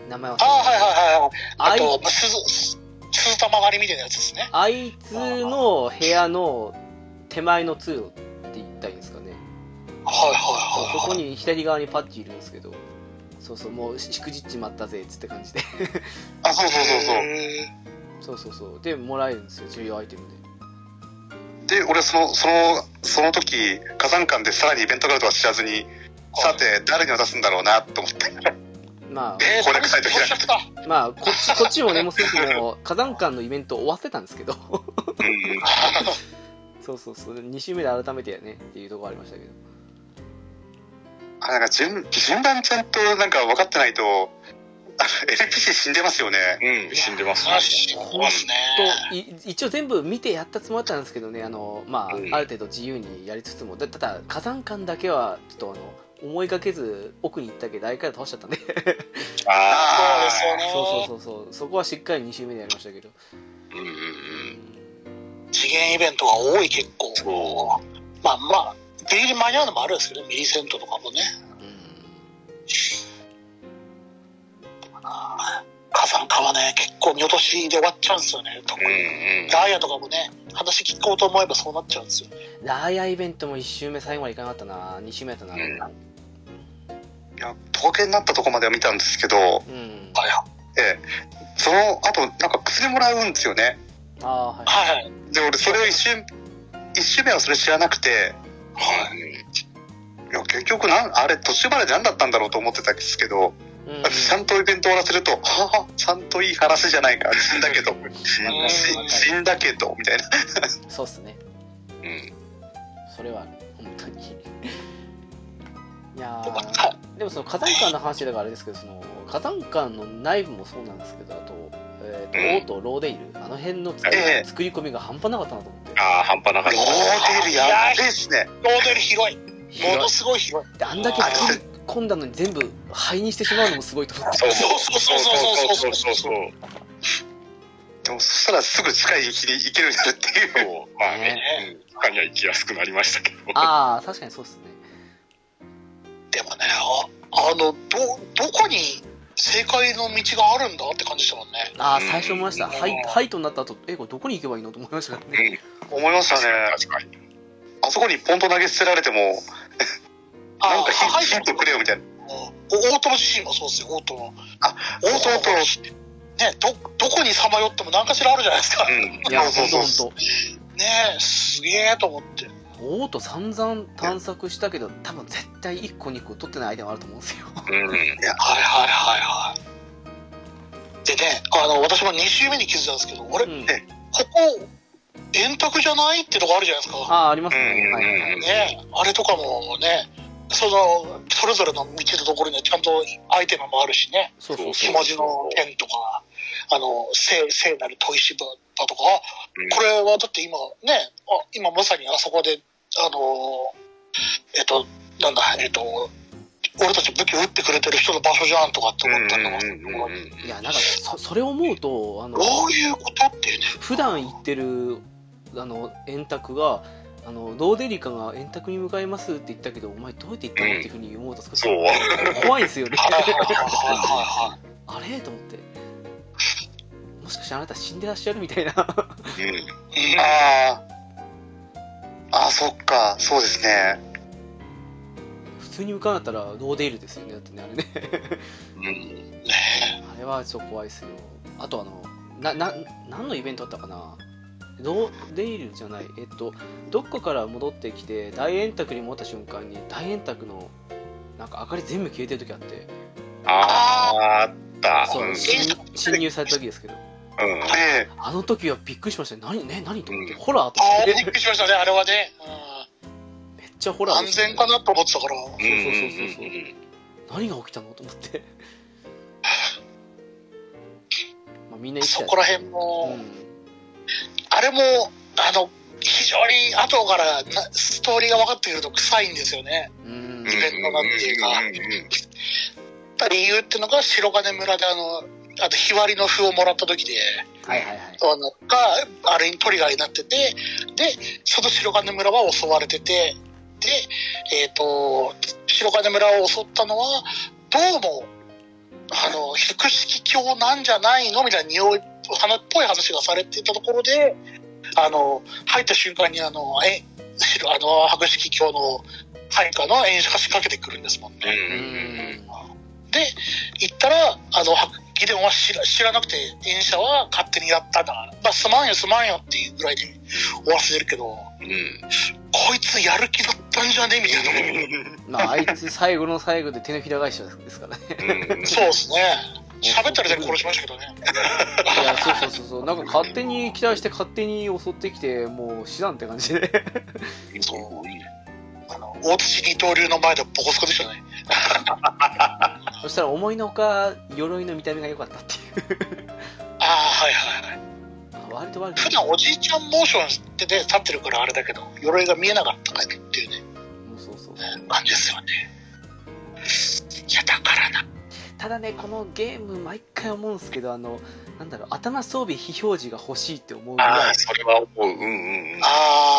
名前忘れ
あ
た。
あ、はいはいはい。
あ
あ
い
と、まあ鈴、鈴鈴玉狩りみたいなやつですね。
あいつの部屋の手前の通路って言ったらいいんですかね。
はいはい
そうそ
はい
こ
はい。
に左側にパッチいるんですけど、そうそう、もうししくじっちまったぜっつって感じで。 [laughs]
あそうそうそうそう
へ
そうそうそう。で、もらえるんですよ、重要アイテムで。
で俺はそのそのその時火山館でさらにイベントがあるとは知らずにさて誰に渡すんだろうなと思って
ま
ー。えー、
攻略サイト
楽し
開
かった。
あ、まあ、こっち、こっちもね、もうすぐもう火山館のイベント終わってたんですけど、
うん
[laughs] そうそうそう、2週目で改めてやね、っていうところありましたけど。
あなんか順順番ちゃんとなんか分かってないと [laughs] あ NPC 死んでますよね
うん、死んでますね。
話しますね。
とい一応全部見てやったつもりだったんですけどねあの、まあ
うん
ある程度自由にやりつつもだただ火山館だけはちょっとあの思いがけず奥に行ったけど大から倒しちゃったんで
そう
ああ
で。すよね。
そうそうそうそうそこはしっかり2周目でやりましたけど
うんうんうん。
次元イベントが多い結構
そ
まあまあギリギリ間に合うのもあるんですけどねミリセントとかもね
うん
火山化はね結構見落としで終わっちゃうんですよね特
うんう
に、
ん。
ダイヤとかもね話聞こうと思えばそうなっちゃうんですよね
ラーヤイベントも1周目最後までいかなかったな2周目やったな
う
いや峠になったとこまでは見たんですけど
うん
はい
ええその後なんか薬もらうんですよね
ああはい
はいはい
で俺それを一瞬一周目はそれ知らなくていや結局なんあれ途中まで何だったんだろうと思ってたんですけど、
うん
ちゃんとイベント終わらせると「はあちゃんといい話じゃないか死んだけど
うん
死死んだけど」みたいな
そうっすね
うん。
それはある本当にいや
でも
ー
か
でもその火山館の話だからあれですけどその火山館の内部もそうなんですけどあと,、えーと王とローデイルあの辺の作り,、
ええ
作り込みが半端なかったなと思って
ああ、半端なかっ
ロ
た。
ーデルやべえっすね
ローデル広いもの
広
すごい広い
いであんだけ作り込んだのに全部灰にしてしまうのもすごいと思って
そうそうそうそうそ
そ
うそうう
そ
そうう
でもそしたらすぐ近い域に行けるようになるっていう
そう。まあね、うん他には行きやすくなりましたけど。
ああ確かにそうっすね
でもねああのどどこに正解の道があるんだって感じでしたもんね
ああ最初思いました
うん
灰灰となった後えこれどこに行けばいいのと思いましたからね
うん。
思いました
確か
ね
に確かに。
あそこにポンと投げ捨てられても
あ
なんか
は
ヒ
い
ヒントくれよみたいな
もう大友自身もそうですよ大友
あ
大
おっとお
友
っと
ねどどこにさまよっても何かしらあるじゃないですかね
うん。
いや
そ
ほ
うん
と
そう
ほん
そ
と
えすげえと思って
王と散々探索したけど多分絶対1個2個取ってないアイテムあると思うんですよ
うん。
はいはいはいはいでねあの私も2周目に気づいたんですけど俺、
う
こ
ん
こ円卓じゃないってとこあるじゃないですか
ああありますね
うん
はいはいはい
うん
ねえあれとかもねそのそれぞれの道のところにはちゃんとアイテムもあるしね
そうそうそ
気
う
文字の剣とかあの聖聖なる砥石だとか
うん
これはだって今ねあ今まさにあそこであのえっとなんだえっと俺たち武器撃ってくれてる人の場所じゃんとかって思ったんだもん
うんうんうん。
いやなんかそそれ思うとあの
どういうことっていうね
普段行ってるあの円卓があのローデリカが円卓に向かいますって言ったけどお前どうやって行ったのっていうふうに思うと少し
そう。
怖いんですよね
はいはいはいは
[laughs]
い
あれと思ってもしかしてあなた死んでらっしゃるみたいな [laughs]
うん。
うん
ああ。あー、そっか。そうですね。
普通に向かなかったらローデールですよねだってねあれね
うん。
あれはちょっと怖いですよあとあのなな何のイベントだったかなローデールじゃないえっとどっかから戻ってきて大円卓に戻った瞬間に大円卓のなんか明かり全部消えてる時あって
あーあった。。
そううん侵侵入された時ですけど
うん
ねえ。
あの時はびっくりしましたね何ね何と思って、
うん
ホラーと
あ
思っ
あ、びってくりしましたね、あれはね。
めっちゃホ
うん
ラー
安
でしたね
全かなと思ってたから。
うんうんう
そ
ん
うそうそうそう何が起きたのと思って [laughs] まあみんな生き
そ
た
こら辺も、
う
あれも、あの、非常に後からなストーリーが分かってくると臭いんですよね。
んうん
うん
イベントなんていうか
んん
た理由っていうのが白金村であの、あと日割りの符をもらった時で、
はいはいはい
あの、が、あれにトリガーになってて、で、その白金村は襲われてて、で、えっ、と、白金村を襲ったのは、どうも、あの、百式教なんじゃないのみたいな匂い、鼻っぽい話がされていたところで、あの、入った瞬間にあの、え、白あの、白式教の配下の演出が仕掛けてくるんですもんね。
うん
う
うんうん
ん
で行ったらあのはギデオンは知ら知らなくて演者は勝手にやったんだから、まあ、すまんよすまんよっていうぐらいで終わらせるけどこいつやる気だったんじゃねみたいな
まああいつ最後の最後で手のひら返しですからね
うんうん
そうですね喋ったら全部殺しましたけどね
いやそうそうそうそうなんか勝手に期待して勝手に襲ってきてもう死なんって感じで [laughs]
あの大土二刀流の前でボコスコでしたね
そしたら思いのほか鎧の見た目が良かったっていう
ああはいはいはい
あ割と悪く
普段おじいちゃんモーションしてて立ってるからあれだけど鎧が見えなかったかっていうね
うんそうそう
感じですよねいやだからな
ただねこのゲーム毎回思うんですけどあのなんだろう頭装備非表示が欲しいって思うぐ
あ
ら
あ、それは思う。うんうんうん。
ああ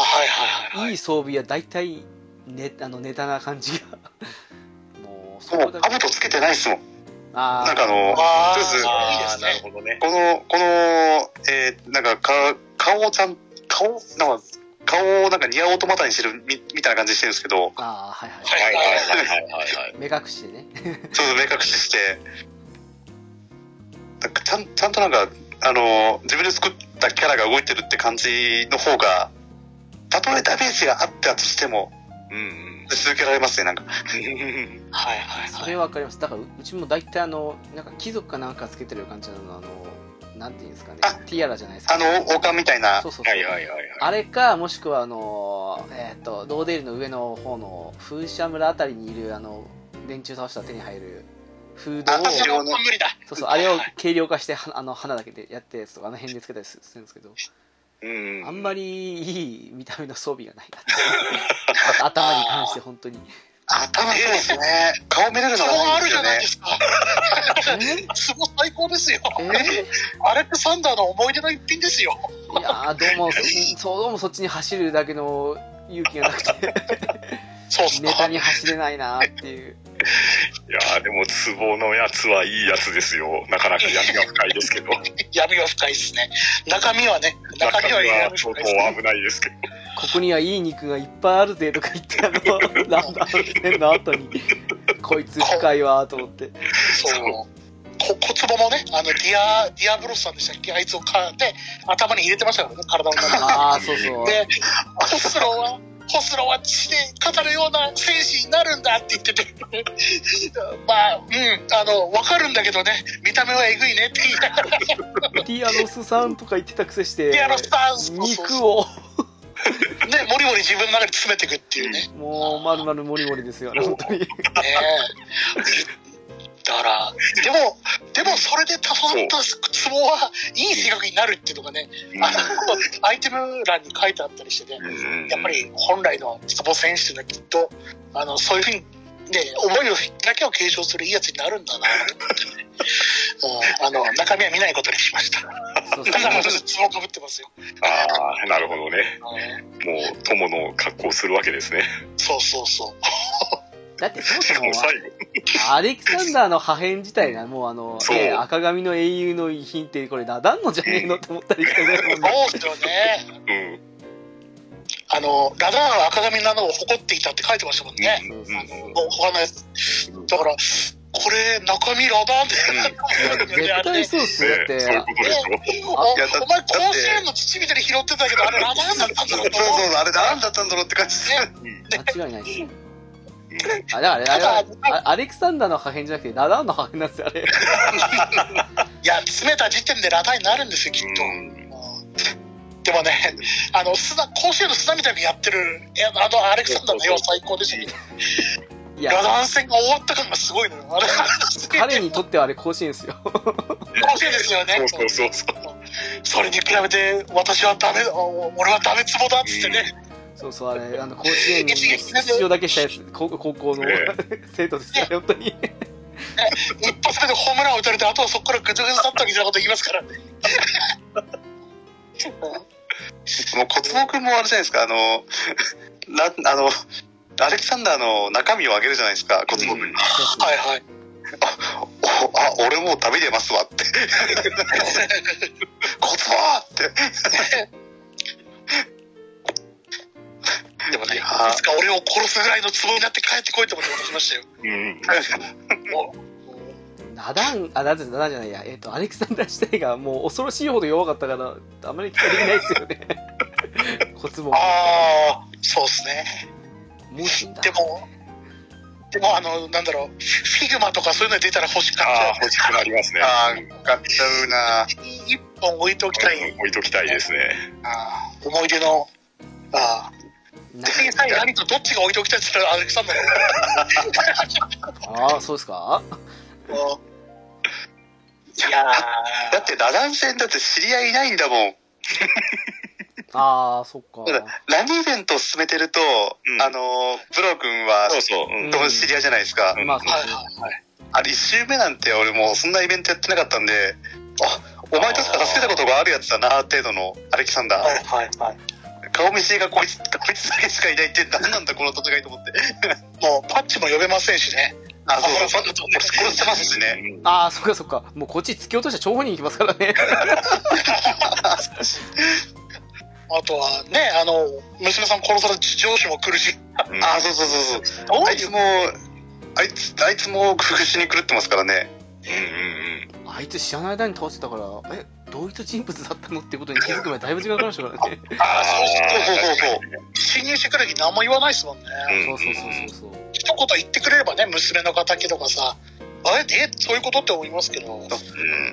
はいはいはい
いいい装備は大体、ね、あのネタな感じ
[laughs]
がもうそ
も
こ
う、
だ
カブトつけてないっすもん。
あー
なんかあの、
あ
と
あ
りあえず
いいですね
なるほどね。
この、この、えーなんかか、顔をちゃん、顔、なんか、顔をなんかニアオートマタにしてるみみたいな感じしてるんですけど、
あーはいはい
はい
はいはいはいはいはい。
目隠しでね
ちょっと目隠しして、なんかちゃんちゃんとなんか、あの、自分で作ったキャラが動いてるって感じの方が、たとえダメージがあったとしても、
うんうん。
続けられますね、なんか。
はいはい
そ
はい
れはわかりますだからううちも大体あのなんか貴族かなんかつけてる感じなのあのなんていうんですかね
あ
ティアラじゃないですか
あの、王冠みたいな
そ、うそうそう
はいはいはいはい。
あれかもしくはあのえっ、とローデールの上の方の風車村あたりにいるあの連中倒したら手に入るフード
あ
を
それは無理だ
そうそう、あれを軽量化して、はあの、花だけでやったやつとか、あの辺でつけたりすするんですけど、
[laughs] うんうん。
あんまりいい見た目の装備がないなって [laughs] 頭に関して本当に。
頭いいですね。顔見れる
ツ
の
ボ
が
があ
多いんで
る
す
じゃ
よ
ない
ね
で。すか。
えー
[laughs] ツボ最高ですよ。
え
あれってサンダーの思い出の一品ですよ。
ーいやーどうも、そそう、どうもそっちに走るだけの勇気がなくて、
そうっす
ネ
ね。
タに走れないなーっていう。
いやーでも、ツボのやつはいいやつですよ。なかなか闇が深いですけど。
闇は深いですね。中身はね、中身は
は
闇
ちょっ
深
と
いですね。
危ないですけど。
ここにはいい肉がいっぱいあるぜとか言って、あの、ランダム店の後に、こいつ深いわーと思って。 [laughs]
そう。こ [laughs] 小壺もね、あの、ディア、ディアブロスさんでしたっけあいつを買って、頭に入れてましたからね、体の中
[laughs]
に。
ああ、そうそう。
で、ホスローは、ホスローは血で語るような戦士になるんだって言ってて、 [laughs] まあ、うん、あの、わかるんだけどね、見た目はえぐいねって言いながら
ティアロスさんとか言ってたくせして、
ティアロスさんそうそう
肉を。
ね、もりもり自分の中に詰めていくってい
[laughs]
うね。ね
もう、まるまるもりもりですよね、本当に。
だから、でも、でもそれでたまったツボはいい性格になるっていうのがね、あの、アイテム欄に書いてあったりしてね、やっぱり本来のツボ選手はきっと、あの、そういうふうに、ね、思いをだけを継承するいいやつになるんだなと思ってね、うんあの、中身は見ないことにしました。だ
そうそう
から私、ツボかぶってますよ。
ああ、なるほどね、もう友の格好をするわけですね。
そうそうそう。
だってそも
し
そ
か
も
も最後、
アレキサンダーの破片自体がもうあの、
そう
ね赤髪の英雄の遺品ってこれなだんのじゃねえのって思ったりして [laughs] ね。もうね
そうですよね。
うん、
あの、ラダーンは赤髪なのを誇っていたって書いてましたもんね。
そう
うん
そう
もう他のやつ。だから、これ、中身ラダーンってなってるよね、あ [laughs]
絶
れ
対
ね。
そうっす
ね
よ。だっ、
そういう
て
こ、とでしょ。
お
いやだ
お前、
だって
甲子園の秩父で拾ってたけど、あれ、ラダーンだったんだ
そ
ろ
うそうう
と
[laughs]
思う。
あれ何だったんだろうって感じ
間違いないっすよ。あ、だからあれ、あれはあアレキサンダーの破片じゃなくて、ナダンの破片なんですよ、あれ。
いや、詰めた時点でラダーンになるんですよ、きっと。
うん
でもね、あの、砂、甲子園の砂みたいにやってる、いやあの、アレクサンダーの絵は最高でしたけど、
い
ラ
や、
ダン戦が終わった感がすごいのよ。あれ、すげえ
彼にとってはあれ甲子園ですよ。 [laughs]
甲子園ですよね。
そうそうそう。
それに比べて、私はダメ、あお俺はダメツボだっつってね、
そうそう、あれ、あの、甲子園に出場だけしたやつ、高高校の
ね
生徒ですよ、本当に。 [laughs]
一発目でホームランを打たれて、あとはそこからグズグズだったみたいなこと言います
[laughs]
からね。
もう小坪君もあれじゃないですか、あの、なあの、アレキサンダーの中身をあげるじゃないですか、小坪君に。
はいはい。
お [laughs] あ、俺もう旅出ますわって。 [laughs] 小坪
[laughs]
って。
でもね、い
いやー
つか俺を殺すぐらいのツボになって帰ってこいってこともしましたよ。
うん、
ナダン、あ、ナダンナダンじゃないや、えっ、と、アレクサンダー自体がもう恐ろしいほど弱かったから、あまり期待できないですよね。 [laughs] コツも、
ああ、そうっすね。
もう死んだ。
でも、でもあの、なんだろう、フィグマとかそういうの出たら欲しか
ああ、
っ
欲しくなりますね。
あー、買っちゃうな
た。一本置いておきたい
うん置いときたいですね。
な、思い出の。ああ、
な
天才兄とどっちが置いておきたいって言ったらアレクサンダー
ああ、そうですか
だよいや
だって、ラダン戦だって知り合いいないんだもん。
ああ、そっか。
ラニーイベントを進めてると、
うん
あの、ブロー君は
そう、そう。うん
友達知り合いじゃないですか。
うん
まあ、そう
は
で
い
すね。
はいはい。
あれ、一周目なんて俺もうそんなイベントやってなかったんで、あ、お前確か助けたことがあるやつだな、程度のアレキサンダー。
はいはい。
顔見知りがこいつ、こいつだけしかいないって何なんだこの戦いと思って。
もうパッチも呼べませんしね。
あ、そう
あ
そう、殺してますしね。
うん
ああ、そっかそっか。もうこっち突き落としたら張本人行きますからね。 [laughs]
あとはね、あの、娘さん殺されて上司も苦しい。
うん
あ、そうそうそうそう。
ど
あいつも、あいつ、あいつも工夫しに狂ってますからね。
うん
あいつ知らない間に倒してたから、え、同一人物だったのってことに気づくまでだいぶ時間かかりましたからね。
あ
そうそうそうそう。
侵入してくる時何も言わないですもんね。
うんうん。
そうそう
うん
そうそうそう。
一言言ってくれればね、娘の敵とかさ、あれって、え、そういうことって思いますけど、
うん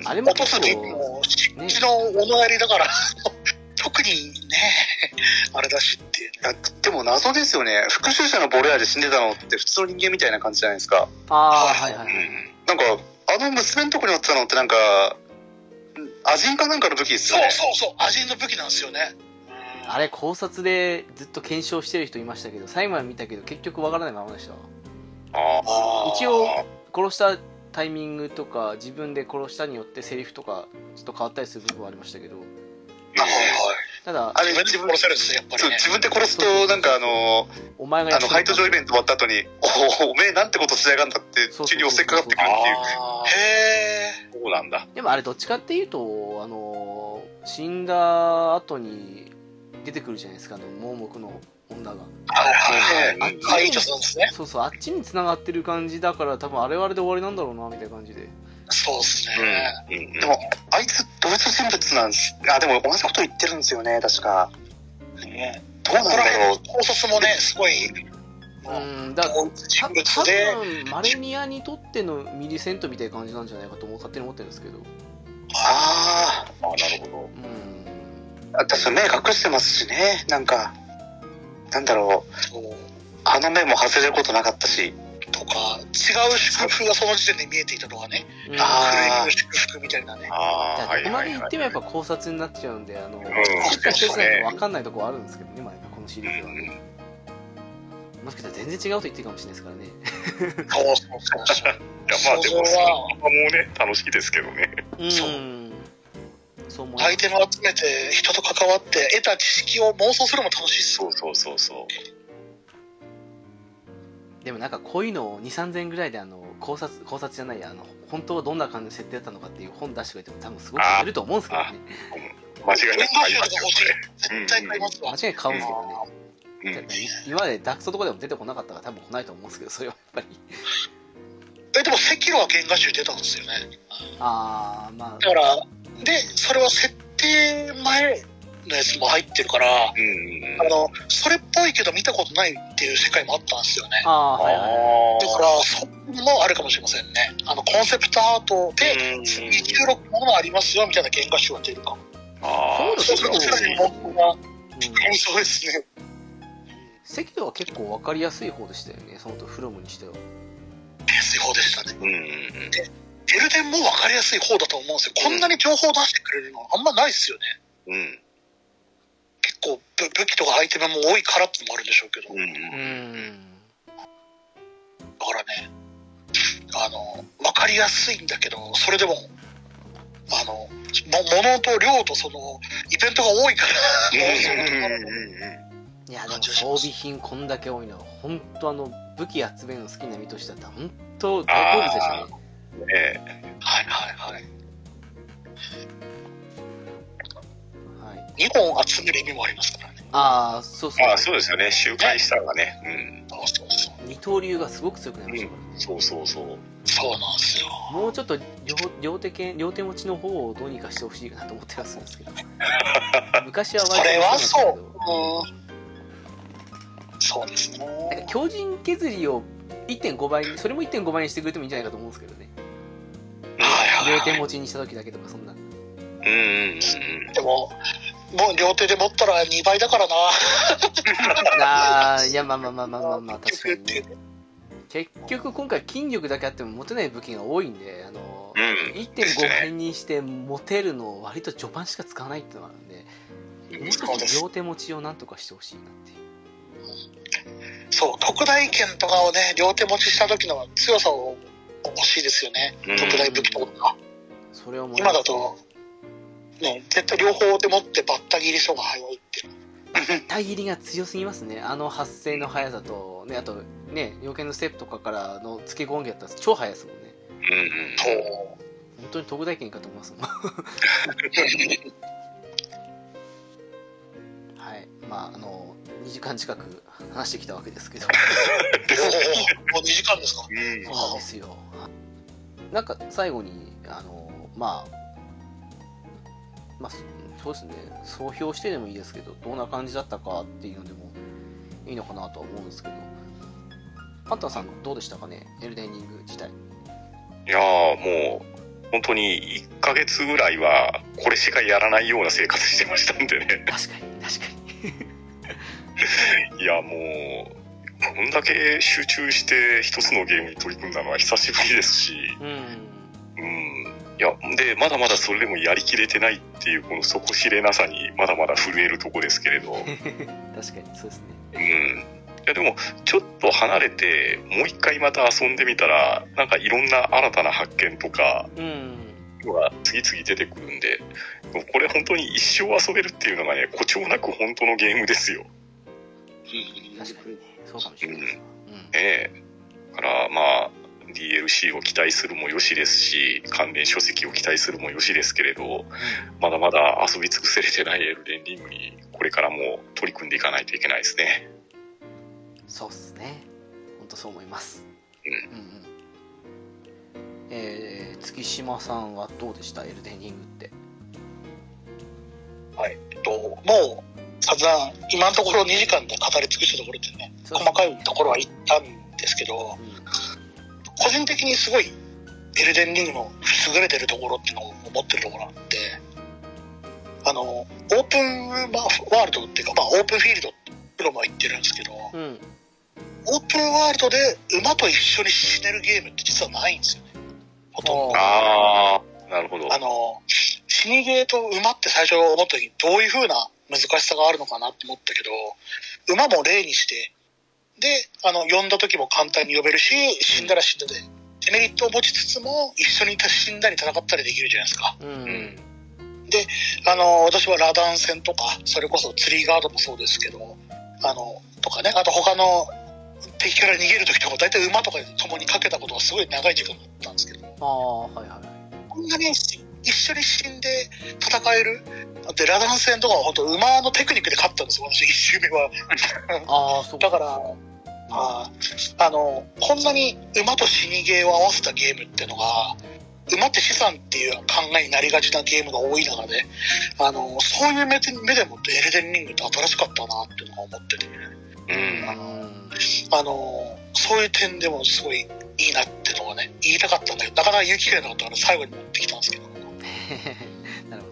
あれも
落と
結
す
構
時も、湿地のおのやりだから、 [laughs] 特にね、あれだしっていうね。
いやでも謎ですよね。復讐者のボレアで死んでたのって普通の人間みたいな感じじゃないですか。
ああ、はいはいは
う
い。
ん
なんか、あの娘のとこにおってたのってなんか、アジンかなんかの武器です
そ
よね
う。そうそう、アジンの武器なんですよね。
あれ考察でずっと検証してる人いましたけど最後まで見たけど結局わからないままでした
あ
あ
一応殺したタイミングとか自分で殺したによってセリフとかちょっと変わったりする部分はありましたけど
あはいはい。
ただ
あれ
自分で殺せるんですよ、やっぱ
そ
り
う
ね。
自分で殺すと、なんかあの、
お前がや
あ
っ
の、
た
ファイト場イベント終わった後に、おおおめえなんてことしやがんだって、急に襲いかかってくるっていう。
あ
へ
そうなんだ。
でもあれどっちかっていうとあの死んだ後に出てくるじゃないですかあの盲目の女が
ーはいは
ね
い
あっ
はい。
ち
会
に
長さんですね。
そうそうあっちに繋がってる感じだから多分あれはあれで終わりなんだろうなみたいな感じで
そうですね。
うんうん
でも、あいつ、同一人物なんです。あ、でも同じこと言ってるんですよね、確か。
ね
どうなん
これ
だろう。
考察もね、すごい、
うんだ
同一
た
人
多
物で、
分マレニアにとってのミリセントみたいな感じなんじゃないかと思う勝手に思ってるんですけど
あ
ああ、なるほ
うん
あ、私目隠してますしね、なんか。なんだろう。
そう
あの目も外れることなかったし。
とか、違う祝福がその時点で見えていたのがね、
うん
あー
古い祝福みたいなね
ど。。ああ、
だか
は
ら
い
どこま
は
で
い
行
は
っ
い。
てもやっぱ考察になっちゃうんで、あの、
ん
考察しないと分かんないとこはあるんですけどね、前がこのシリーズはね。もしかしたら全然違うこと言ってるかもしれないですからね。
そうそうそうそう。
いやまあでも
想像
その
は
ままもうね楽しいですけどね。
うん。そう思いま
ア
す
イテム集めて人と関わって得た知識を妄想するのも楽しいっす
そうそうそうそう。
でもなんかこういうのを2 3 0 0 0円ぐらいであの考察考察じゃないやあの本当はどんな感じの設定だったのかっていう本出してくれても多分すごく売れると思うんですけどね
[laughs] 間違いな
連
く
動
買い
集
ま
とか
すよ
欲しい
こ
絶対買いますわ
間違い買うんですけどね
れ
だ
う
っ
ん。
て今までダークソとかでも出てこなかったから多分来ないと思うんですけどそれはやっぱり
えでも赤炉は原画集出たんですよね
ああま
だからでそれは設定前のやつも入ってるから
うんうん
あのそれっぽいけど見たことないっていう世界もあったんですよね
ああーはいはいはい
だからそれもあるかもしれませんねあのコンセプトアートで
うん
26ものありますよみたいな原画集は出るかも
ああ、
そ
そうう
です
する
ね
とさらに僕が
うん
そうですね
赤道は結構分かりやすい方でしたよねそのとフロムにしては
安い方でしたね
うんうんうん。
エルデンも分かりやすい方だと思うんですよこんなに情報を出してくれるのあんまないですよね
うん
結構ぶ武器とかアイテムも多いからってのもあるんでしょうけど
うんうん
う。ん
だからね、あの、わかりやすいんだけど、それでも、あの、も物と量とその、イベントが多いから、
いやでも装備品こんだけ多いのは本当あの武器集めるの好きな身としては本当大好物でしたね
え
はいはいはい。
はい、
2本集める意味もありますからね。
ああそう
え
そう
ああ、そうですよね。周回したのがね。
そうそうそう。
二刀流がすごく強くなりましたからね
うん。そうそうそう。
そうなんですよ。
もうちょっと両両手剣両手持ちの方をどうにかしてほしいなと思ってはするん
[laughs]
ですけど昔は
それは
だ
そう
ったけど。
うん。そうですね。
なんか強靭削りを1.5倍にそれも1.5倍にしてくれてもいいんじゃないかと思うんですけどね
はいはい
両手
は
持ちにした時だけとかそんな
うんうん
い。でも、もう両手で持ったら2倍だからな。
[laughs] あーいやまあまあまあまあまあまあ確かに
結
ね
局っていう
結局今回筋力だけあっても持てない武器が多いんであの、
うん。
1.5倍にして持てるのを割と序盤しか使わないっていうのがあるんでもう
そう
少
で
し
す
両手持ちをなんとかしてほしいなっていう
そう、特大剣とかをね、両手持ちした時の強さを欲しいですよね。
うん
特大武器とか。
それを思いま
今
す
だと、ね、絶対両方で持ってバッタ切りした方が早いっていう。
タイ切りが強すぎますねあの発声の速さとねあとね要件のステップとかからの付け込んでやったら超速いですもんね
うんうん。
そう。
本当に特大剣かと思い [laughs] ますもんはいまああの2時間近く話してきたわけですけど
もう2時間ですか
うん
そうなんですよなんか最後にあのまあまあそそうですね総評してでもいいですけどどんな感じだったかっていうのでもいいのかなとは思うんですけどパンタンさんどうでしたかねエルデンリング自体
いやーもう、本当に1ヶ月ぐらいは、これしかやらないような生活してましたんでね。
確かに確か
いや、もう、こんだけ集中して一つのゲームに取り組んだのは久しぶりですし、
にうん
うん。いや、で、まだまだそれでもやりきれてないっていう、この底知れなさに、まだまだ震えるとこですけれど、うん。い
確かにそうですね
や、でも、ちょっと離れて、もう一回また遊んでみたら、なんかいろんな新たな発見とか、
うん
が次々出てくるんで、これ本当に一生遊べるっていうのがね、誇張なく本当のゲームですよ。
確かにねそうかもしれないですわ
ねえ。だからまあ、DLC を期待するもよしですし、関連書籍を期待するもよしですけれど、まだまだ遊び尽くせれてないエルデンリングに、これからも取り組んでいかないといけないですね。
うんそうっすね本当そう思います
う
うんうんえー、月島さんはどうでしたエルデンリングって
えっと、もう、さ々今のところ2時間で語り尽くしたところでね、細かいところは言ったんですけど、個人的にすごい、エルデンリングの優れてるところっていうのを思ってるところがあって、あの、オープンワールドっていうか、まあ、オープンフィールドってプロも言ってるんですけど、
うん、うん、
オープンワールドで馬と一緒に死ねるゲームって実はないんですよね。ほとんど。
ああ、なるほど。
あの、死にゲーと馬って最初思った時どういう風な難しさがあるのかなって思ったけど、馬も例にして、で、あの、呼んだ時も簡単に呼べるし、死んだら死んだで、デメリットを持ちつつも、一緒に死んだり戦ったりできるじゃないですか。
うん
うん。
で、あの、私はラダン戦とか、それこそ釣りガードもそうですけど、あの、とかね、あと他の敵から逃げる時とかも大体馬とかで共にかけたことがすごい長い時間だったんですけど、
ああ、はいはい。
こんなにし一緒に死んで戦える。で、ラダン戦とかは本当馬のテクニックで勝ったんですよ、私一周目は。
ああ、そう
だから、あーあの、こんなに馬と死にゲーを合わせたゲームってのが、馬って資産っていう考えになりがちなゲームが多い中で、あの、そういう目で目でもってエルデンリングって新しかったなっていうのが思ってて、
うん。
う
あの、そういう点でもすごいいいなっていうのがね、言いたかったんだけど、なかなか言い切れなかったから最後に持ってきたんですけど、
ん。なる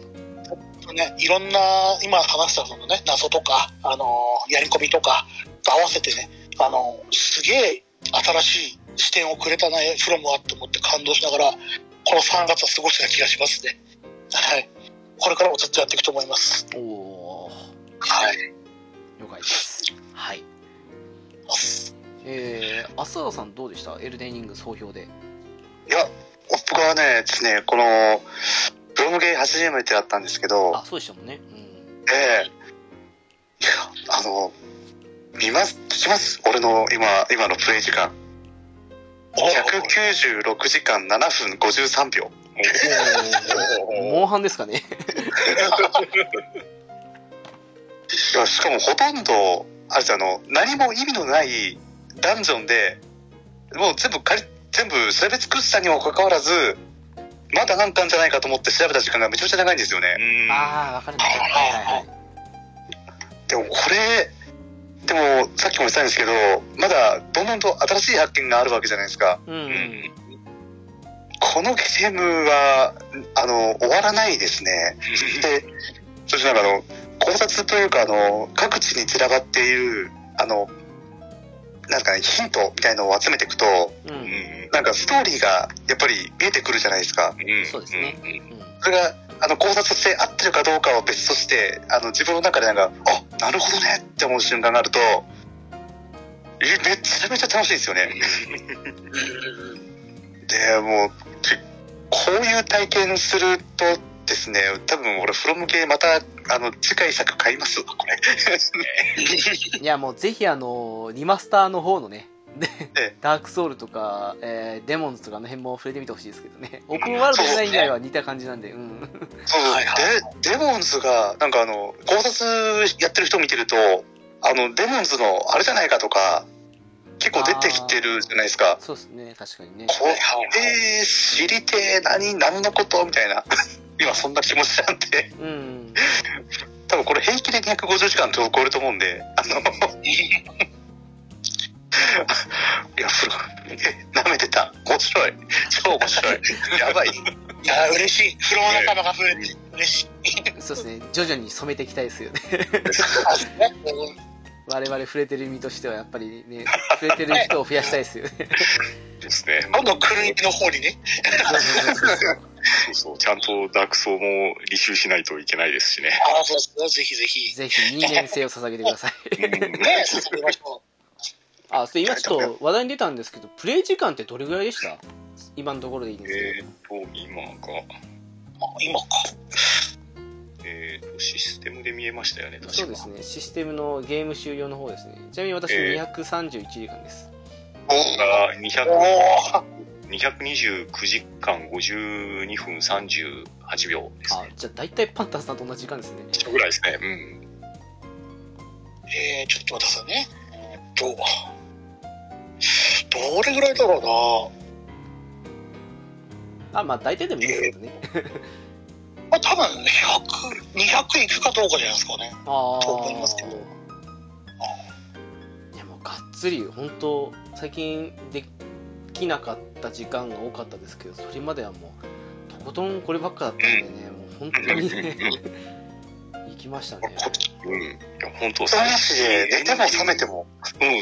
ほど。
ね、いろんな今話したそのね謎とか、あのーやり込みとかと合わせてね、あのーすげえ新しい視点をくれたねフロムはと思って感動しながらこの3月は過ごした気がしますねはいこれからもずっとやっていくと思います
お [laughs] お
はい
ー、了解です。はい。えー、アスアさんどうでしたエルデンリング総評で。
いや、僕はね、ですね、この、ブロムゲー初めてだったんですけど、
あ、そうでしたもんね。うん。
ええいや、あの、見ます、聞きます俺の今、今のプレイ時間。
お
196時間7分53秒。
[laughs] モンハンですかね。
いや、しかもほとんど、あれですよあの、何も意味のないダンジョンで、もう全部借り、全部調べ尽くしたにもかかわらず、まだ難関じゃないかと思って調べた時間がめちゃめちゃ長いんですよね。
うん
ああ、わかるね。はいはいはい。
でもこれ、でもさっきも言ったんですけど、まだどんどんと新しい発見があるわけじゃないですか。
うん。
うん
このゲームは、あの、終わらないで
[laughs]
すね。で、そしてなんかあの、考察というか、あの、各地に散らばっている、あの、なんかね、ヒントみたいのを集めていくと、
う。
うんん
なんかストーリーがやっぱり見えてくるじゃないですか。
うん
そうですね
うん
うん
それが、あの、考察として合ってるかどうかは別として、あの、自分の中でなんか、あ、なるほどねって思う瞬間があると、えめちゃめちゃ楽しいですよね。で、もう、ちこういう体験するとですね、多分俺、フロム系また、あの、次回作買いますわ、これ。
いや、もうぜひ、あの、リマスターの方のね、で
ええ
ダークソウルとか、えーデモンズとかあの辺も触れてみてほしいですけどね。オープンワールド以外以外は似た感じなんで、うん。
そう、
はいはい
で、デモンズが、なんかあの、考察やってる人見てると、あの、デモンズのあれじゃないかとか、結構出てきてるじゃないですか。
[laughs] そうですね、確かにね。
これ知りてえ、何、何のことみたいな。 [laughs] 今そんな気持ちなんで、
うん。
多分これ平気で250時間超えると思うんで、あの、
[laughs]
いや、フロえ、舐めてた。面白い。超面
[laughs]
白い。やばい。
いやー嬉しいフロア仲間が増えて嬉しい
そうですね、徐々に染めていきたいですよね。 [laughs]
ね
我々触れてる身としては、やっぱりね、触れてる人を増やしたいですよね。
ですね。
どんどん狂いの方にね
そうそうそうそう
そうそう。ちゃんとダークソウも履修しないといけないですしね。
[laughs] ああそうですねぜひぜひ
ぜひ人間性を捧げてください。
ね進みましょ
[laughs] あ、それ今ちょっと話題に出たんですけど、プレイ時間ってどれぐらいでした今のところでいいんです
えっと、今が、
うあ今か
えっと、システムで見えましたよね、
け
確
ど。
か
そうですね、システムのゲーム終了の方ですね。ちなみに私
ええ
231時間です。
が
おお
200 229時間52分38秒です
あ
ね。
じゃあ大体パンタンさんと同じ時間ですね
一緒ぐらいですね。うん。
えー、ちょっと待ってくださいね。えーっと、どれぐらいだろう
あまあ大体でもいいですけどね、
な。まあ、多分100、200いくかどうかじゃないですかね。
ああ
と思いますけど
いやもうがっつり本当最近できなかった時間が多かったですけどそれまではもうとことんこればっかだったんでね、もう本当にね行きましたね
こっち
うん。いや、本当
の話で寝ても覚めても、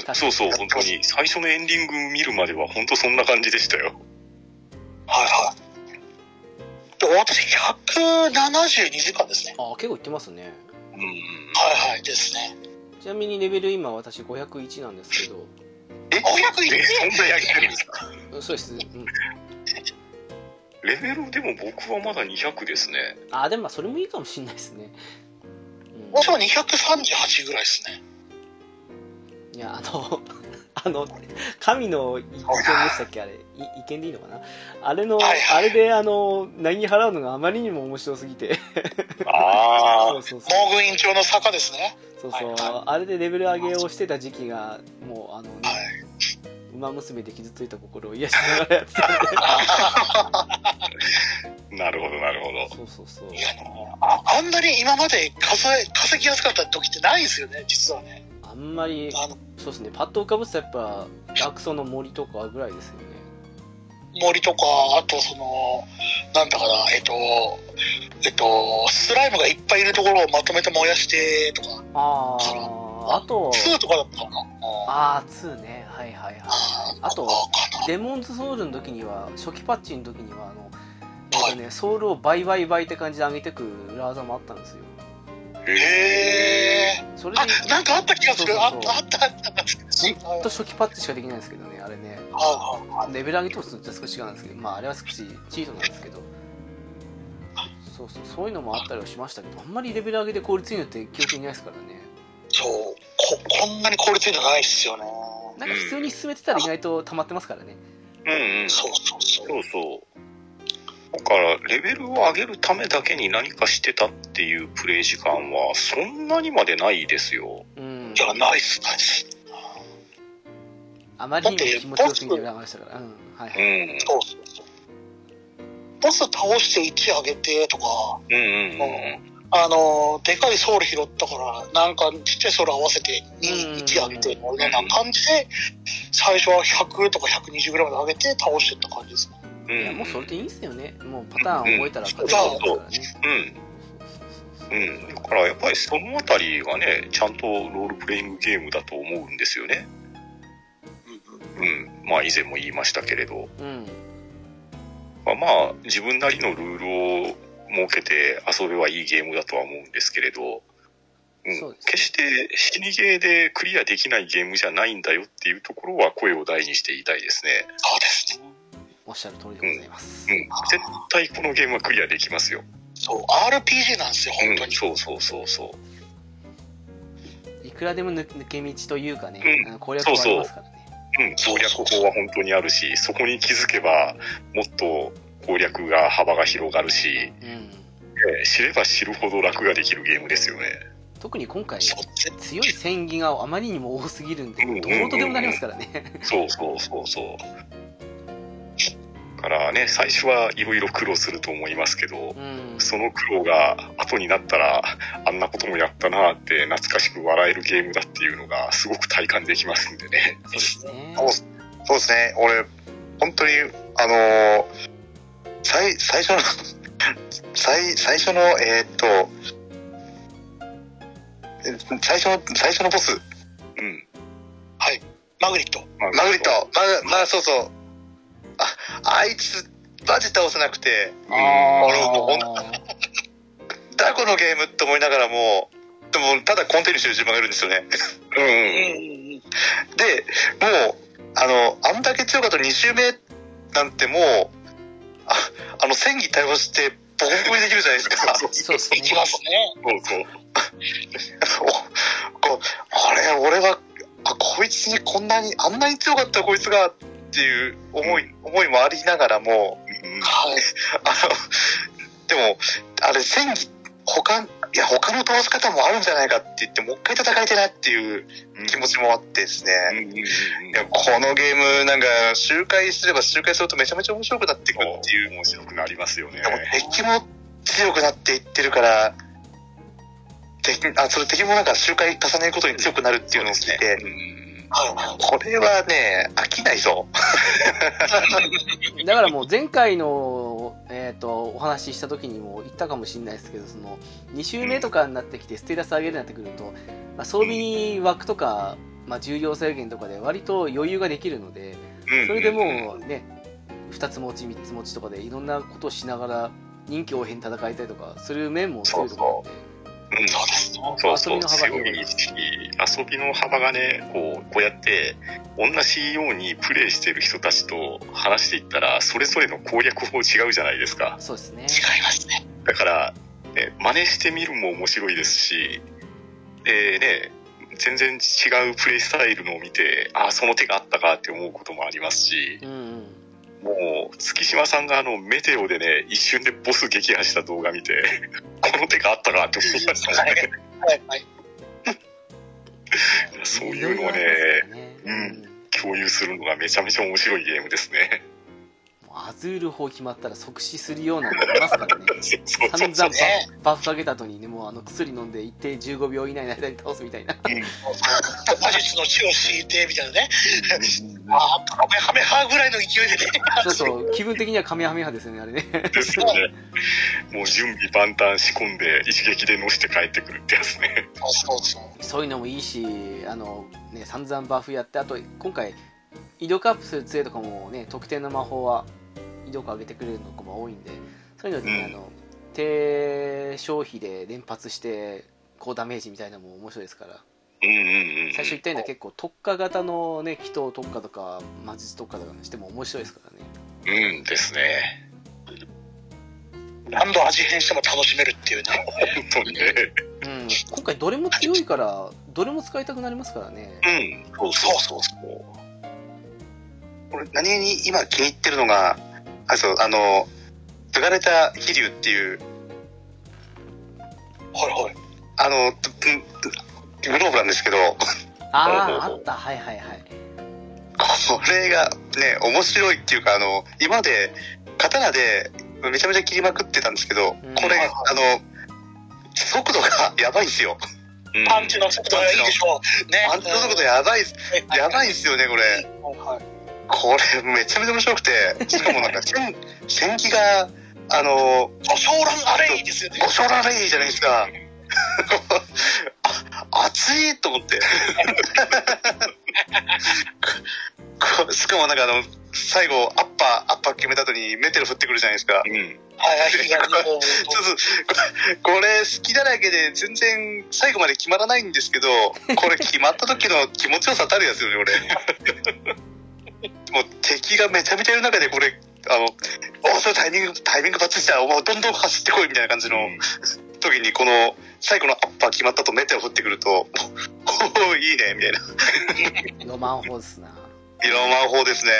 うん、そうそう、本当に。最初のエンディング見るまでは、本当そんな感じでしたよ。
はいはい。で、私172時間ですね。
ああ結構行ってますね
うんうん。
はいはいですね。
ちなみにレベル今私501なんですけど
500い
え、
く
そんなやりとりですか
うんそうです、うん、
レベルでも僕はまだ200ですね。
あーでもまあそれもいいかもしれないですね、うん
僕は238ぐらいですね。
いやあの [laughs] あの神の一見でしたっけあれい意見でいいのかなあれの、
はいはい
あれであの何払うのがあまりにも面白すぎて
あ
[laughs] そうそうそう
モーグイン町の坂ですね。
そうそう、
はいは
あれでレベル上げをしてた時期がもうあのね、
は
馬娘で傷ついた心を癒しながらやってたん
[laughs]
で
あ、なるほど、なるほど。
そうそうそう
いやああんなに今まで数え稼ぎやすかった時ってないですよね、実はね。
あんまり
あの
そうですねパッと浮かぶとやっぱラクソの森とかぐらいですよね
森とか、あとその、なんだかな、えっと、えっと、スライムがいっぱいいるところをまとめて燃やしてとか、
あ
そ
ああと
2とかだったのかな。
ああ2ねはいはいはいはいあと
かな。
デモンズソウルの時には初期パッチの時にはあの、えっとね、ソウルを倍倍倍って感じで上げてく裏技もあったんですよ
へえ。
それで
あ、なんかあった気がする。ああ
そうそうそう
った、あった、あった。
ずっと初期パッチしかできないんですけどねあれね
あ
レベル上げとすると少し違うんですけどまああれは少しチートなんですけどそうそうそういうのもあったりはしましたけどあんまりレベル上げで効率いいのって記憶にないですからね
そう。こ、こんなに効率いいのないっすよね。
なんか普通に進めてたら意外と溜まってますからね
うんうん。そ
そうそうそう。
うそう。だから、レベルを上げるためだけに何かしてたっていうプレイ時間は、そんなにまでないですよ。
うん
いや、ないっす、ないっす。
あまりにも気持ちよすぎて裏返したからうんはいは
う
い
ん。
そうそうそう。ボス倒して1上げてとか、
うんうんうん。
あのー、でかいソウル拾ったから、なんかちっちゃいソウル合わせて
うん
2、1上げて、みたいな感じで、最初は100とか120ぐらいまで上げて倒してった感じですね。
うん
いやもうそれでいいんですよねもうパターン覚えたら勝てるんですか
うん。うん。だから、やっぱりそのあたりがね、ちゃんとロールプレイングゲームだと思うんですよね。うん。まあ、以前も言いましたけれど。
らね
まあ、まあ自分なりのルールを設けて遊べばいいゲームだとは思うんですけれど、うん
そうですね
決して死にゲーでクリアできないゲームじゃないんだよっていうところは声を大にして言いたいですね。
そうですね。
おっしゃる通りでございます
うん、絶対このゲームはクリアできますよ。
そう、RPG なんですよ、
う
本
ん
当、に。
そうそうそうそう。
いくらでも抜抜け道というかね、
うん
あの攻略もありますからね
うん、攻略法は本当にあるし、そこに気づけばもっと攻略が幅が広がるし、
うん
えー知れば知るほど楽ができるゲームですよね。
特に今回
そうぜ
強い戦技があまりにも多すぎるんで
うんうんうん
どうとでもなりますからね
そうそうそうそう。だからね、最初はいろいろ苦労すると思いますけど、
うん
その苦労が後になったら、あんなこともやったなって懐かしく笑えるゲームだっていうのがすごく体感できますんでね。
そうですね
そうそうですね、俺、本当に、あのー最、最初の [laughs] 最、最初の、えーっと、え最初の、最初のボス、
うん。
マグリット。
まあ
マグリット、ま、まあ、そうそう。あ、あいつ、マジ倒せなくて、俺もう本当だこのゲームって思いながらもう、でも、ただコンティニューしてる自分がいるんですよね。
うん
う
うん。
ん。
で、もう、あの、あんだけ強かった2周目なんてもう、ああの、戦技対応して、ボコボコにできるじゃないですか。
[laughs] そう
[laughs]
ですね
いきますね。
そうそう。
おこあれ、俺は、あ、こいつにこんなに、あんなに強かったこいつが、っていう思い、思いもありながらも、
うん
はい。
あの、でも、あれ、戦技、他、いや、他の倒し方もあるんじゃないかって言って、もう一回戦いたいなっていう気持ちもあってですね。
うんうんうん
いやこのゲームなんか周回すれば周回するとめちゃめちゃ面白くなってくるっていう
うん。面白くなりますよね
で。も敵も強くなっていってるから敵あそれ敵もなんか周回重ねることに強くなるっていうのを聞いて、
うんうん
はい。
これはね飽きないぞ
だからもう前回の、えー、とお話しした時にも言ったかもしれないですけどその2周目とかになってきてステータス上げるようになってくると、まあ、装備枠とか、まあ、重量制限とかで割と余裕ができるので
うん
それでもうね2つ持ち3つ持ちとかでいろんなことをしながら任期応変戦いたりとかする面も強いと思うので
うん、
そうです。
そうそ
遊び
う、
の幅
強
広い
いし、遊びの幅がね、こう、こうやって、同じようにプレイしてる人たちと話していったら、それぞれの攻略法違うじゃないですか。
そうですね。
違いますね。
だから、ね、真似してみるも面白いですし、でね、全然違うプレイスタイルのを見て、ああ、その手があったかって思うこともありますし、
うんうん。
もう、月島さんがあの、メテオでね、一瞬でボス撃破した動画見て、 [laughs] この手があったかって思いましたもんね。
はいはい。
そういうのを
ろろあります
ね
か、らね
うん共有するのがめちゃめちゃ面白いゲームですね。 [laughs]
もうアズール砲決まったら即死するようなのがいますからね。
そうそうそ
散
う
々
ね
バフバフ上げた後にね、もうあの薬飲んで一定15秒以内の間に倒すみたいな。
魔術の血を敷いて、みたいなね。
そ
ああ、カメハメハぐらいの勢いでね。
うそう、気分的にはカメハメハですよね、あれね。
ですよね。もう準備万端仕込んで一撃で乗せて帰ってくるってやつね。
そうそうそう。
そういうのもいいし、あの、ね、散々バフやって、あと、今回、移動カプセル杖とかもね、特定の魔法は、移動力上げてくれるのが多いんで、そういうのでね、
うん
あの、低消費で連発して、高ダメージみたいなのも面白いですから。
うんうんうん。
最初言ったように結構特化型のね祈祷特化とか魔術特化とかしても面白いですからね
うんですね。
何度味変しても楽しめるっていうね。
本当にね。
うん今回どれも強いからどれも使いたくなりますからね
うん。そう
そう
そうそう。
俺、何気に今気に入ってるのが、あ、そう、あの、継がれた飛竜っていう、
はいはい。
あの、つつグローブなんですけど、
ああ
ほうほうほ
あ
う
ったはいはいはい
これがね、面白いっていうか、あの、今まで刀でめちゃめちゃ切りまくってたんですけど、
うん
これ、あの、速度がやばいんですよ。
[laughs]
うん
パンチの速度がいいでしょう。ね。
パンチの速度やばいっす、やばいんですよね、これ。
はいはい。
これめちゃめちゃ面白くて、しかもなんか戦、戦機が、あの、
ご将乱アレイですよね。
おしょられいいじゃないですか。 [laughs] あ熱いと思って。 [laughs] こしかもなんかあの、最後、アッパー、アッパー決めた後にメテル降ってくるじゃないですか。
うん。
はいはい。左の方を
ちょっと、これ好きだらけで全然最後まで決まらないんですけど、これ決まった時の気持ちよさたるやつよね、俺。もう敵がめちゃめちゃいる中でこれ、あの、おそれタイミング、タイミングバッチリしたら、お前どんどん走ってこいみたいな感じの時に、この最後のアッパー決まったとメテを降ってくると、おおいいね、みたいな。
ロマンホースな
色魔法ですね。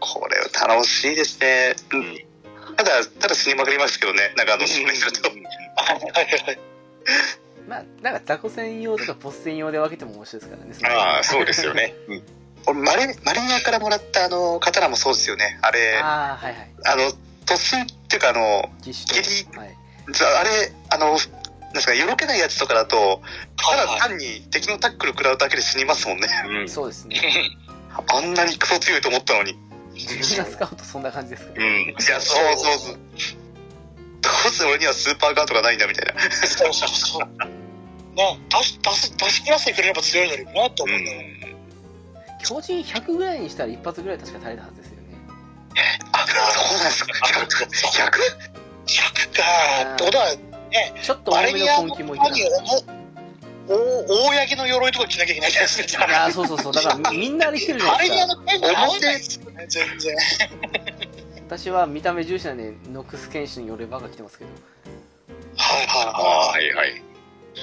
これ楽しいですね。うんただ、ただ死にまくりますけどね。なんかあの、死ぬ人と。
はいはいはい。
まあなんか雑魚戦用とかボス戦用で分けても面白いですからねその
ああ、そうですよね。うん。
俺マレマレニアからもらったあの刀もそうですよねあれあ
ああはいはい
の突進っていうかあの
実
ギ
施はい
ざあれあのなんですかよろけないやつとかだとただ単に敵のタックル食らうだけで死にますもんね
うん。
そうですね
あんなにクソ強いと思ったのにい
自分が使うとそんな感じですから
うん。
やそうそうそうどうせ俺にはスーパーガードがないんだみたいな
そうそうそう。ね、出し、出す、出し切らせてくれれば強いのになと思うんだよね。
強靭100ぐらいにしたら一発ぐらい確か足りたはずですよね
あそうなんですか 100?100?
100か。ってことは、
ちょっと
バ
多
レ
め
リア
の
の
根気
他
もい
に
らない
おお大八木の鎧とか着なきゃいけないじゃないですか。
ああそうそうそうだからみんなあれ来てるじゃ
バ
ない
レ
で
リ
す
ア
か
の剣が合わないですよね、全然。
私は見た目重視なんでノックス剣士によればが来てますけど
はい
あ
は。
あ、はいはい。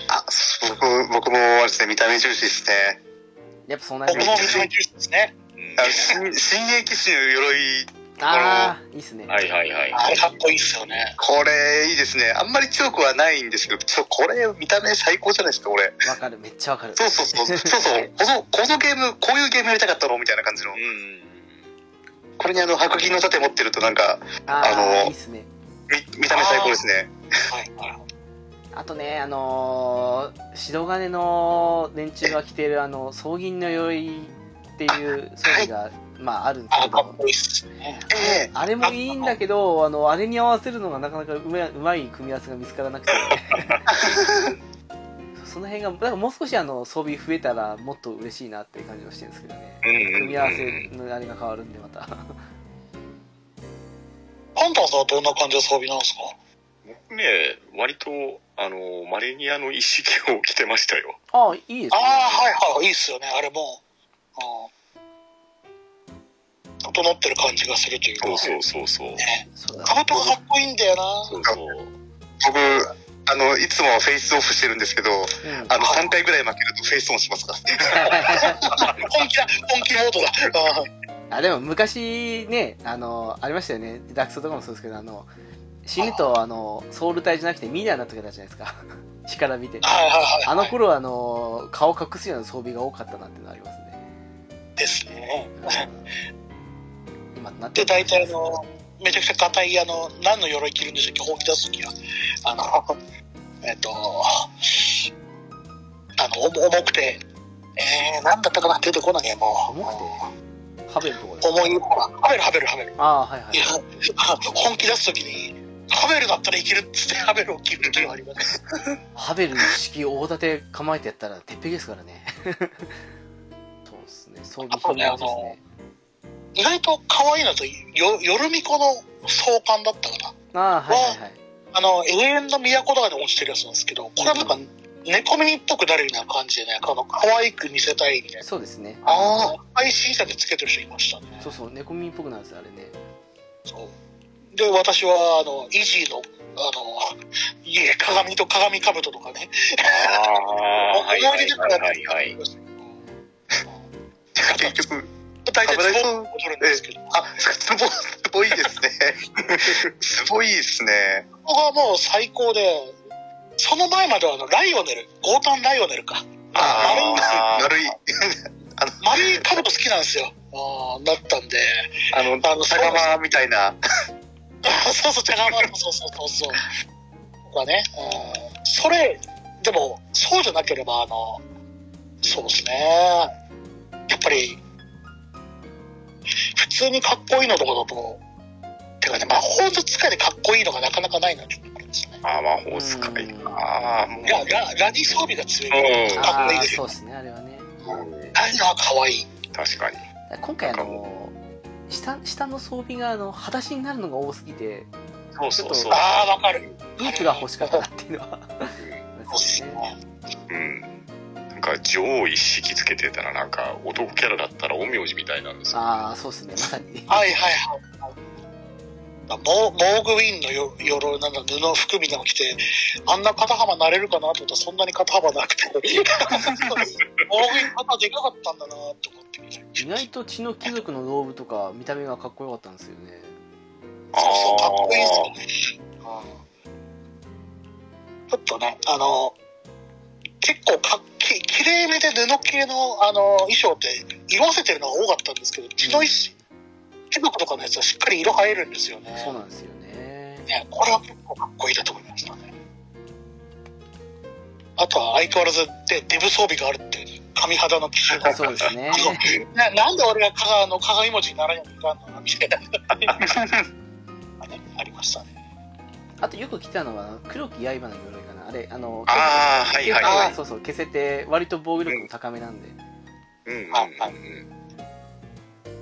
あ僕僕もあれですね見た目重視ですね
やっぱそうないり
僕
ます
も見た目重視ですね。
うん
あの新新鋭騎士の鎧
ああいいっすね
はいはいはい。
あれかっこいいっすよね。
これいいですねあんまり強くはないんですけどちょこれ見た目最高じゃないですか
[laughs]
これ
わかるめっちゃわかる
そうそうそう。そうそう。この、このゲーム、こういうゲームやりたかったのみたいな感じの
う。ん。
これにあの、白銀の盾持ってるとなんか、
あ
あ
あ
の
いいっすね
み見た目最高ですね。
はいはい。
あとねあのー、白金の連中が着てるあの装銀の鎧っていう装備がまああるんです
あ
け
かっ
ど
こいいっすね。
ええ
あれもいいんだけどあのあれに合わせるのがなかなかうまいうまい組み合わせが見つからなくてその辺がだからもう少しあの装備増えたらもっと嬉しいなっていう感じはしてるんですけどね組み合わせのあれが変わるんでまた
パンタンさんはどんな感じの装備なんですか
僕ね、割と、あの、マレニアの一式を着てましたよ。
ああ、いいですね。
ああ、はいはい、いいっすよね、あれも。うん整ってる感じがするというか。
そうそうそうそう。
ね。
そうだ
かぶとがかっこいいんだよな。
そうそう。
僕、あの、いつもフェイスオフしてるんですけど、
うん
あの、3回ぐらい負けるとフェイスオンしますから。
本気だ、本気モードだ。うん
あでも昔ねあのありましたよねダークソウルとかもそうですけどあの死ぬとあのソウル体じゃなくてミーナーになってたじゃないですか [laughs] 死から見て
はいはいはい。
あの頃はあの顔隠すような装備が多かったなっていうのありますね
ですね。
今となって
で、
は
大体あの、めちゃくちゃ硬い、あの、何の鎧着るんでしたっけ、本気出すときは。あの、えっと、あの、重重くて、えー、なんだったかな、出てこないね、もう。
重くハベルとかです
重い、ほら、はべるはべるはべる。
ああはいはい
いや、本気出すときに、ハベルだったらいけるっつって、ハベルを切る時はあります。
ハベルの式を大盾て構えてやったら鉄壁ですからね [laughs] そうですね装備広いですね
意外と可愛いのと、よ、よるみこの創刊だったかな。
ああはいはいはい
あの、永遠の都とかで落ちてるやつなんですけど、これはなんか、猫耳っぽくなるような感じでね、あの、可愛く見せたいみたいな。
そうですね
ああ。配信者でつけてる人いましたね。
そうそう猫耳っぽくなるんですよあれね
そうで、私は、あの、イージーの、あの、いえ、鏡と鏡兜とかね。
ああ、はい
思
はい
出
い
だから
はい
[laughs]
はい。
結局、
大体、
危ない
ツボ
そう
を取るんですけど。
あ、すごい、すごいですね。すごいですね。
ここがもう最高で、その前まではあのライオネル、ゴータンライオネルか。
あ
あ
あ、
ー
丸い。
丸い兜好きなんですよ。あーだったんで。
あの、
あの、
茶釜みたいな。
そうそう、茶釜の、そうそうそうそう。僕はね、うんそれ、でも、そうじゃなければ、あの、そうですね。やっぱり、普通にかっこいいのとかだと、てかね、魔法の使いでかっこいいのがなかなかないなって思うんですよね。
ああ、魔法使いか。ああ、もう。
ラ、ラ、ラニ装備が強い。
うん
かっ
あ
こいい
あ
です
そうですねあれはね
うん
ラニのは可愛い。
確かに。
今回あ
なんか
の下下の装備があの裸足になるのが多すぎて
そうそうそう。
ああ、わかる。
ブーツが欲しかったなっていうのは
そうっすね。
うん。なんか、女王一式つけてたら、なんか、男キャラだったら、陰陽師みたいなんですよ。
ああそうですねまさに
はいはいはい。モーモーグウィンのよ鎧なんだ布服みたいなの着てあんな肩幅なれるかなと思ったらそんなに肩幅なく [laughs] てモーグウィン肩でかかったんだなと思ってみたい
意外と血の貴族の道具とか見た目がかっこよかったんですよね
そうそうかっこいいですよ
ね。
ねうんちょっとねあの結構かっききれいめで布系のあの衣装って色あせてるのが多かったんですけど血の衣貴族とかのやつはしっかり色入るんですよね
そうなんですよね
ね、これは結構かっこいいだと思いましたね。あとは相変わらずでデブ装備があるっていう、神肌の機種が。
そうですね
ななんで俺が鏡あの鏡文字にならなきゃいかんのかみた
[laughs]
いな。あねありましたね。
あとよく着たのは黒き刃の鎧かなあれあの
ああ、はいはいは
あ
い。
そうそう消せて割と防御力も高めなんで
うんうん
あ
うん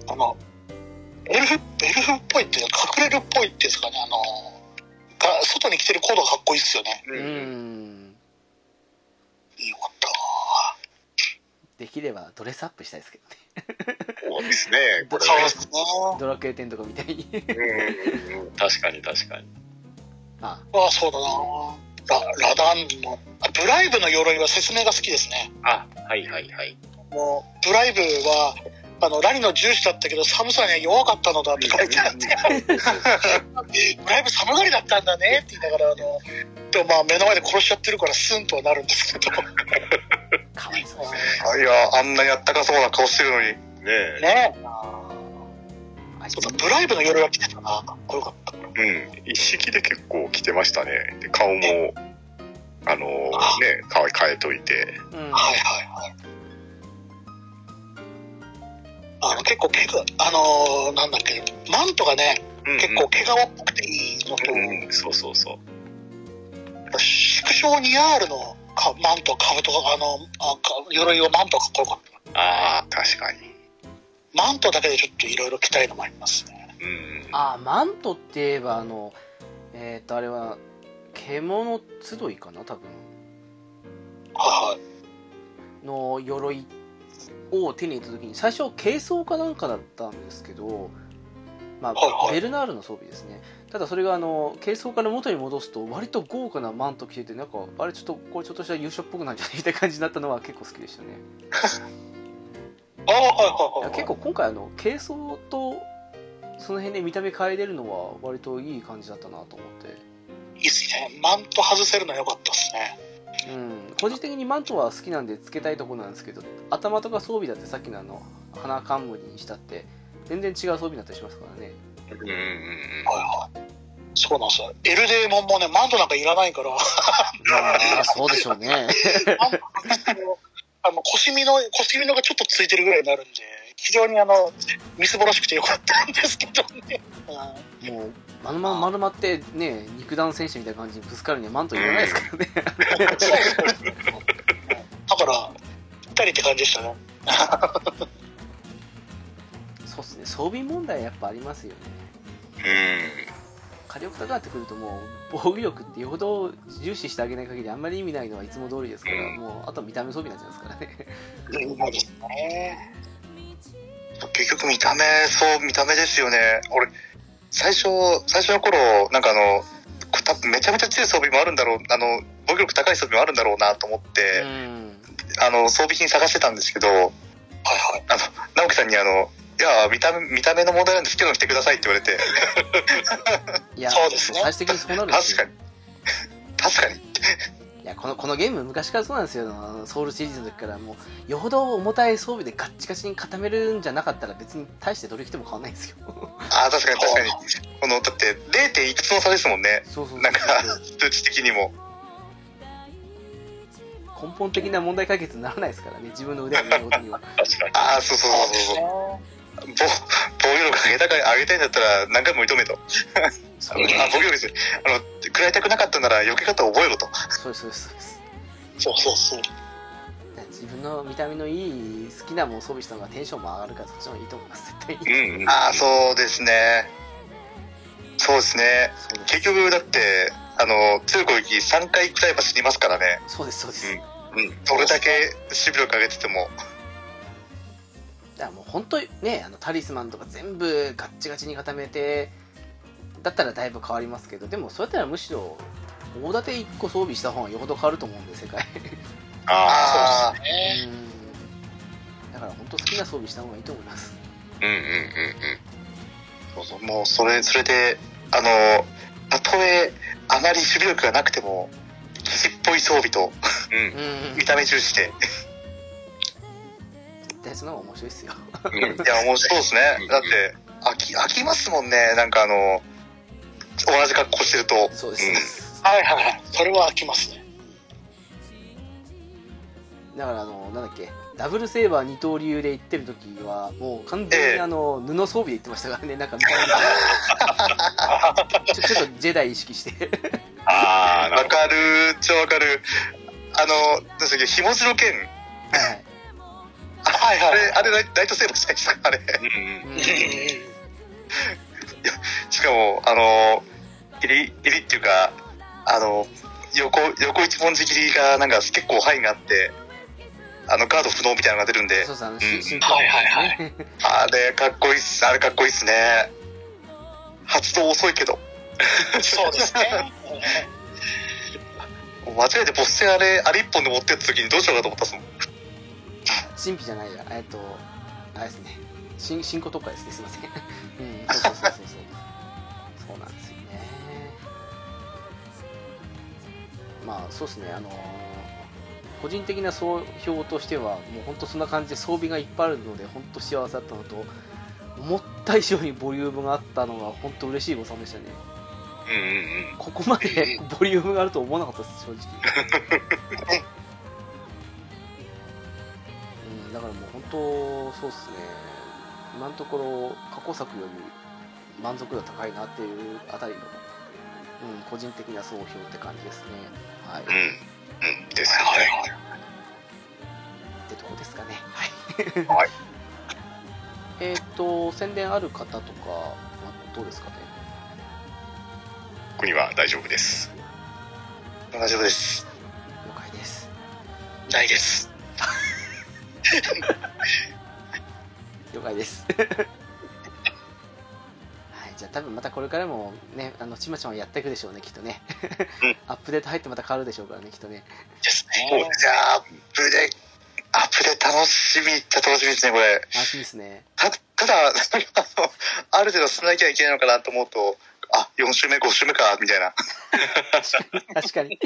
あの、エルフ、エルフっぽいっていうか、隠れるっぽいっていうんですかね、あの、が外に着てるコードがかっこいいっすよね。
う
うんうん。
ん
よかった。
できればドレスアップしたいですけどね
そうで
[laughs]
すね。これ
そう
は
ですね。
ドラクエ10とかみたいに
うんうんうん確かに確かに。
あ
ああ、そうだな。ララダンの、あブライブの鎧は説明が好きですね。
あ、はいはいはい。
もうブライブはあのラニの重視だったけど寒さには弱かったのだって書いてあってブライブ寒がりだったんだねって言いながらあのでもまあ目の前で殺しちゃってるからスンとはなるんですけど
かわいそうですね
いや、あんなにあったかそうな顔してるのに。
ねえ。
ね
あいつ
そうだブライブの鎧は着てたなかっこよかった
うん、一式で結構着てましたね。で顔も、あのーね、顔変えといて。
うん
はいはいはいあの結構毛があのーなんだっけマントがね
うんうん
結構毛皮っぽくていいのと、
うんうん、そうそうそう。
縮小 2R のかマント、かぶとか、あの、あか鎧をマントかっこよかった。
ああ、確かに。
マントだけでちょっといろいろ着たいのもありますね。
うん。
あマントって言えばあのえっ、とあれは獣集いかな多分
は
の鎧を手に入れた時に最初軽装かなんかだったんですけど、まあ
はいはい
ベルナールの装備ですねただそれがあの軽装から元に戻すと割と豪華なマント着ててなんかあれちょっとこれちょっとした優勝っぽくなんじゃ [laughs] ないって感じになったのは結構好きでしたね
い。ああ、はい
い
はいは
や
い。
結構今回あの軽装とその辺で見た目変えれるのは割といい感じだったなと思って
いいっすね。マント外せるの良かったっすね。
うん、個人的にマントは好きなんでつけたいところなんですけど頭とか装備だってさっきのあの花冠にしたって全然違う装備になったりしますからね
うんうんうん。
はいはい。そうなんですよ。エルデーモンもね、マントなんかいらないから、
ああそうでしょうね
あの、腰身の、腰身のがちょっとついてるぐらいになるんで、非常にあの、みすぼらしくて良かったんですけどね。
[laughs]
うん
もうあのまま丸まってね肉弾戦士みたいな感じにぶつかるにはマントいらないですからね
そうだから、ぴったりって感じでしたね。
そうっすね装備問題やっぱありますよね火力高くなってくるともう防御力ってよほど重視してあげない限りあんまり意味ないのはいつも通りですからもうあとは見た目装備になっちゃいますからね
そうですね。
結局見た目、そう、見た目ですよね。俺、最初、最初の頃、なんかあの、これ多分めちゃめちゃ強い装備もあるんだろう、あの、防御力高い装備もあるんだろうなと思って、
うん
あの、装備品探してたんですけど、はいはい。あの、直樹さんにあの、いや、見た目、見た目の問題なんですけど来てくださいって言われて、
いや
そうですね
最終的にそうなるんです
確
よ
かに。確かに。
いやこのこのゲーム昔からそうなんですよあのソウルシリーズの時からもうよほど重たい装備でガッチガチに固めるんじゃなかったら別に大してどれ着ても変わんないんですよ
ああ、確かに確かに。この、だって、0. いくつの差ですもんね。
そうそうそう
なんか、数値的にも。
根本的な問題解決にならないですからね自分の腕を見ることには
確かに。
ああ、そうそうそうそうそう。防防御力上げたか上げたいんだったら何回も認めと。
そ
あ
う
のあ防御力です。あの、食らいたくなかったなら避け方を覚えろと。
そうですそうですそうです
そうそうそう。
だから自分の見た目のいい好きなものを装備したのがテンションも上がるからそっちの方がいいと思います絶対に
うんうん。
ああ、そうですね。そうですね。
そうです
結局だって、あの、強い攻撃3回食らえば死にますからね。
そうですそうです、
うん
だか
どれだけ守備力上げてても。
らもう本当にねあのタリスマンとか全部ガッチガチに固めてだったらだいぶ変わりますけどでもそうやったらむしろ大盾1個装備した方がよほど変わると思うんで世界
ああ。
ああ、
うんだから本当好きな装備した方がいいと思います
うんうんうんうん。
そうそうもうそれ、それで、あの、たとえあまり守備力がなくても、騎士っぽい装備と
うん
う。ん
見た目重視で。
絶対その方が面白いですよ
[laughs] うん
いや、面白いですね
うん。
だって、飽き、飽きますもんね。なんかあの、同じ格好してると。
そうですそうです
はいはいはい。それは飽きますね。
だからあのなんだっけダブルセーバー二刀流で行ってる時はもう完全にあの布装備で行ってましたからねなんか見た目がちょちょっとジェダイ意識して
ああ、な
わ
るほ
かるっちゃわかる。あの、なんでしたっけ、ひもじの剣。
はい、
はい
あ
はい。
れ、あれライ、ライトセーバーじゃないですか、あれ。
ど。うん
うん
しかも、あの、霧、霧っていうか、あの、横、横一文字切りが、なんか結構範囲があって、あの、ガード不能みたいなのが出るんで
そう、そうあの
うん
新新
はいはい
はい
あれ、かっこいいっす。あれ、かっこいいっすね。発動遅いけど。
そうですね。
間違えてボス戦あれ、あれ一本で持ってった時にどうしようかと思ったっすもん。
[laughs] 神秘じゃないやえっとあれですね新新古特化ですねすいません [laughs] うんそうそうそうそうそうそうなんですよねまあそうですねあのー個人的な総評としてはもう本当そんな感じで装備がいっぱいあるので本当幸せだったのと思った以上にボリュームがあったのが本当嬉しい誤算でしたね
うんうん
ここま [laughs] でボリュームがあると思わなかったです正直うんだからもう本当そうっすね今のところ過去作より満足度高いなっていうあたりの、うん、個人的な総評って感じですねはい、
うん。
っ
うん。うん。ですよね。
てとこですかねはい
はい
[laughs] えっと宣伝ある方とかはどうですかね
僕には大丈夫です。
大丈夫です。
了解です
ないです。
了解ですはいじゃあ多分またこれからもねあのちまちまやっていくでしょうねきっとねアップデート入ってまた変わるでしょうからねきっとね
です
そう
ね
で。
じゃあ、アップデ、アップデ楽しみっちゃ楽しみですね、これ。
楽しみですね
たただ、 [laughs] なんかあのある程度進めなきゃいけないのかなと思うと、あ、4週目、5週目か、みたいな。
確かに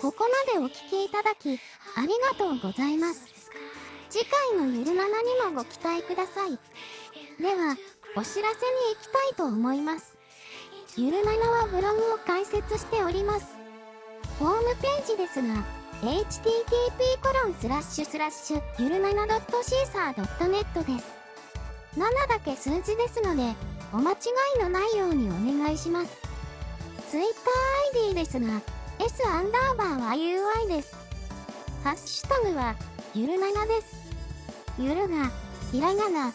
ここまでお聞きいただき、ありがとうございます。次回のゆるななにもご期待ください。では、お知らせに行きたいと思います。ゆるななはブログを開設しております。ホームページですが、http コロンスラッシュスラッシュゆるなな .caesar.net です。7だけ数字ですので、お間違いのないようにお願いします。TwitterID ですが、S アンダーバーは UI です。ハッシュタグは、ゆるななです。ゆるが、ひらがな、な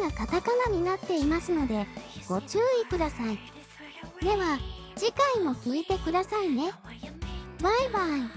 のがカタカナになっていますので、ご注意ください。では、次回も聞いてくださいね。バイバイ。